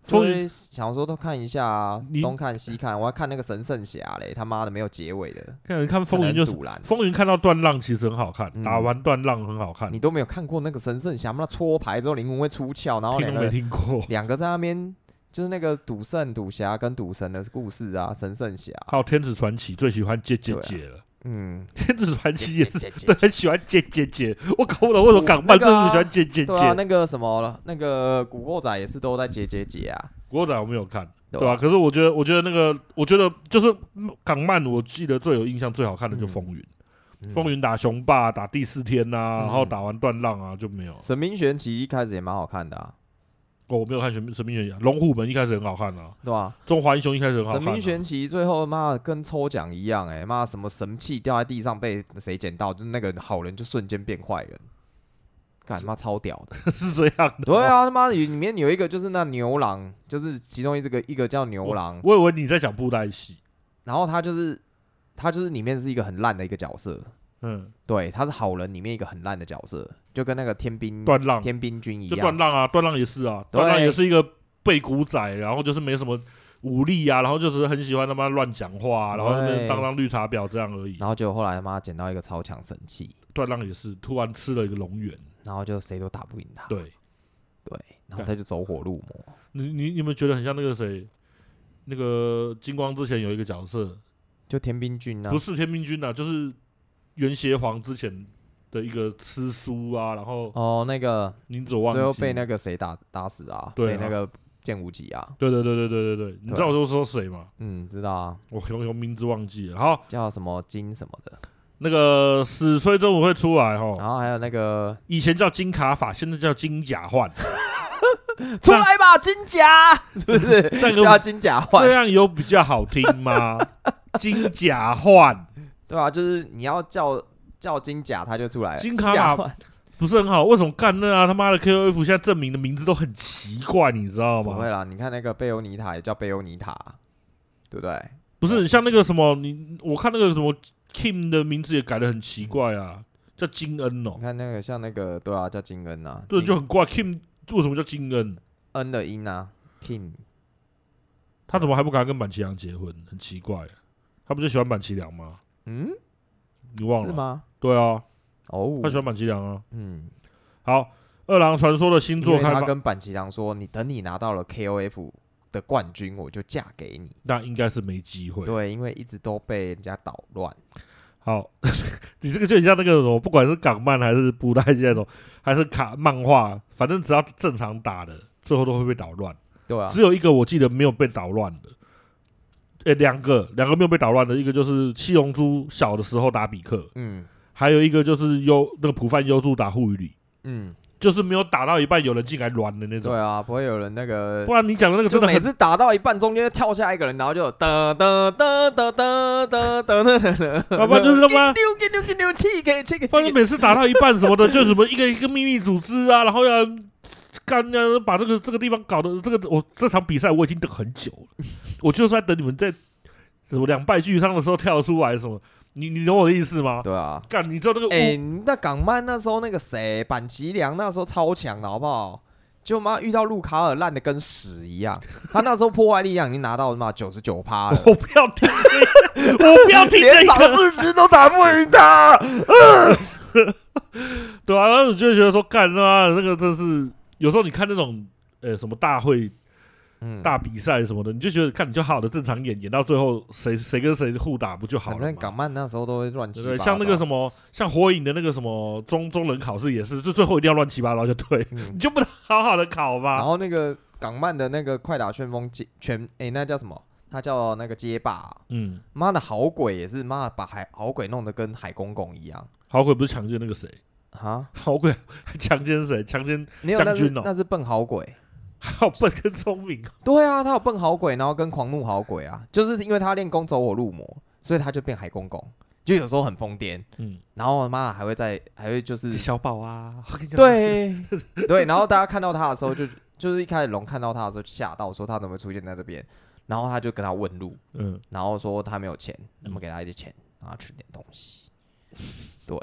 Speaker 1: 就
Speaker 2: 风
Speaker 1: 会
Speaker 2: 云
Speaker 1: 想说都看一下啊
Speaker 2: 你，
Speaker 1: 东看西看，我要看那个神圣侠嘞，他妈的没有结尾的，
Speaker 2: 看你看风云就是
Speaker 1: 很堵然。
Speaker 2: 风云，看到断浪其实很好看，
Speaker 1: 嗯
Speaker 2: 打完断浪很好看
Speaker 1: 你，都没有看过那个神圣侠，那搓牌之后灵魂会出窍，然后两
Speaker 2: 听都
Speaker 1: 个
Speaker 2: 没听过。
Speaker 1: 两个在那边就是那个赌圣、赌侠跟赌神的故事啊，神圣侠，
Speaker 2: 还有《天使传奇》，最喜欢姐姐姐了，
Speaker 1: 嗯，
Speaker 2: 天使传奇》也是
Speaker 1: 姐姐姐
Speaker 2: 对，很喜欢姐姐姐。我搞不懂为什么港
Speaker 1: 那
Speaker 2: 漫真
Speaker 1: 个
Speaker 2: 的
Speaker 1: 啊
Speaker 2: 喜欢姐姐
Speaker 1: 对啊，
Speaker 2: 姐。
Speaker 1: 那个什么，那个古惑仔也是都在结结结啊，
Speaker 2: 国仔我没有看，对
Speaker 1: 对啊
Speaker 2: 吧、
Speaker 1: 吧
Speaker 2: 可是我觉得，我觉得那个，我觉得就是港漫，我记得最有印象、最好看
Speaker 1: 嗯
Speaker 2: 的就《风云》风
Speaker 1: 云
Speaker 2: 云打雄霸，打第四天呐、啊，
Speaker 1: 嗯
Speaker 2: 然后打完断浪啊就没有。
Speaker 1: 神明玄奇一开始也蛮好看的啊，
Speaker 2: 哦，我没有看《神秘神秘学》，《龙虎门》一开始很好看啊，
Speaker 1: 对吧？
Speaker 2: 《中华英雄》一开始很好
Speaker 1: 神
Speaker 2: 看、啊。
Speaker 1: 明玄奇最后妈的跟抽奖一样，哎妈什么神器掉在地上被谁捡到，就那个好人就瞬间变坏人。干妈超屌的，
Speaker 2: 是这样的。
Speaker 1: 对，啊，他妈里面有一个就是那牛郎，就是其中一这个一个叫牛郎，
Speaker 2: 我以为你在讲布袋戏。
Speaker 1: 然后他就是他就是里面是一个很烂的一个角色，
Speaker 2: 嗯，
Speaker 1: 对，他是好人里面一个很烂的角色，就跟那个天兵
Speaker 2: 断浪
Speaker 1: 天兵军一
Speaker 2: 就断
Speaker 1: 样。
Speaker 2: 浪啊，断浪也是啊，
Speaker 1: 对
Speaker 2: 断浪也是一个背古仔，然后就是没什么武力啊，然后就只是很喜欢他妈乱讲话、然后
Speaker 1: 对
Speaker 2: 那边当当绿茶婊这样而已。
Speaker 1: 然后结果后来他妈捡到一个超强神器，
Speaker 2: 断浪也是突然吃了一个龙源，
Speaker 1: 然后就谁都打不赢他。
Speaker 2: 对
Speaker 1: 对，然后他就走火入魔。
Speaker 2: 你你你有没有觉得很像那个谁？那个金光之前有一个角色，
Speaker 1: 就天兵军啊
Speaker 2: 不，是天命君啊，就是元邪皇之前的一个吃书啊，然后
Speaker 1: 哦，那个
Speaker 2: 您走忘记
Speaker 1: 最后被那个谁打打死啊？
Speaker 2: 对啊
Speaker 1: 被那个剑无极啊。
Speaker 2: 对对对对对对对，你知道我说谁吗？
Speaker 1: 嗯，知道啊，
Speaker 2: 我我我名字忘记了。好，
Speaker 1: 叫什么金什么的。
Speaker 2: 那个死催政府会出来
Speaker 1: 然
Speaker 2: 哈，
Speaker 1: 后还有那个
Speaker 2: 以前叫金卡法，现在叫金甲换，
Speaker 1: 出来吧，金甲 是不是？
Speaker 2: 这样有
Speaker 1: 叫金甲换
Speaker 2: 这，样有比较好听 吗？金甲换
Speaker 1: 对啊，就是你要叫叫金甲，他就出来了。
Speaker 2: 金
Speaker 1: 金
Speaker 2: 卡
Speaker 1: 甲
Speaker 2: 马
Speaker 1: 换
Speaker 2: 不是很好，为什么干那啊他妈的 KOF 现在证明的名字都很奇怪，你知道
Speaker 1: 不
Speaker 2: 吗
Speaker 1: 会？啦，你看那个贝欧尼塔也叫贝欧尼塔，啊对不对？
Speaker 2: 不是像那个什么，你我看那个什么 Kim 的名字也改的很奇怪啊，叫金恩哦
Speaker 1: 你，看那个像那个对啊，叫金恩啊，
Speaker 2: 对，
Speaker 1: 金
Speaker 2: 就很怪。Kim 为什么叫金恩？
Speaker 1: 恩的音啊，King
Speaker 2: 他怎么还不敢跟板崎良结婚？很奇怪，他不就喜欢板崎良吗？
Speaker 1: 嗯
Speaker 2: 你忘
Speaker 1: 是
Speaker 2: 了？
Speaker 1: 吗？
Speaker 2: 对啊，
Speaker 1: 哦
Speaker 2: 他，喜欢板崎良啊。
Speaker 1: 嗯，
Speaker 2: 好，二郎传说的星
Speaker 1: 因
Speaker 2: 座
Speaker 1: 为
Speaker 2: 开
Speaker 1: 他
Speaker 2: 发，
Speaker 1: 跟板崎良说，你等你拿到了 KOF 的冠军，我就嫁给你。
Speaker 2: 那应该是没机会。
Speaker 1: 对，因为一直都被人家捣乱，
Speaker 2: 好， 你这个就很像那个什么，不管是港漫还是布袋戏那种，还是卡漫画，反正只要正常打的，最后都会被捣乱。
Speaker 1: 对啊，
Speaker 2: 只有一个我记得没有被捣乱的，诶、两个，两个没有被捣乱的，一个就是七龙珠小的时候打比克，
Speaker 1: 嗯
Speaker 2: 还有一个就是优那个浦饭优助打护宇里，
Speaker 1: 嗯，
Speaker 2: 就是没有打到一半有人进来乱的那种
Speaker 1: 对。啊，不会有人那个
Speaker 2: 不。然你讲的那个
Speaker 1: 就
Speaker 2: 真的
Speaker 1: 每
Speaker 2: 很
Speaker 1: 次打到一半，中间跳下一个人，然后就噔噔噔噔噔噔噔噔噔，
Speaker 2: 啊要不然就是他妈
Speaker 1: 丢给丢给丢，气给气给
Speaker 2: 不然每次打到一半什么的，就什么一个一个秘密组织啊，然后要干啊，把这个这个地方搞得这个我这场比赛我已经等很久 了，我就是在等你们在什么两败俱伤的时候跳出来什么，你你懂我的意思吗？
Speaker 1: 对啊，
Speaker 2: 干，你知道那个
Speaker 1: 哎、
Speaker 2: 乌
Speaker 1: 那港漫那时候那个谁，板崎良那时候超强的好不好？就妈遇到路卡尔烂的跟屎一样，他那时候破坏力量已经拿到妈九十九趴了，
Speaker 2: 我不要听这个，我不要 听
Speaker 1: 连
Speaker 2: 这
Speaker 1: 长
Speaker 2: 个，
Speaker 1: 自己都打不赢他。
Speaker 2: 对啊，然后你就会觉得说干他妈的那个真是，有时候你看那种呃什么大会
Speaker 1: 嗯，
Speaker 2: 大比赛什么的，你就觉得看你就好好的正常演，演到最后谁谁跟谁互打不就好
Speaker 1: 反
Speaker 2: 了
Speaker 1: 正
Speaker 2: 吗？
Speaker 1: 港漫那时候都会乱
Speaker 2: 对
Speaker 1: 七
Speaker 2: 不
Speaker 1: 八
Speaker 2: 对？
Speaker 1: 糟，
Speaker 2: 像那个什么，像火影的那个什么中中人考试也是，就最后一定要乱七八糟就对，
Speaker 1: 嗯
Speaker 2: 你就不能好好的考
Speaker 1: 然
Speaker 2: 吗？
Speaker 1: 后那个港漫的那个快打旋风街全，哎、那叫什么？他叫那个街霸啊、
Speaker 2: 嗯，
Speaker 1: 妈的好鬼也是，妈的把海好鬼弄得跟海公公一样
Speaker 2: 好鬼不是强奸那个谁，
Speaker 1: 啊！
Speaker 2: 好鬼还 强奸谁？强奸
Speaker 1: 没有，那
Speaker 2: 将
Speaker 1: 是
Speaker 2: 军哦
Speaker 1: 那是笨好鬼。
Speaker 2: 好笨跟聪明哦，
Speaker 1: 对啊，他有笨好鬼，然后跟狂怒好鬼啊，就是因为他练功走火入魔，所以他就变海公公，就有时候很疯癫，
Speaker 2: 嗯，
Speaker 1: 然后妈还会在，还会就是
Speaker 2: 小宝啊，我跟你讲，
Speaker 1: 对 对，然后大家看到他的时候就就是一开始龙看到他的时候就吓到，说他怎么会出现在这边，然后他就跟他问路，
Speaker 2: 嗯，
Speaker 1: 然后说他没有钱，那么给他一点钱，让他吃点东西，对，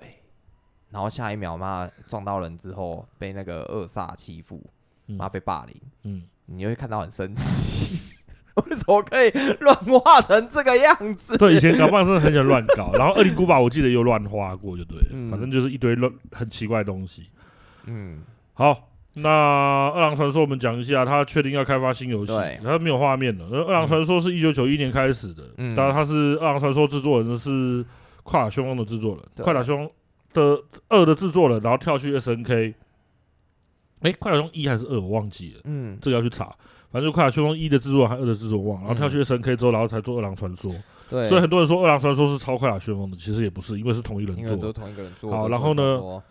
Speaker 1: 然后下一秒妈撞到人之后被那个恶煞欺负，
Speaker 2: 嗯
Speaker 1: 妈被霸凌。
Speaker 2: 嗯，
Speaker 1: 你会看到很生气， 为什么可以乱画成这个样子？
Speaker 2: 对，以前搞棒真的很喜欢乱搞，然后恶灵古堡我记得又乱花过，就对了，
Speaker 1: 嗯
Speaker 2: 反正就是一堆乱很奇怪的东西。
Speaker 1: 嗯，
Speaker 2: 好，那《二郎传说》我们讲一下，他确定要开发新游戏
Speaker 1: 对，
Speaker 2: 他没有画面了。那《二郎传说》是一九九一年开始的，
Speaker 1: 嗯
Speaker 2: 当然他是《二郎传说》制作人是《快打旋风》的制作人，《
Speaker 1: 对
Speaker 2: 快打旋风》的二的制作人，然后跳去 SNK。哎，《快打旋风》一还是二我忘记了，
Speaker 1: 嗯，
Speaker 2: 这个要去查。反正就《快打旋风》一的制作人还是二的制作人忘了，然后跳
Speaker 1: 嗯
Speaker 2: 去 SNK 之后，然后才做《二郎传说》。
Speaker 1: 对，
Speaker 2: 所以很多人说《二郎传说》是抄《快打旋风》的，其实也不是，因为是同一人
Speaker 1: 因为
Speaker 2: 做
Speaker 1: 都哦是
Speaker 2: 的。
Speaker 1: 同一个人做。
Speaker 2: 好
Speaker 1: 都是
Speaker 2: 然后呢嗯
Speaker 1: 差不多？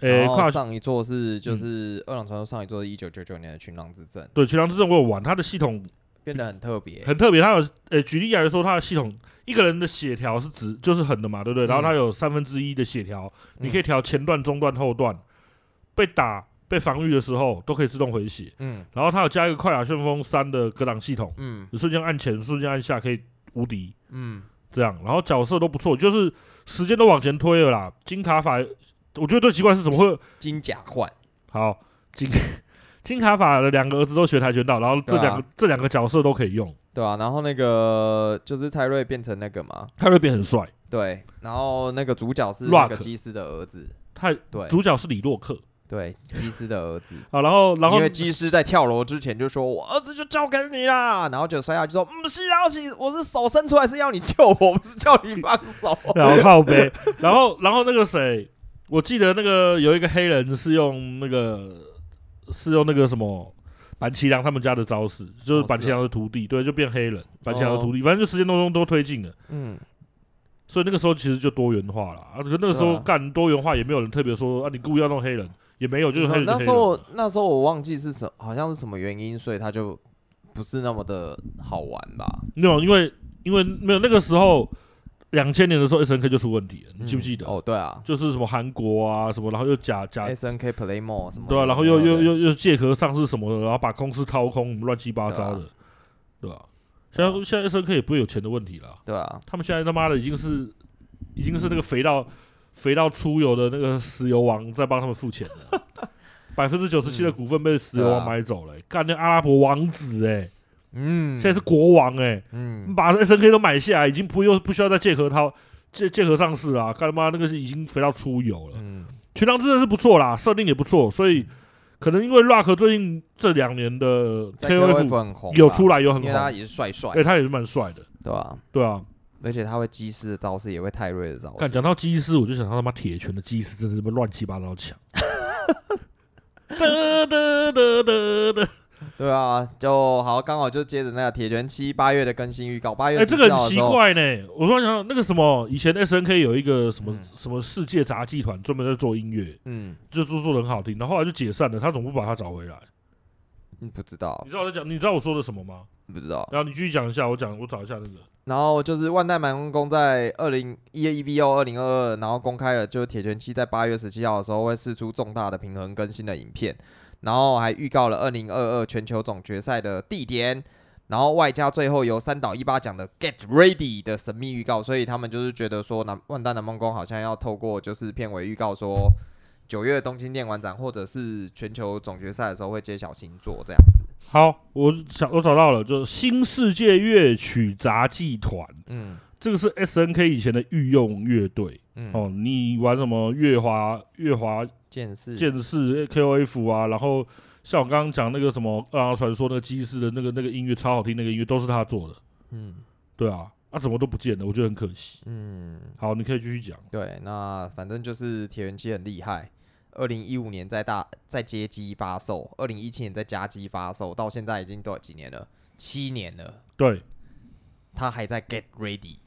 Speaker 2: 哎，
Speaker 1: 然
Speaker 2: 快打
Speaker 1: 后上一座是就是《二郎传说》上一座是一九九九年的《群狼之阵》，
Speaker 2: 对《群狼之阵》我有玩，它的系统
Speaker 1: 变得很特别。
Speaker 2: 很特别。它有呃，举例来说，它的系统一个人的血条是直就是横的嘛，对不对？
Speaker 1: 嗯
Speaker 2: 然后它有三分之一的血条，你可以调前段、中段、后段。被打、被防御的时候都可以自动回血。
Speaker 1: 嗯
Speaker 2: 然后它有加一个快打旋风三的格挡系统，
Speaker 1: 嗯
Speaker 2: 你瞬间按前，瞬间按下可以无敌，
Speaker 1: 嗯，
Speaker 2: 这样。然后角色都不错，就是时间都往前推了啦。金卡法，我觉得最奇怪是怎么会
Speaker 1: 金甲换，
Speaker 2: 好金 金卡法的两个儿子都学跆拳道，然后这
Speaker 1: 对啊
Speaker 2: 两个、这两个角色都可以用，
Speaker 1: 对啊，然后那个就是泰瑞变成那个嘛，
Speaker 2: 他会变很帅。
Speaker 1: 对，然后那个主角是那个
Speaker 2: Rock
Speaker 1: 基斯的儿子，
Speaker 2: 太
Speaker 1: 对
Speaker 2: 主角是李洛克
Speaker 1: 对，基斯的儿子。
Speaker 2: 啊，然后然后
Speaker 1: 因为技师在跳楼之前就说：“我儿子就交给你啦。”然后就摔下去说：“不是啊，是我是手伸出来是要你救我，不是叫你放 手。
Speaker 2: 然后靠背，然后然后那个谁，我记得那个有一个黑人是用那个是用那个什么板崎良他们家的招式，就是
Speaker 1: 哦
Speaker 2: 板
Speaker 1: 是
Speaker 2: 崎良的徒弟，对，就变黑人，板崎良的
Speaker 1: 哦
Speaker 2: 徒弟，反正就时间都都推进了。”
Speaker 1: 嗯，
Speaker 2: 所以那个时候其实就多元化了啊。可那个时候
Speaker 1: 对啊
Speaker 2: 干多元化也没有人特别说啊，你故意要弄黑人，也没有，就是黑人
Speaker 1: 嗯
Speaker 2: 就
Speaker 1: 那
Speaker 2: 黑
Speaker 1: 时
Speaker 2: 人
Speaker 1: 候那时候我忘记是什，好像是什么原因，所以他就不是那么的好玩吧？
Speaker 2: 没有，因为因为没有那个时候两千年的时候 S N K 就出问题了，你
Speaker 1: 嗯
Speaker 2: 记不记得？
Speaker 1: 哦，对哦啊
Speaker 2: 就是什么韩国啊什么，然后又假假
Speaker 1: ，S N K Play More 什么的，
Speaker 2: 对啊，然后又又
Speaker 1: 对
Speaker 2: 又又借壳上市什么的，然后把公司掏空，乱七八糟的，
Speaker 1: 啊
Speaker 2: 对吧、现
Speaker 1: 哦
Speaker 2: 在现在 S N K 也不会有钱的问题了，
Speaker 1: 对啊，
Speaker 2: 他们现在他妈的已经是已经是那个肥到肥到出油的那个石油王在帮他们付钱了， 百分之九十七的股份被石油王
Speaker 1: 对啊
Speaker 2: 买走了、干那阿拉伯王子哎、
Speaker 1: 嗯，
Speaker 2: 现在是国王哎、
Speaker 1: 嗯，
Speaker 2: 把 S N K 都买下来，已经不用不需要再借壳掏借借壳上市啦，干他妈那个是已经肥到出油了。
Speaker 1: 嗯
Speaker 2: 全狼真的是不错啦，设定也不错，所以可能因为 Rock 最近这两年的
Speaker 1: 在
Speaker 2: K O F
Speaker 1: 很红啊，
Speaker 2: 有出来有很
Speaker 1: 因为
Speaker 2: 红，
Speaker 1: 他
Speaker 2: 哎、
Speaker 1: 也哦是帅帅，
Speaker 2: 他也是蛮帅的，
Speaker 1: 对吧？
Speaker 2: 对啊。
Speaker 1: 而且他会机师的招式，也会泰瑞的招
Speaker 2: 看
Speaker 1: 式，
Speaker 2: 讲到技师，我就想到他妈铁拳的技师真的是他妈乱七八 糟强。得得得得得，
Speaker 1: 对啊，就好，刚好就接着那个铁拳七八月的更新预告，八月
Speaker 2: 哎，这个
Speaker 1: 14号
Speaker 2: 很
Speaker 1: 的
Speaker 2: 奇
Speaker 1: 时候，
Speaker 2: 怪呢。我突然想到那个什么，以前 S N K 有一个什么、
Speaker 1: 嗯
Speaker 2: 什么世界杂技团，专门在做音乐，
Speaker 1: 嗯，
Speaker 2: 就做做的很好听，然后后来就解散了，他总不把他找回来。
Speaker 1: 嗯不知道
Speaker 2: 你，知道我在讲，你知道我说的什么吗？
Speaker 1: 不知道。
Speaker 2: 然后你继续讲一下，我讲，我找一下那个。
Speaker 1: 然后就是万代满宫在二零一 E V O 二零二二，然后公开了，就是铁拳七在八月十七号的时候会试出重大的平衡更新的影片，然后还预告了二零二二全球总决赛的地点，然后外加最后由三岛一八讲的 Get Ready 的神秘预告，所以他们就是觉得说南万代南梦宫好像要透过就是片尾预告说九月东京电玩展或者是全球总决赛的时候会揭晓新作这样子，
Speaker 2: 好，我想我找到了，就是新世界乐曲杂技团，
Speaker 1: 嗯
Speaker 2: 这个是 S N K 以前的御用乐队、
Speaker 1: 嗯，
Speaker 2: 哦。你玩什么月华、月华
Speaker 1: 见识
Speaker 2: 剑士、K O F 啊，然后像我刚刚讲那个什么《二郎传说》那个机师的那个那个音乐超好听，那个音乐都是他做的，
Speaker 1: 嗯
Speaker 2: 对啊，啊怎么都不见了，我觉得很可惜。
Speaker 1: 嗯。
Speaker 2: 好，你可以继续讲。
Speaker 1: 对，那反正就是铁人七很厉害。二零一五年在大在街机发售，二零一七年在家机发售，到现在已经多少几年了？七年了，
Speaker 2: 对，
Speaker 1: 他还在 Get Ready。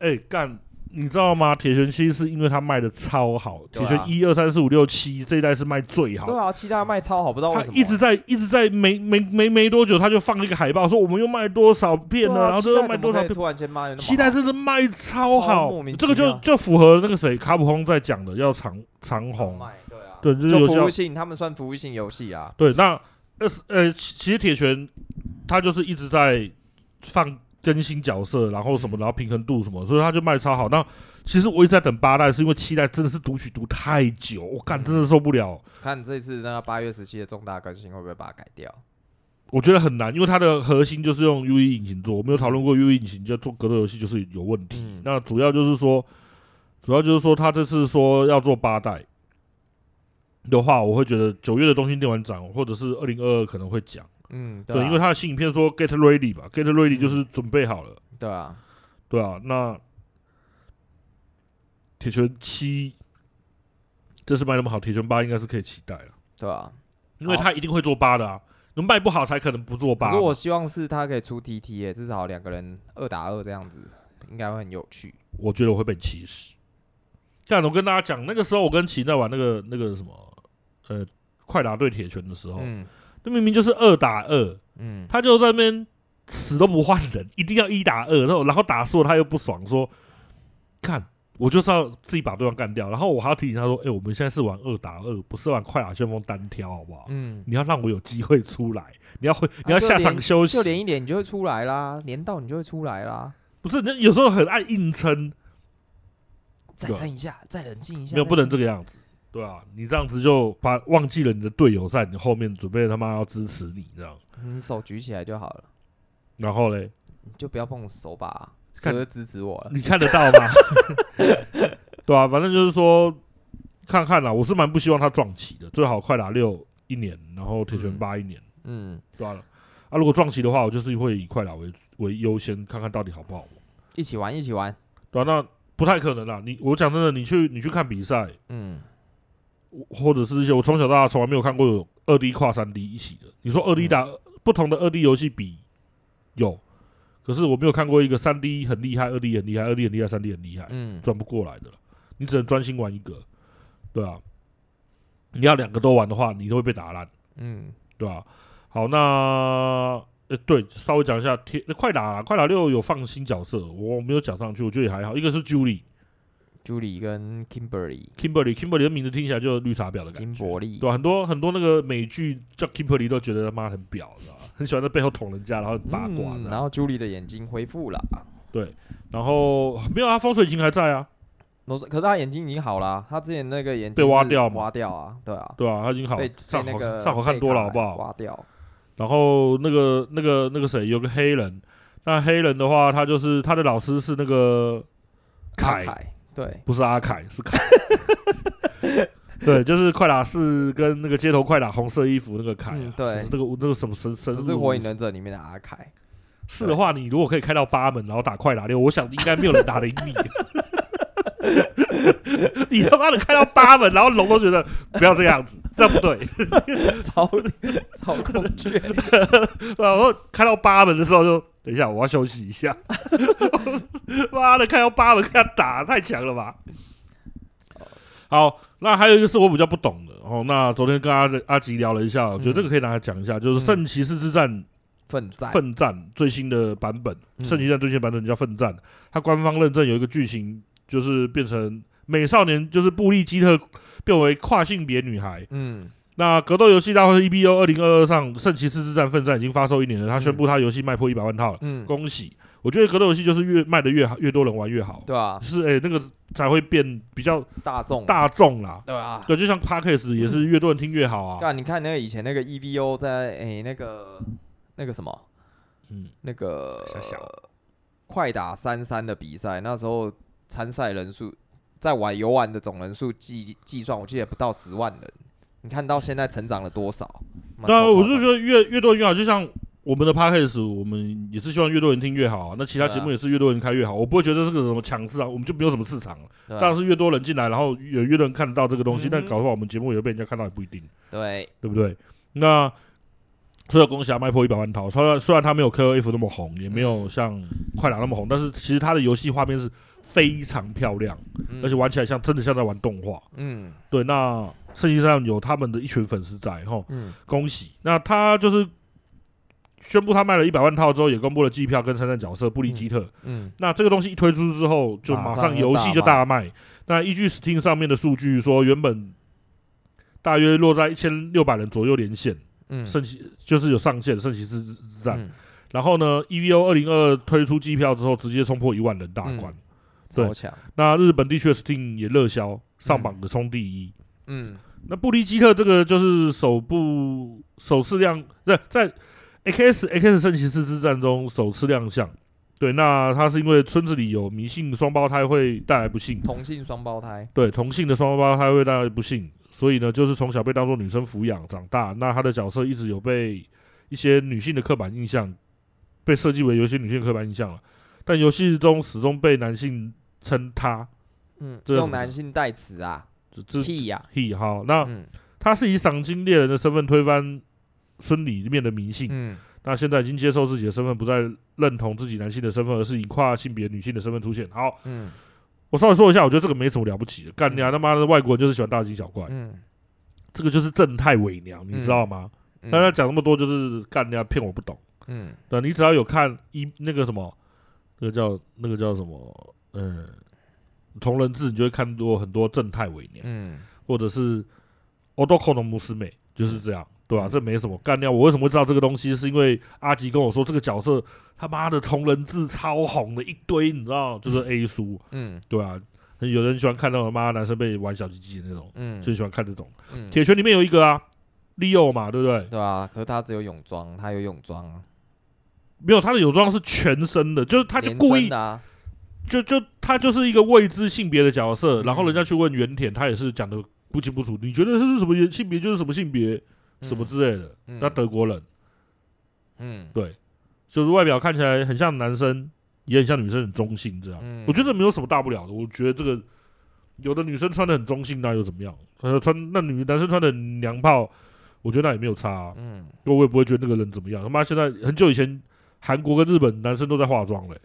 Speaker 2: 哎、干，你知道吗？铁拳七是因为它卖的超好，
Speaker 1: 对
Speaker 2: 铁
Speaker 1: 啊
Speaker 2: 拳一二三四五六七这一代是卖最好
Speaker 1: 对。啊，七大卖超好，不知道
Speaker 2: 他
Speaker 1: 为什么
Speaker 2: 一直在一直在没没没没多久，他就放了一个海报，说我们又卖多少片
Speaker 1: 对
Speaker 2: 了，
Speaker 1: 啊
Speaker 2: 然后这
Speaker 1: 七
Speaker 2: 又
Speaker 1: 代
Speaker 2: 卖
Speaker 1: 怎么
Speaker 2: 多少
Speaker 1: 可以
Speaker 2: 片，
Speaker 1: 突然间卖得那么
Speaker 2: 期待
Speaker 1: 好
Speaker 2: 真的卖
Speaker 1: 超
Speaker 2: 超好
Speaker 1: 莫名，其妙
Speaker 2: 这个就就符合那个谁卡普空在讲的要长长
Speaker 1: 好
Speaker 2: 红，
Speaker 1: 卖，对啊，
Speaker 2: 对，就是
Speaker 1: 就
Speaker 2: 有
Speaker 1: 服
Speaker 2: 些要
Speaker 1: 务性，他们算服务性游戏啊，
Speaker 2: 对。那呃是呃，其其实铁拳他就是一直在放更新角色，然后什么，然后平衡度什么，所以他就卖超好。那其实我一直在等八代，是因为七代真的是读取读太久，我
Speaker 1: 嗯
Speaker 2: 干真的受不了。
Speaker 1: 看这次那个八月十七的重大更新会不会把它改掉？
Speaker 2: 我觉得很难，因为它的核心就是用 U E 引擎做。我们有讨论过 U E 引擎就做格斗游戏就是有问题。
Speaker 1: 嗯
Speaker 2: 那主要就是说，主要就是说他这次说要做八代的话，我会觉得九月的东京电玩展或者是二零二二可能会讲。
Speaker 1: 嗯，
Speaker 2: 对，
Speaker 1: 啊
Speaker 2: 因为他的新影片说 Get Ready 吧，Get Ready
Speaker 1: 嗯
Speaker 2: 就是准备好了。
Speaker 1: 对啊，
Speaker 2: 对啊，那铁拳七这次卖那么好，铁拳八应该是可以期待了，
Speaker 1: 对啊，
Speaker 2: 因为
Speaker 1: 好
Speaker 2: 他一定会做八的啊。能卖不好才可能不做八
Speaker 1: 可
Speaker 2: 嘛。
Speaker 1: 是我希望是他可以出 TT 耶，至少两个人二打二这样子，应该会很有趣。
Speaker 2: 我觉得我会被歧视。但我跟大家讲，那个时候我跟奇在玩那个那个什么，呃，快打对铁拳的时候，
Speaker 1: 嗯
Speaker 2: 那明明就是二打二，
Speaker 1: 嗯，
Speaker 2: 他就在那边死都不换人，一定要一打二，然后然后打输了他又不爽，说看我就是要自己把对方干掉，然后我还要提醒他说，哎、我们现在是玩二打二，不是玩快打旋风单挑，好不好？
Speaker 1: 嗯，
Speaker 2: 你要让我有机会出来，你要回，你要
Speaker 1: 啊就
Speaker 2: 下场
Speaker 1: 连
Speaker 2: 休息，
Speaker 1: 就连一连你就会出来啦，连到你就会出来啦。
Speaker 2: 不是，那有时候很爱硬撑，
Speaker 1: 再
Speaker 2: 对啊
Speaker 1: 撑一下，再冷静一下。
Speaker 2: 没有
Speaker 1: 再
Speaker 2: 不能这个样子，对啊，你这样子就把忘记了你的队友在你后面准备他妈要支持你这样，
Speaker 1: 你手举起来就好了，
Speaker 2: 然后嘞，你
Speaker 1: 你就不要碰手把、啊，
Speaker 2: 看
Speaker 1: 哥支持我了。
Speaker 2: 你看得到吗？ 对啊，反正就是说看看啦，我是蛮不希望他撞齐的，最好快打六一年，然后铁拳
Speaker 1: 嗯
Speaker 2: 八一年，
Speaker 1: 嗯，
Speaker 2: 对啊，啊，如果撞齐的话，我就是会以快打为为优先，看看到底好不好玩，
Speaker 1: 一起玩，一起玩。
Speaker 2: 对啊，那不太可能啦，你我讲真的，你去你去看比赛，
Speaker 1: 嗯，
Speaker 2: 我或者是一些我从小到大从来没有看过有二 D 跨三 D 一起的。你说二 D 打、不同的二 D 游戏比有，可是我没有看过一个三 D 很厉害，二 D 很厉害，二 D 很厉害，三 D 很厉害，
Speaker 1: 嗯，
Speaker 2: 转不过来的了。你只能专心玩一个，对啊。你要两个都玩的话，你都会被打烂，
Speaker 1: 嗯，
Speaker 2: 对吧、好，那呃，对，稍微讲一下，天呃快打啦快打六有放新角色，我没有讲上去，我觉得也还好。一个是 Julie，Kimberly，Kimberly
Speaker 1: Julie 跟 Kimberly
Speaker 2: 的名字听起来就有绿茶婊的感觉，
Speaker 1: 金伯利，
Speaker 2: 对、啊，很多很多那个美剧叫 Kimberly 都觉得他妈很婊，你知道吧？ 很喜欢在背后捅人家，然后很八卦
Speaker 1: 嗯
Speaker 2: 的。
Speaker 1: 然后 Julie 的眼睛恢复了，
Speaker 2: 然后没有啊，风水琴还在啊，
Speaker 1: 我说可是他眼睛已经好了，啊他之前那个眼睛
Speaker 2: 被挖
Speaker 1: 是
Speaker 2: 掉嘛
Speaker 1: 挖掉啊，对啊，
Speaker 2: 对啊，他已经好
Speaker 1: 被被
Speaker 2: 上
Speaker 1: 那
Speaker 2: 好
Speaker 1: 个
Speaker 2: 上好看
Speaker 1: 贝
Speaker 2: 多了，
Speaker 1: 卡
Speaker 2: 好不好？
Speaker 1: 挖掉，
Speaker 2: 然后那个那个那个谁，有个黑人，那黑人的话，他就是他的老师是那个
Speaker 1: 阿
Speaker 2: 凯，
Speaker 1: 凯，对，
Speaker 2: 不是阿凯，是凯。 对，就是快打四跟那个街头快打红色衣服那个凯、啊
Speaker 1: 嗯对
Speaker 2: 是那个那个什么神神
Speaker 1: 不是火影忍者里面的阿 凯，
Speaker 2: 是的话，你如果可以开到八门，然后打快打六，我想应该没有人打得赢你。 你他妈的开到八门，然后龙都觉得不要这样子，这样不对。
Speaker 1: 超超恐惧，
Speaker 2: 然后开到八门的时候就等一下，我要休息一下。 妈的，开到八门跟他打太强了吧？好，那还有一个是我比较不懂的哦。那昨天跟阿阿吉聊了一下，我觉得这个可以拿来讲一下，就是《圣骑士之战》
Speaker 1: 奋战，
Speaker 2: 奋战最新的版本，
Speaker 1: 嗯
Speaker 2: 《圣骑士战》最新的版本叫奋战，它官方认证有一个剧情，就是变成美少年，就是布利基特变为跨性别女孩。
Speaker 1: 嗯
Speaker 2: 那格斗游戏大会 EBO 二零二二上，《圣骑士之战奋战》已经发售一年了，他宣布他游戏卖破一百万套了，
Speaker 1: 嗯，
Speaker 2: 恭喜！我觉得格斗游戏就是越卖的越好，越多人玩越好，
Speaker 1: 对啊，
Speaker 2: 是哎诶、那个才会变比较
Speaker 1: 大众，
Speaker 2: 大众啦。
Speaker 1: 对啊，嗯
Speaker 2: 对，就像 Podcast 也是越多人听越好啊。
Speaker 1: 干，你看那个以前那个 EVO 在诶、那个那个什么
Speaker 2: 嗯，
Speaker 1: 那个
Speaker 2: 小小
Speaker 1: 快打三三的比赛，那时候参赛人数在玩游玩的总人数计计算，我记得不到十万人。你看到现在成长了多少？妈
Speaker 2: 对啊，
Speaker 1: 超夸
Speaker 2: 我
Speaker 1: 张
Speaker 2: 就觉得越越多人越好，就像。我们的 podcast 我们也是希望越多人听越好啊，那其他
Speaker 1: 对啊
Speaker 2: 节目也是越多人开越好。我不会觉得这是个什么抢市场，我们就没有什么市场了。
Speaker 1: 对啊
Speaker 2: 当然是越多人进来，然后有越多人看得到这个东西，
Speaker 1: 嗯
Speaker 2: 但搞不好我们节目也会被人家看到，也不一定。
Speaker 1: 对，
Speaker 2: 对不对？那所有攻侠卖破一百万套，虽然虽然他没有 KOF 那么红，也没
Speaker 1: 嗯
Speaker 2: 有像快打那么红，但是其实他的游戏画面是非常漂亮，
Speaker 1: 嗯
Speaker 2: 而且玩起来像真的像在玩动画。
Speaker 1: 嗯
Speaker 2: 对，那圣经上有他们的一群粉丝在吼，
Speaker 1: 嗯
Speaker 2: 恭喜！那他就是宣布他卖了一百万套之后，也公布了机票跟参战角色布利基特。
Speaker 1: 嗯
Speaker 2: 那这个东西一推出之后，就马上游戏就大卖。那依据 Steam 上面的数据说，原本大约落在一千六百人左右连线，
Speaker 1: 嗯，
Speaker 2: 圣骑就是有上限，圣骑士之战。
Speaker 1: 嗯
Speaker 2: 然后呢，EVO 二零二推出机票之后，直接冲破一万人大关。
Speaker 1: 嗯
Speaker 2: 对
Speaker 1: 超强，
Speaker 2: 那日本地区的 Steam 也热销，上榜的冲第一。
Speaker 1: 嗯
Speaker 2: 那布利基特这个就是首部首次亮，在在 X X 圣骑士之战中首次亮相。对，那他是因为村子里有迷信双胞胎会带来不幸，
Speaker 1: 同性双胞胎，
Speaker 2: 对同性的双胞胎会带来不幸，所以呢，就是从小被当做女生抚养长大。那他的角色一直有被一些女性的刻板印象被设计为有一些女性的刻板印象了，但游戏中始终被男性称他，
Speaker 1: 嗯，
Speaker 2: 这个
Speaker 1: 用
Speaker 2: 怎么
Speaker 1: 男性代词啊，
Speaker 2: 这这啊
Speaker 1: 屁呀，
Speaker 2: he 好，那
Speaker 1: 嗯
Speaker 2: 他是以赏金猎人的身份推翻村里面的迷信，
Speaker 1: 嗯
Speaker 2: 那现在已经接受自己的身份，不再认同自己男性的身份，而是以跨性别女性的身份出现。好，
Speaker 1: 嗯
Speaker 2: 我稍微说一下，我觉得这个没什么了不起的，干娘他妈的外国人就是喜欢大惊小怪，
Speaker 1: 嗯，
Speaker 2: 这个就是正太伪娘，你知道吗？
Speaker 1: 嗯
Speaker 2: 大家讲那么多就是干娘骗我不懂。
Speaker 1: 嗯
Speaker 2: 对，你只要有看一那个什么，那个叫那个叫什么，嗯，同人志，你就会看多很多正太伪娘，
Speaker 1: 嗯
Speaker 2: 或者是 o d o k o 的姆斯美，就是这样，对吧、
Speaker 1: 嗯
Speaker 2: 这没什么干掉。我为什么会知道这个东西？是因为阿吉跟我说，这个角色他妈的同人志超红的一堆，你知道，就是 A 书，
Speaker 1: 嗯
Speaker 2: 对啊，有人喜欢看到他妈男生被玩小鸡鸡的那种，
Speaker 1: 嗯，
Speaker 2: 就喜欢看这种。
Speaker 1: 嗯
Speaker 2: 铁拳里面有一个啊，Leo 嘛，对不对？
Speaker 1: 对啊，可是他只有泳装，他有泳装啊，
Speaker 2: 没有，他的泳装是全身的，就是他就
Speaker 1: 连
Speaker 2: 故
Speaker 1: 身
Speaker 2: 意
Speaker 1: 的啊，
Speaker 2: 就就他就是一个未知性别的角色，
Speaker 1: 嗯
Speaker 2: 然后人家去问原田，他也是讲的不清不楚。你觉得是什么原性别就是什么性别，什么之类的。
Speaker 1: 嗯
Speaker 2: 那德国人
Speaker 1: 嗯
Speaker 2: 对，就是外表看起来很像男生，也很像女生，很中性这样。
Speaker 1: 嗯
Speaker 2: 我觉得这没有什么大不了的。我觉得这个有的女生穿的很中性，那又怎么样？呃，穿那女男生穿的娘炮，我觉得那也没有差、啊。
Speaker 1: 嗯
Speaker 2: 我也不会觉得那个人怎么样。他妈现在很久以前韩国跟日本男生都在化妆嘞、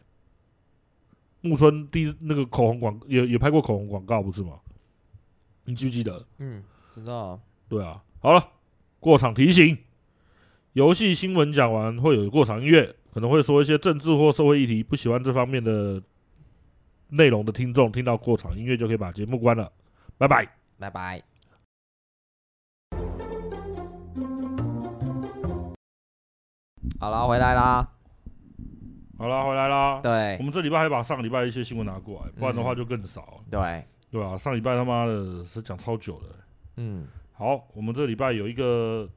Speaker 2: 木村第一那个口红广也也拍过口红广告不是吗？你记不记得？
Speaker 1: 嗯，知道。
Speaker 2: 对啊，好了，过场提醒：游戏新闻讲完会有过场音乐，可能会说一些政治或社会议题。不喜欢这方面的内容的听众，听到过场音乐就可以把节目关了，拜拜。
Speaker 1: 拜拜。好啦，回来啦。
Speaker 2: 好啦，回来啦。我
Speaker 1: 对
Speaker 2: 们这礼拜还把上礼拜一些新闻拿过来，不然的话就更少了。
Speaker 1: 对，
Speaker 2: 对啊，上礼拜他妈的是讲超久的。
Speaker 1: 嗯，
Speaker 2: 好，我们这礼拜有一个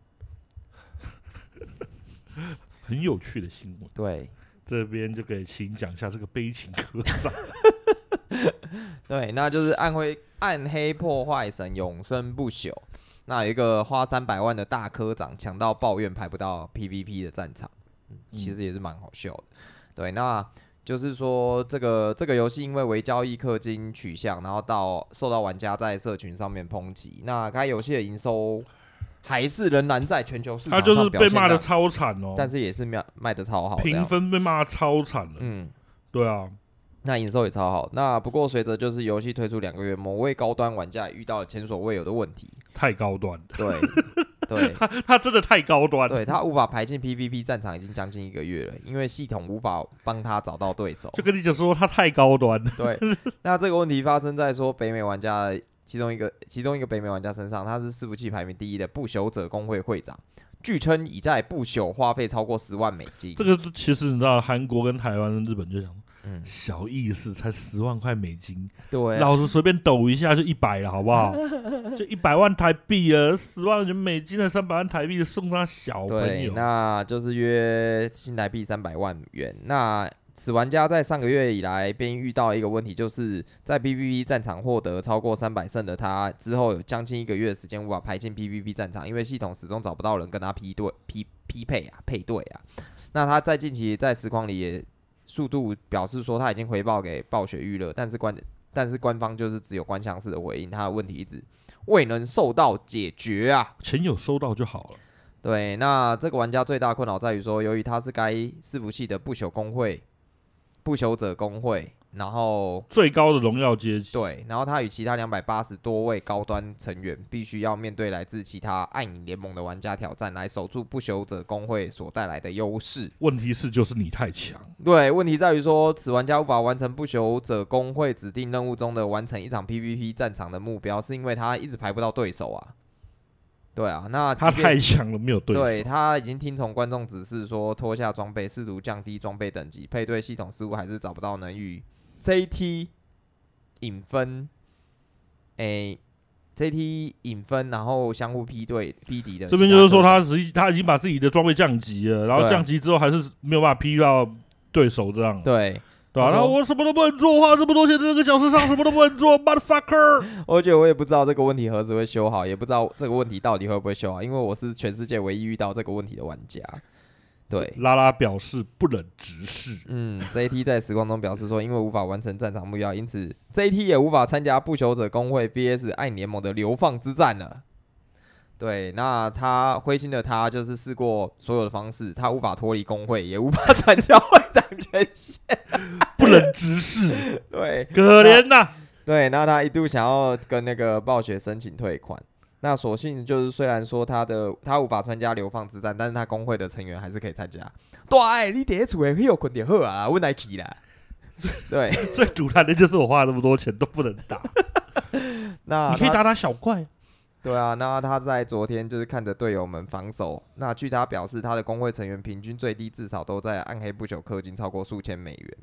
Speaker 2: 很有趣的新闻。
Speaker 1: 对
Speaker 2: 这边就可以请讲一下这个悲情科长。
Speaker 1: 对，那就是暗黑暗黑破坏神永生不朽。那有一个花三百万的大科长抢到抱怨排不到 PVP 的战场，嗯其实也是蛮好笑的。对，那就是说这个这个游戏因为为交易氪金取向，然后到受到玩家在社群上面抨击。那该游戏的营收还是仍然在全球市
Speaker 2: 他
Speaker 1: 场
Speaker 2: 就是
Speaker 1: 上表
Speaker 2: 被
Speaker 1: 现
Speaker 2: 骂的
Speaker 1: 亮
Speaker 2: 超惨哦，
Speaker 1: 但是也是卖卖的超好，这
Speaker 2: 评
Speaker 1: 样
Speaker 2: 分被骂得超惨的，
Speaker 1: 嗯，
Speaker 2: 对啊，
Speaker 1: 那营收也超好。那不过随着就是游戏推出两个月，某位高端玩家也遇到了前所未有的问题，
Speaker 2: 太高端，
Speaker 1: 对对
Speaker 2: 他真的太高端，
Speaker 1: 对，他无法排进 PVP 战场已经将近一个月了，因为系统无法帮他找到对手
Speaker 2: 就。跟你讲说他太高端，
Speaker 1: 对，那这个问题发生在说北美玩家的其中一个其中一个北美玩家身上，他是伺服器排名第一的不朽者工会会长，据称已在不朽花费超过十万美金。
Speaker 2: 这个其实你知道，韩国跟台湾、跟日本就想。
Speaker 1: 嗯
Speaker 2: 小意思，才十万块美金，
Speaker 1: 对啊，
Speaker 2: 老子随便抖一下就一百了，好 不好？就一百万台币了，十万元美金的三百万台币送他小朋
Speaker 1: 对，
Speaker 2: 友，
Speaker 1: 那就是约新台币三百万元。那此玩家在上个月以来便遇到一个问题，就是在 PVP 战场获得超过三百胜的他，之后有将近一个月的时间无法排进 PVP 战场，因为系统始终找不到人跟他匹对匹匹配啊配对啊。那他在近期在实况里也速度表示说他已经回报给暴雪娱乐，但是官但是官方就是只有官腔式的回应，他的问题一直未能受到解决啊。
Speaker 2: 钱有收到就好了。
Speaker 1: 对，那这个玩家最大困扰在于说，由于他是该伺服器的不朽工会、不朽者工会，然后
Speaker 2: 最高的荣耀阶级，
Speaker 1: 对，然后他与其他两百八十多位高端成员必须要面对来自其他暗影联盟的玩家挑战，来守住不朽者工会所带来的优势。
Speaker 2: 问题是就是你太强。
Speaker 1: 对，问题在于说，此玩家无法完成不朽者工会指定任务中的完成一场 PVP 战场的目标，是因为他一直排不到对手啊。对啊，那即
Speaker 2: 他
Speaker 1: 便
Speaker 2: 太强了，没有对手。
Speaker 1: 对他已经听从观众指示，说脱下装备，试图降低装备等级，配对系统似乎还是找不到能与 JT 引分，诶、JT 引分，然后相互劈对劈敌的。
Speaker 2: 这边就是说他实际他已经把自己的装备降级了，然后
Speaker 1: 对啊
Speaker 2: 降级之后还是没有办法劈到对手这样，
Speaker 1: 对，
Speaker 2: 对
Speaker 1: 他说
Speaker 2: 吧、然后我什么都不能做，花这么多钱在这个角色上，什么都不 能做，motherfucker！
Speaker 1: 而且我也不知道这个问题何时会修好，也不知道这个问题到底会不会修好，因为我是全世界唯一遇到这个问题的玩家。对，
Speaker 2: 拉拉表示不忍直视，
Speaker 1: 嗯，JT 在实况中表示说，因为无法完成战场目标，因此 JT 也无法参加不朽者工会 VS 暗联盟的流放之战了。对，那他灰心的他就是试过所有的方式，他无法脱离工会，也无法参加会长权限。
Speaker 2: 不忍直 视，
Speaker 1: 对
Speaker 2: 可怜呐、
Speaker 1: 对，那他一度想要跟那个暴雪申请退款。那所幸就是，虽然说他的他无法参加流放之战，但是他工会的成员还是可以参加。对，你第一厝会有困点好啊，我来去啦。 对，
Speaker 2: 最堵然的就是我花那么多钱都不能打，
Speaker 1: 那
Speaker 2: 你可以
Speaker 1: 他
Speaker 2: 打打小怪，
Speaker 1: 对啊，那他在昨天就是看着队友们防守。那据他表示，他的工会成员平均最低至少都在暗黑不朽氪金超过数千美元。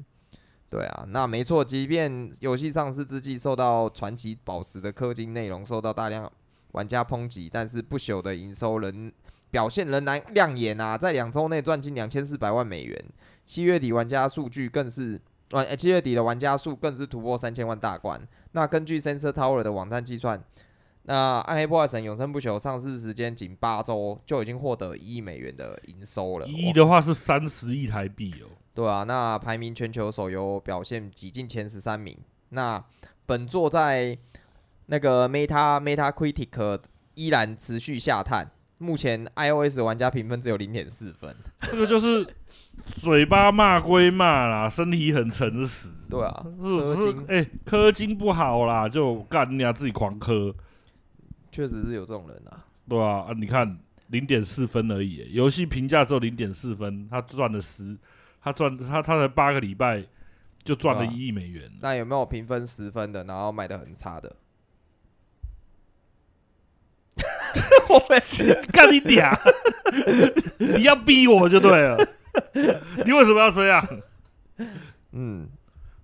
Speaker 1: 对啊，那没错，即便游戏上市之际受到传奇宝石的氪金内容受到大量玩家抨击，但是不朽的营收仍表现仍然亮眼啊，在两周内赚进两千四百万美元。七月底玩家数据更是，呃，七月底的玩家数更是突破三千万大关。那根据 Sensor Tower 的网站计算，那《暗黑破坏神：永生不朽》上市时间仅八周，就已经获得一亿美元的营收了。哦
Speaker 2: 一亿
Speaker 1: 哇
Speaker 2: 的话是三十亿台币哦。
Speaker 1: 对啊，那排名全球手游表现挤进前十三名。那本作在那个 Meta Metacritic 依然持续下探，目前 iOS 玩家评分只有零点四分。
Speaker 2: 这个就是嘴巴骂归骂啦，身体很诚实。
Speaker 1: 对啊，
Speaker 2: 是
Speaker 1: 氪
Speaker 2: 是
Speaker 1: 金，
Speaker 2: 哎，氪金不好啦，就干你俩自己狂氪，
Speaker 1: 确实是有这种人啊。
Speaker 2: 对吧、啊？你看零点四分而已，游戏评价只有零点四分，他赚了十，他赚他他才八个礼拜就赚了
Speaker 1: 对啊
Speaker 2: 一亿美元了。
Speaker 1: 那有没有评分十分的，然后卖的很差的？我没
Speaker 2: 干你俩！ 你要逼我就对了， 你为什么要这样？
Speaker 1: 嗯，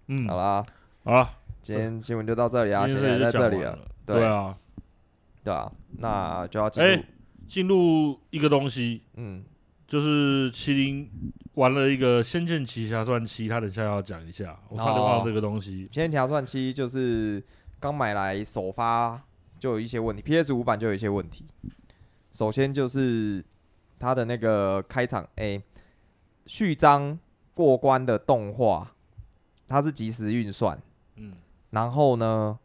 Speaker 2: 嗯，
Speaker 1: 好啦，
Speaker 2: 好了，
Speaker 1: 今天新闻就到这里啊，
Speaker 2: 嗯今
Speaker 1: 现
Speaker 2: 天
Speaker 1: 在
Speaker 2: 这
Speaker 1: 在
Speaker 2: 里
Speaker 1: 这
Speaker 2: 就讲
Speaker 1: 里
Speaker 2: 完
Speaker 1: 了，
Speaker 2: 了。
Speaker 1: 对
Speaker 2: 对啊，
Speaker 1: 对啊，那就要进
Speaker 2: 哎
Speaker 1: 入，
Speaker 2: 进入一个东西，
Speaker 1: 嗯，
Speaker 2: 就是麒麟玩了一个《仙剑奇侠传七》，他等一下要讲一下，我差点忘
Speaker 1: 哦
Speaker 2: 了这个东西。
Speaker 1: 现在条算七就是刚买来首发就有一些问题，PS 五版就有一些问题。首先就是它的那个开场，哎、序章过关的动画，它是即时运算，
Speaker 2: 嗯，
Speaker 1: 然后呢，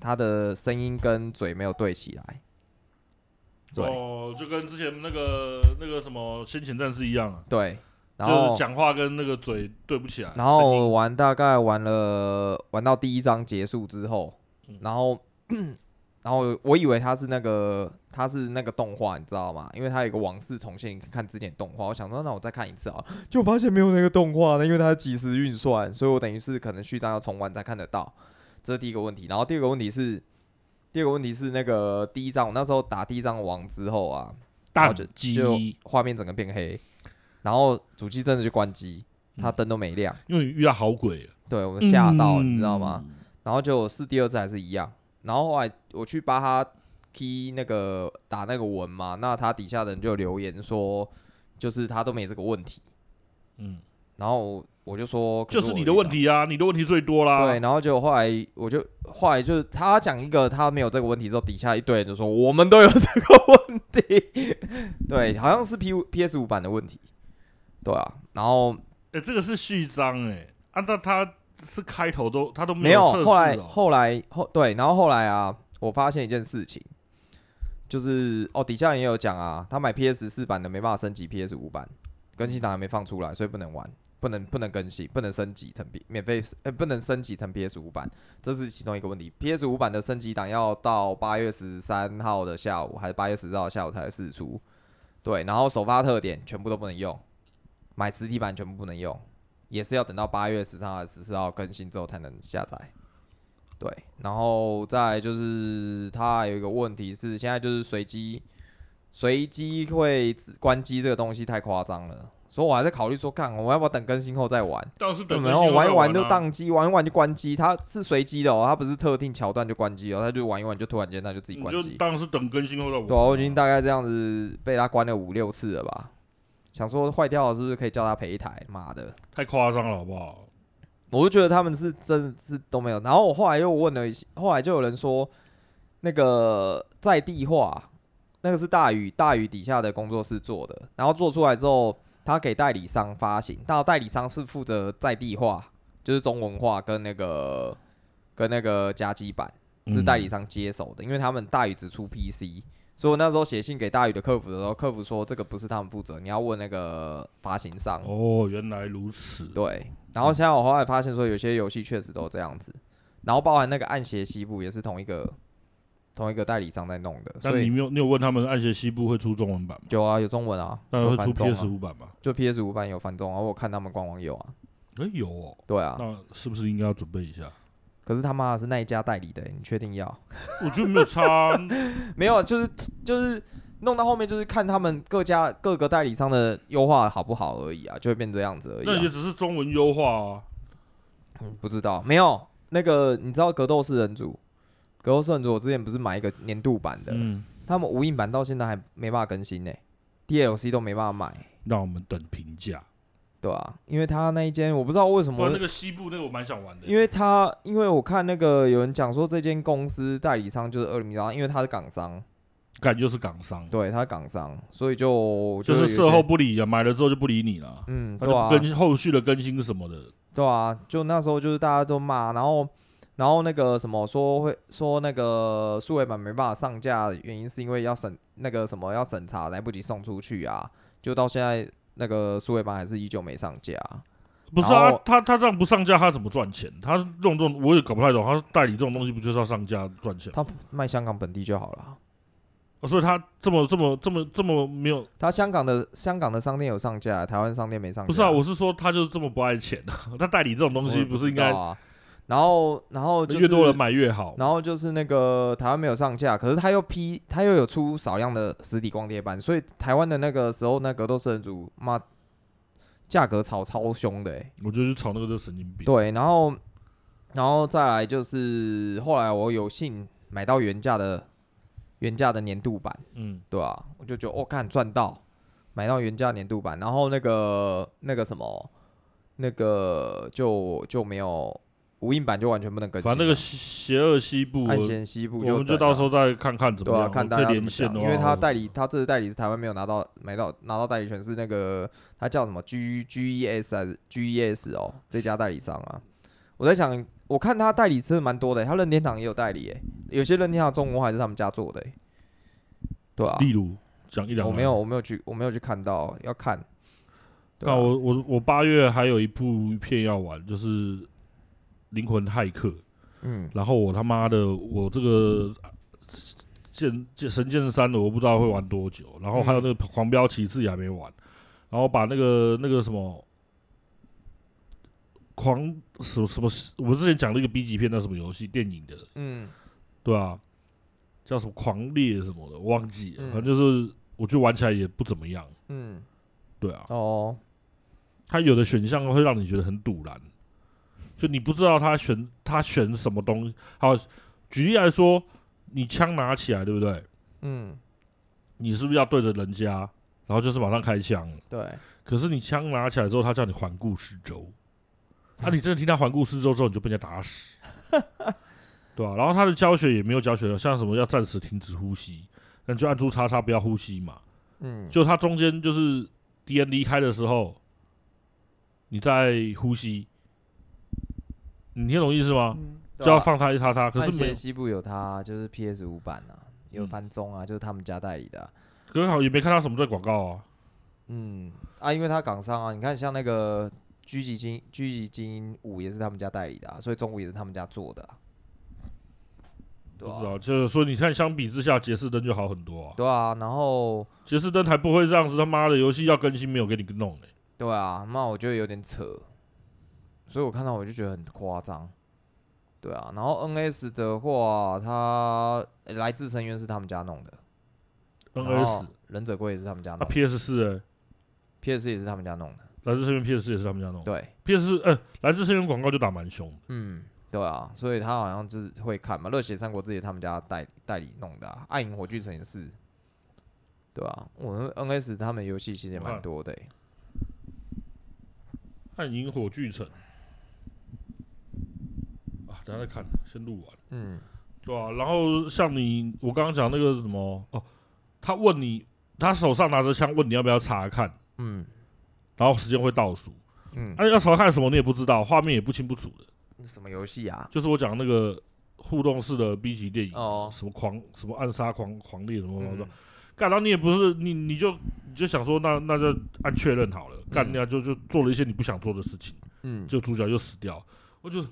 Speaker 1: 它的声音跟嘴没有对起来。对、
Speaker 2: 哦，就跟之前那个那个什么《先遣战士》一样啊，
Speaker 1: 对，然
Speaker 2: 就是
Speaker 1: 后
Speaker 2: 讲话跟那个嘴对不起来。
Speaker 1: 然
Speaker 2: 声
Speaker 1: 后
Speaker 2: 音
Speaker 1: 玩大概玩了玩到第一章结束之后
Speaker 2: 嗯，
Speaker 1: 然后 然后我以为它是那个它是那个动画，你知道吗？因为它有一个往事重现，你可以看之前的动画。我想说，那我再看一次啊，就发现没有那个动画呢，因为它是即时运算，所以我等于是可能序章要重玩才看得到。这是第一个问题。然后第二个问题是，第二个问题是那个第一章，我那时候打第一章王之后啊，然
Speaker 2: 大
Speaker 1: 后就
Speaker 2: 鸡，
Speaker 1: 就画面整个变黑，然后主机真的就关机，它灯都没亮。
Speaker 2: 因为你遇到好鬼了，
Speaker 1: 对我吓到，
Speaker 2: 嗯
Speaker 1: 你知道吗？？然后就试第二次还是一样，然后后来我去巴哈 key 那个打那个文嘛，那他底下的人就留言说，就是他都没这个问题，
Speaker 2: 嗯，
Speaker 1: 然后我就说
Speaker 2: 就是你的问，题啊，你的问题最多
Speaker 1: 可我
Speaker 2: 啦。
Speaker 1: 有遇到对，，然后就后来我就后来就是他讲一个他没有这个问题之后，底下一堆人就说我们都有这个问题， 对，好像是 P P S 五版的问题，对啊，然后
Speaker 2: 哎、这个是序章哎、啊，那他是开头都他都
Speaker 1: 没
Speaker 2: 有
Speaker 1: 有，
Speaker 2: 测试
Speaker 1: 后来
Speaker 2: 哦
Speaker 1: 后来后对，然后后来啊，我发现一件事情，就是哦，底下人也有讲啊，他买 PS 四版的没办法升级 PS 五版，更新档还没放出来，所以不能玩，不能不能更新，不能升级成 P 免费，呃，不能升级成 PS 五版，这是其中一个问题。PS 五版的升级档要到八月十三号的下午，还是八月十号的下午才释出。对，然后首发特点全部都不能用，买实体版全部不能用，也是要等到八月十三号、十四号更新之后才能下载。对，然后再来就是它还有一个问题是，现在就是随机随机会自关机这个东西太夸张了，所以我还在考虑说，看我要不要等更新后再玩。
Speaker 2: 当然是等
Speaker 1: 没
Speaker 2: 更
Speaker 1: 有
Speaker 2: 新后
Speaker 1: 玩一
Speaker 2: 再
Speaker 1: 玩
Speaker 2: 玩
Speaker 1: 就
Speaker 2: 啊，
Speaker 1: 宕机，玩一玩就关机，它是随机的哦，它不是特定桥段就关机哦，它就玩一玩就突然间它就自己
Speaker 2: 你
Speaker 1: 关
Speaker 2: 就
Speaker 1: 机。
Speaker 2: 当然是等更新后再玩、
Speaker 1: 对啊，我已经大概这样子被它关了五六次了吧，想说坏掉了是不是可以叫它赔一台？妈的！
Speaker 2: 太夸张了，好不好？
Speaker 1: 我就觉得他们是真的是都没有。然后我后来又问了一些，后来就有人说那个在地化，那个是大宇大宇底下的工作室做的，然后做出来之后，他给代理商发行，那代理商是负责在地化，就是中文化跟那个跟那个加基版是代理商接手的，因为他们大宇只出 PC。所以我那时候写信给大宇的客服的时候，客服说这个不是他们负责，你要问那个发行商。
Speaker 2: 哦，原来如此。
Speaker 1: 对，然后现在我后来发现说，有些游戏确实都这样子，然后包含那个《暗邪西部》也是同一个同一个代理商在弄的，所
Speaker 2: 但你
Speaker 1: 以
Speaker 2: 没有，你有问他们《暗血西部》会出中文版吗？
Speaker 1: 有啊，有中文啊，
Speaker 2: 当
Speaker 1: 有
Speaker 2: 然会出
Speaker 1: 繁中
Speaker 2: PS
Speaker 1: 啊，
Speaker 2: 五版吧？
Speaker 1: 就 PS 五版有繁中啊，我有看他们官网有啊，
Speaker 2: 哎、有哦，
Speaker 1: 对啊，
Speaker 2: 那是不是应该要准备一下？
Speaker 1: 可是他妈的是那一家代理的、你确定要？
Speaker 2: 我觉得没有差 啊、
Speaker 1: 没有，就是就是弄到后面就是看他们各家各个代理商的优化好不好而已啊，就会变这样子而已、
Speaker 2: 那也
Speaker 1: 啊，
Speaker 2: 只是中文优化啊。
Speaker 1: 不知道没有那个你知道格斗士人组，格斗士人组我之前不是买一个年度版的，
Speaker 2: 嗯，
Speaker 1: 他们无印版到现在还没办法更新呢、d l c 都没办法买，
Speaker 2: 让我们等评价。
Speaker 1: 对吧、因为他那一间我不知道为什
Speaker 2: 不然
Speaker 1: 么
Speaker 2: 那，个西部那个我蛮想玩的。
Speaker 1: 因为他因为我看那个有人讲说这间公司代理商就是二零米拉，因为他是港商，
Speaker 2: 感觉就是港商，
Speaker 1: 对他是港商，所以就
Speaker 2: 就
Speaker 1: 有
Speaker 2: 是
Speaker 1: 一些
Speaker 2: 售后不理啊，买了之后就不理你了。
Speaker 1: 嗯，
Speaker 2: 他
Speaker 1: 对啊
Speaker 2: 就，更新后续的更新什么的，
Speaker 1: 对啊，就那时候就是大家都骂，然后然后那个什么说会说那个数位版没办法上架，原因是因为要审那个什么要审查，来不及送出去啊。就到现在那个数位版还是依旧没上架。
Speaker 2: 不是啊
Speaker 1: 然后，
Speaker 2: 他他这样不上架，他怎么赚钱？他弄这种我也搞不太懂，他代理这种东西不就是要上架赚钱吗？
Speaker 1: 他卖香港本地就好了。
Speaker 2: 哦所以他这么这么这么这么没有，
Speaker 1: 他香港的香港的商店有上架，台湾商店没上架。
Speaker 2: 不是啊，我是说他就是这么不爱钱 啊，他代理这种东
Speaker 1: 我
Speaker 2: 西
Speaker 1: 也
Speaker 2: 不
Speaker 1: 不
Speaker 2: 是应
Speaker 1: 知道
Speaker 2: 该
Speaker 1: 啊？然后然后就是
Speaker 2: 越多人买越好？
Speaker 1: 然后就是那个台湾没有上架，可是他又批，他又有出少量的实体光碟版，所以台湾的那个时候那格斗士人组，妈价格炒超凶的、欸，
Speaker 2: 我觉得去炒那个就是神经病。
Speaker 1: 对，然后然后再来就是后来我有幸买到原价的原价的年度版，
Speaker 2: 嗯，
Speaker 1: 对吧、我就觉得哦，看赚到，买到原价年度版，然后那个那个什么那个就就没有无印版就完全不能更新
Speaker 2: 反
Speaker 1: 了，
Speaker 2: 正那个邪邪恶西部，
Speaker 1: 暗线西部
Speaker 2: 我
Speaker 1: 就
Speaker 2: 们就
Speaker 1: 等啊
Speaker 2: 到时候再看看怎
Speaker 1: 对
Speaker 2: 么
Speaker 1: 啊，
Speaker 2: 样，
Speaker 1: 看大
Speaker 2: 可
Speaker 1: 家怎
Speaker 2: 以连
Speaker 1: 么
Speaker 2: 线哦
Speaker 1: 讲，
Speaker 2: 的
Speaker 1: 因
Speaker 2: 话，
Speaker 1: 为他代理他这次代理是台湾没有拿到买到拿到代理权是那个他叫什么 G G E S 还是 G E S 哦这家代理商啊，我在想，我看他代理真的蛮多的、他任天堂也有代理、欸，有些任天堂中国还是他们家做的、欸，对啊，
Speaker 2: 例如讲一两，
Speaker 1: 我没有。我没有去我没有去看到，要看，对
Speaker 2: 那
Speaker 1: 啊，
Speaker 2: 我我我八月还有一部片要玩，就是《灵魂骇客》，
Speaker 1: 嗯，
Speaker 2: 然后我他妈的我这个剑剑神剑三的我不知道会玩多久，然后还
Speaker 1: 嗯
Speaker 2: 有那个狂飙骑士也还没玩，然后把那个那个什么狂什么什么，我们之前讲那个 B 级片那什么游戏电影的，
Speaker 1: 嗯
Speaker 2: 对啊，叫什么狂猎什么的，我忘记了，
Speaker 1: 嗯
Speaker 2: 反正就是我觉得玩起来也不怎么样，
Speaker 1: 嗯
Speaker 2: 对啊，
Speaker 1: 哦，
Speaker 2: 它有的选项会让你觉得很堵然，就你不知道他选他选什么东西。好，举例来说，你枪拿起来，对不对？
Speaker 1: 嗯，
Speaker 2: 你是不是要对着人家，然后就是马上开枪？
Speaker 1: 对，
Speaker 2: 可是你枪拿起来之后，他叫你环顾四 周，啊，你真的听他环顾四周之后，你就被人家 打死，对啊，然后他的教学也没有教学，像什么要暂时停止呼吸，那你就按住叉叉不要呼吸嘛。
Speaker 1: 嗯
Speaker 2: 就他中间就是 D N 离开的时候，你在呼吸，你听懂意思吗？啊
Speaker 1: 嗯
Speaker 2: 就要放他一叉叉，可
Speaker 1: 暗
Speaker 2: 是
Speaker 1: 啊
Speaker 2: 没嗯
Speaker 1: 线，西部有他就是 P S 五版啊，有翻中啊，就是他们家代理的啊、
Speaker 2: 可是好也没看到什么这广告啊。
Speaker 1: 嗯啊，因为他港商啊，你看像那个狙击精狙击精英五也是他们家代理的、啊，所以中午也是他们家做的、啊，对
Speaker 2: 不知
Speaker 1: 啊，
Speaker 2: 道，就是说你看，相比之下，杰士登就好很多啊。
Speaker 1: 对啊，然后
Speaker 2: 杰士登还不会这样子，他妈的游戏要更新没有给你弄欸嘞、
Speaker 1: 对啊，那我觉得有点扯，所以我看到我就觉得很夸张，对啊，然后 N S 的话，它诶来自深渊是他们家弄的
Speaker 2: n
Speaker 1: 然
Speaker 2: S
Speaker 1: 后忍者龟也是他们家
Speaker 2: 啊哦
Speaker 1: 弄哦的、
Speaker 2: ，PS 四哎、
Speaker 1: p S 也是他们家弄的，
Speaker 2: 来自深渊 PS 四也是他们家弄的。
Speaker 1: 对，
Speaker 2: PS 四呃，来自深渊广告就打蛮凶的。
Speaker 1: 嗯，对啊，所以他好像就是会看嘛，《热血三国志》也他们家代代理弄的、啊，《暗影火炬城》也是，对啊，我们 NS 他们游戏其实也
Speaker 2: 嗯
Speaker 1: 蛮多的欸、
Speaker 2: 暗影火炬城啊，等一下再看，先录完。
Speaker 1: 嗯
Speaker 2: 对啊，然后像你，我刚刚讲那个什么哦，他问你，他手上拿着枪问你要不要查看，
Speaker 1: 嗯
Speaker 2: 然后时间会倒数，
Speaker 1: 嗯，
Speaker 2: 哎、要查看什么你也不知道，画面也不清不楚的，
Speaker 1: 那什么游戏啊？
Speaker 2: 就是我讲那个互动式的 B 级电影，
Speaker 1: 哦
Speaker 2: 什么狂什么暗杀狂狂猎什么什么的
Speaker 1: 嗯，
Speaker 2: 干、然后你也不是你你就你就想说那那就按确认好了，干
Speaker 1: 嗯
Speaker 2: 那就就做了一些你不想做的事情，
Speaker 1: 嗯，
Speaker 2: 就主角就死掉，我就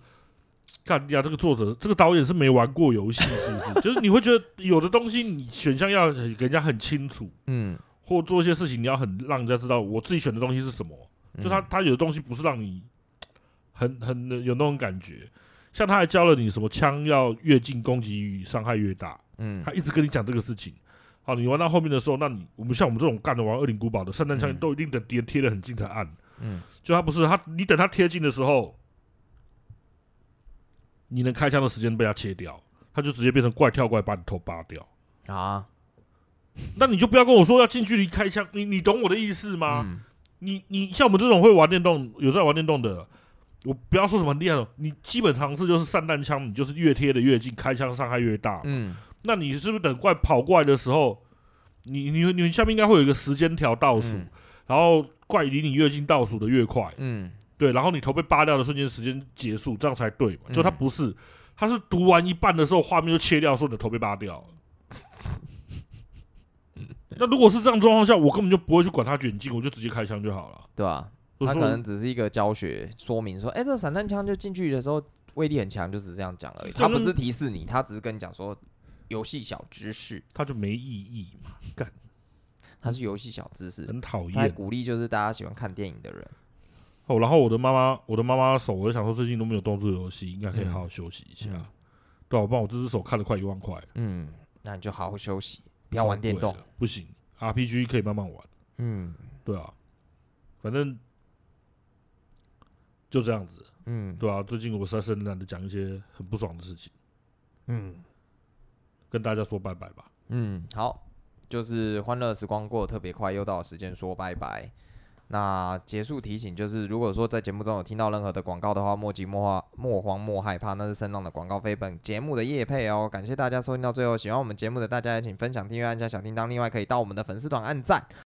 Speaker 2: 干呀！这个作者，这个导演是没玩过游戏，是不是？ 就是你会觉得有的东西，你选项要很给人家很清楚，
Speaker 1: 嗯，
Speaker 2: 或做一些事情，你要很让人家知道我自己选的东西是什么。
Speaker 1: 嗯
Speaker 2: 就他，他有的东西不是让你很很有那种感觉，像他还教了你什么枪要越近攻击与伤害越大，
Speaker 1: 嗯，
Speaker 2: 他一直跟你讲这个事情。好，你玩到后面的时候，那你我们像我们这种干的玩恶灵古堡的散弹枪，
Speaker 1: 嗯
Speaker 2: 都一定等敌人贴的很近才按。
Speaker 1: 嗯，
Speaker 2: 就他不是他，你等他贴近的时候，你能开枪的时间被他切掉，他就直接变成怪跳怪把你头拔掉。
Speaker 1: 嗯啊，
Speaker 2: 那你就不要跟我说要近距离开枪，你你懂我的意思吗？
Speaker 1: 嗯
Speaker 2: 你你像我们这种会玩电动、有在玩电动的，我不要说什么很厉害的，你基本常识就是散弹枪，你就是越贴的越近，开枪伤害越大。
Speaker 1: 嗯
Speaker 2: 那你是不是等怪跑过来的时候，你你你下面应该会有一个时间条倒数，
Speaker 1: 嗯
Speaker 2: 然后怪离你越近倒数的越快，
Speaker 1: 嗯
Speaker 2: 对，然后你头被扒掉的瞬间时间结束，这样才对嘛？
Speaker 1: 嗯
Speaker 2: 就它不是，他是读完一半的时候，画面就切掉，说你的头被拔掉了。那如果是这样状况下，我根本就不会去管他卷进，我就直接开枪就好了。
Speaker 1: 对啊吧、
Speaker 2: 我
Speaker 1: 他
Speaker 2: 说
Speaker 1: 可能只是一个教学说明说，哎、这散弹枪就进去的时候威力很强，就只是这样讲而已。
Speaker 2: 对
Speaker 1: 他不
Speaker 2: 那
Speaker 1: 是提示你，他只是跟你讲说游戏小知识，
Speaker 2: 他就没意义嘛，
Speaker 1: 他是游戏小知识。
Speaker 2: 很讨
Speaker 1: 他还
Speaker 2: 厌
Speaker 1: 鼓励就是大家喜欢看电影的人，
Speaker 2: 哦。然后我的妈妈，我的妈妈手，我就想说最近都没有动作游戏，应该可以
Speaker 1: 嗯
Speaker 2: 好好休息一下。
Speaker 1: 嗯
Speaker 2: 对、啊，我帮我这只手看了快一万块，
Speaker 1: 嗯，那你就好好休息，不要玩电动
Speaker 2: 超贵。的，不行，RPG 可以慢慢玩。
Speaker 1: 嗯
Speaker 2: 对啊，反正就这样子，
Speaker 1: 嗯
Speaker 2: 对啊。最近我实在是很懒得讲一些很不爽的事情，
Speaker 1: 嗯
Speaker 2: 跟大家说拜拜吧。
Speaker 1: 嗯，好，就是欢乐时光过得特别快，又到了时间说拜拜。那结束提醒就是，如果说在节目中有听到任何的广告的话，莫急莫慌莫慌莫害怕，那是声浪的广告非本节目的业配哦。感谢大家收听到最后，喜欢我们节目的大家也请分享、订阅、按下小叮当，另外可以到我们的粉丝团按赞。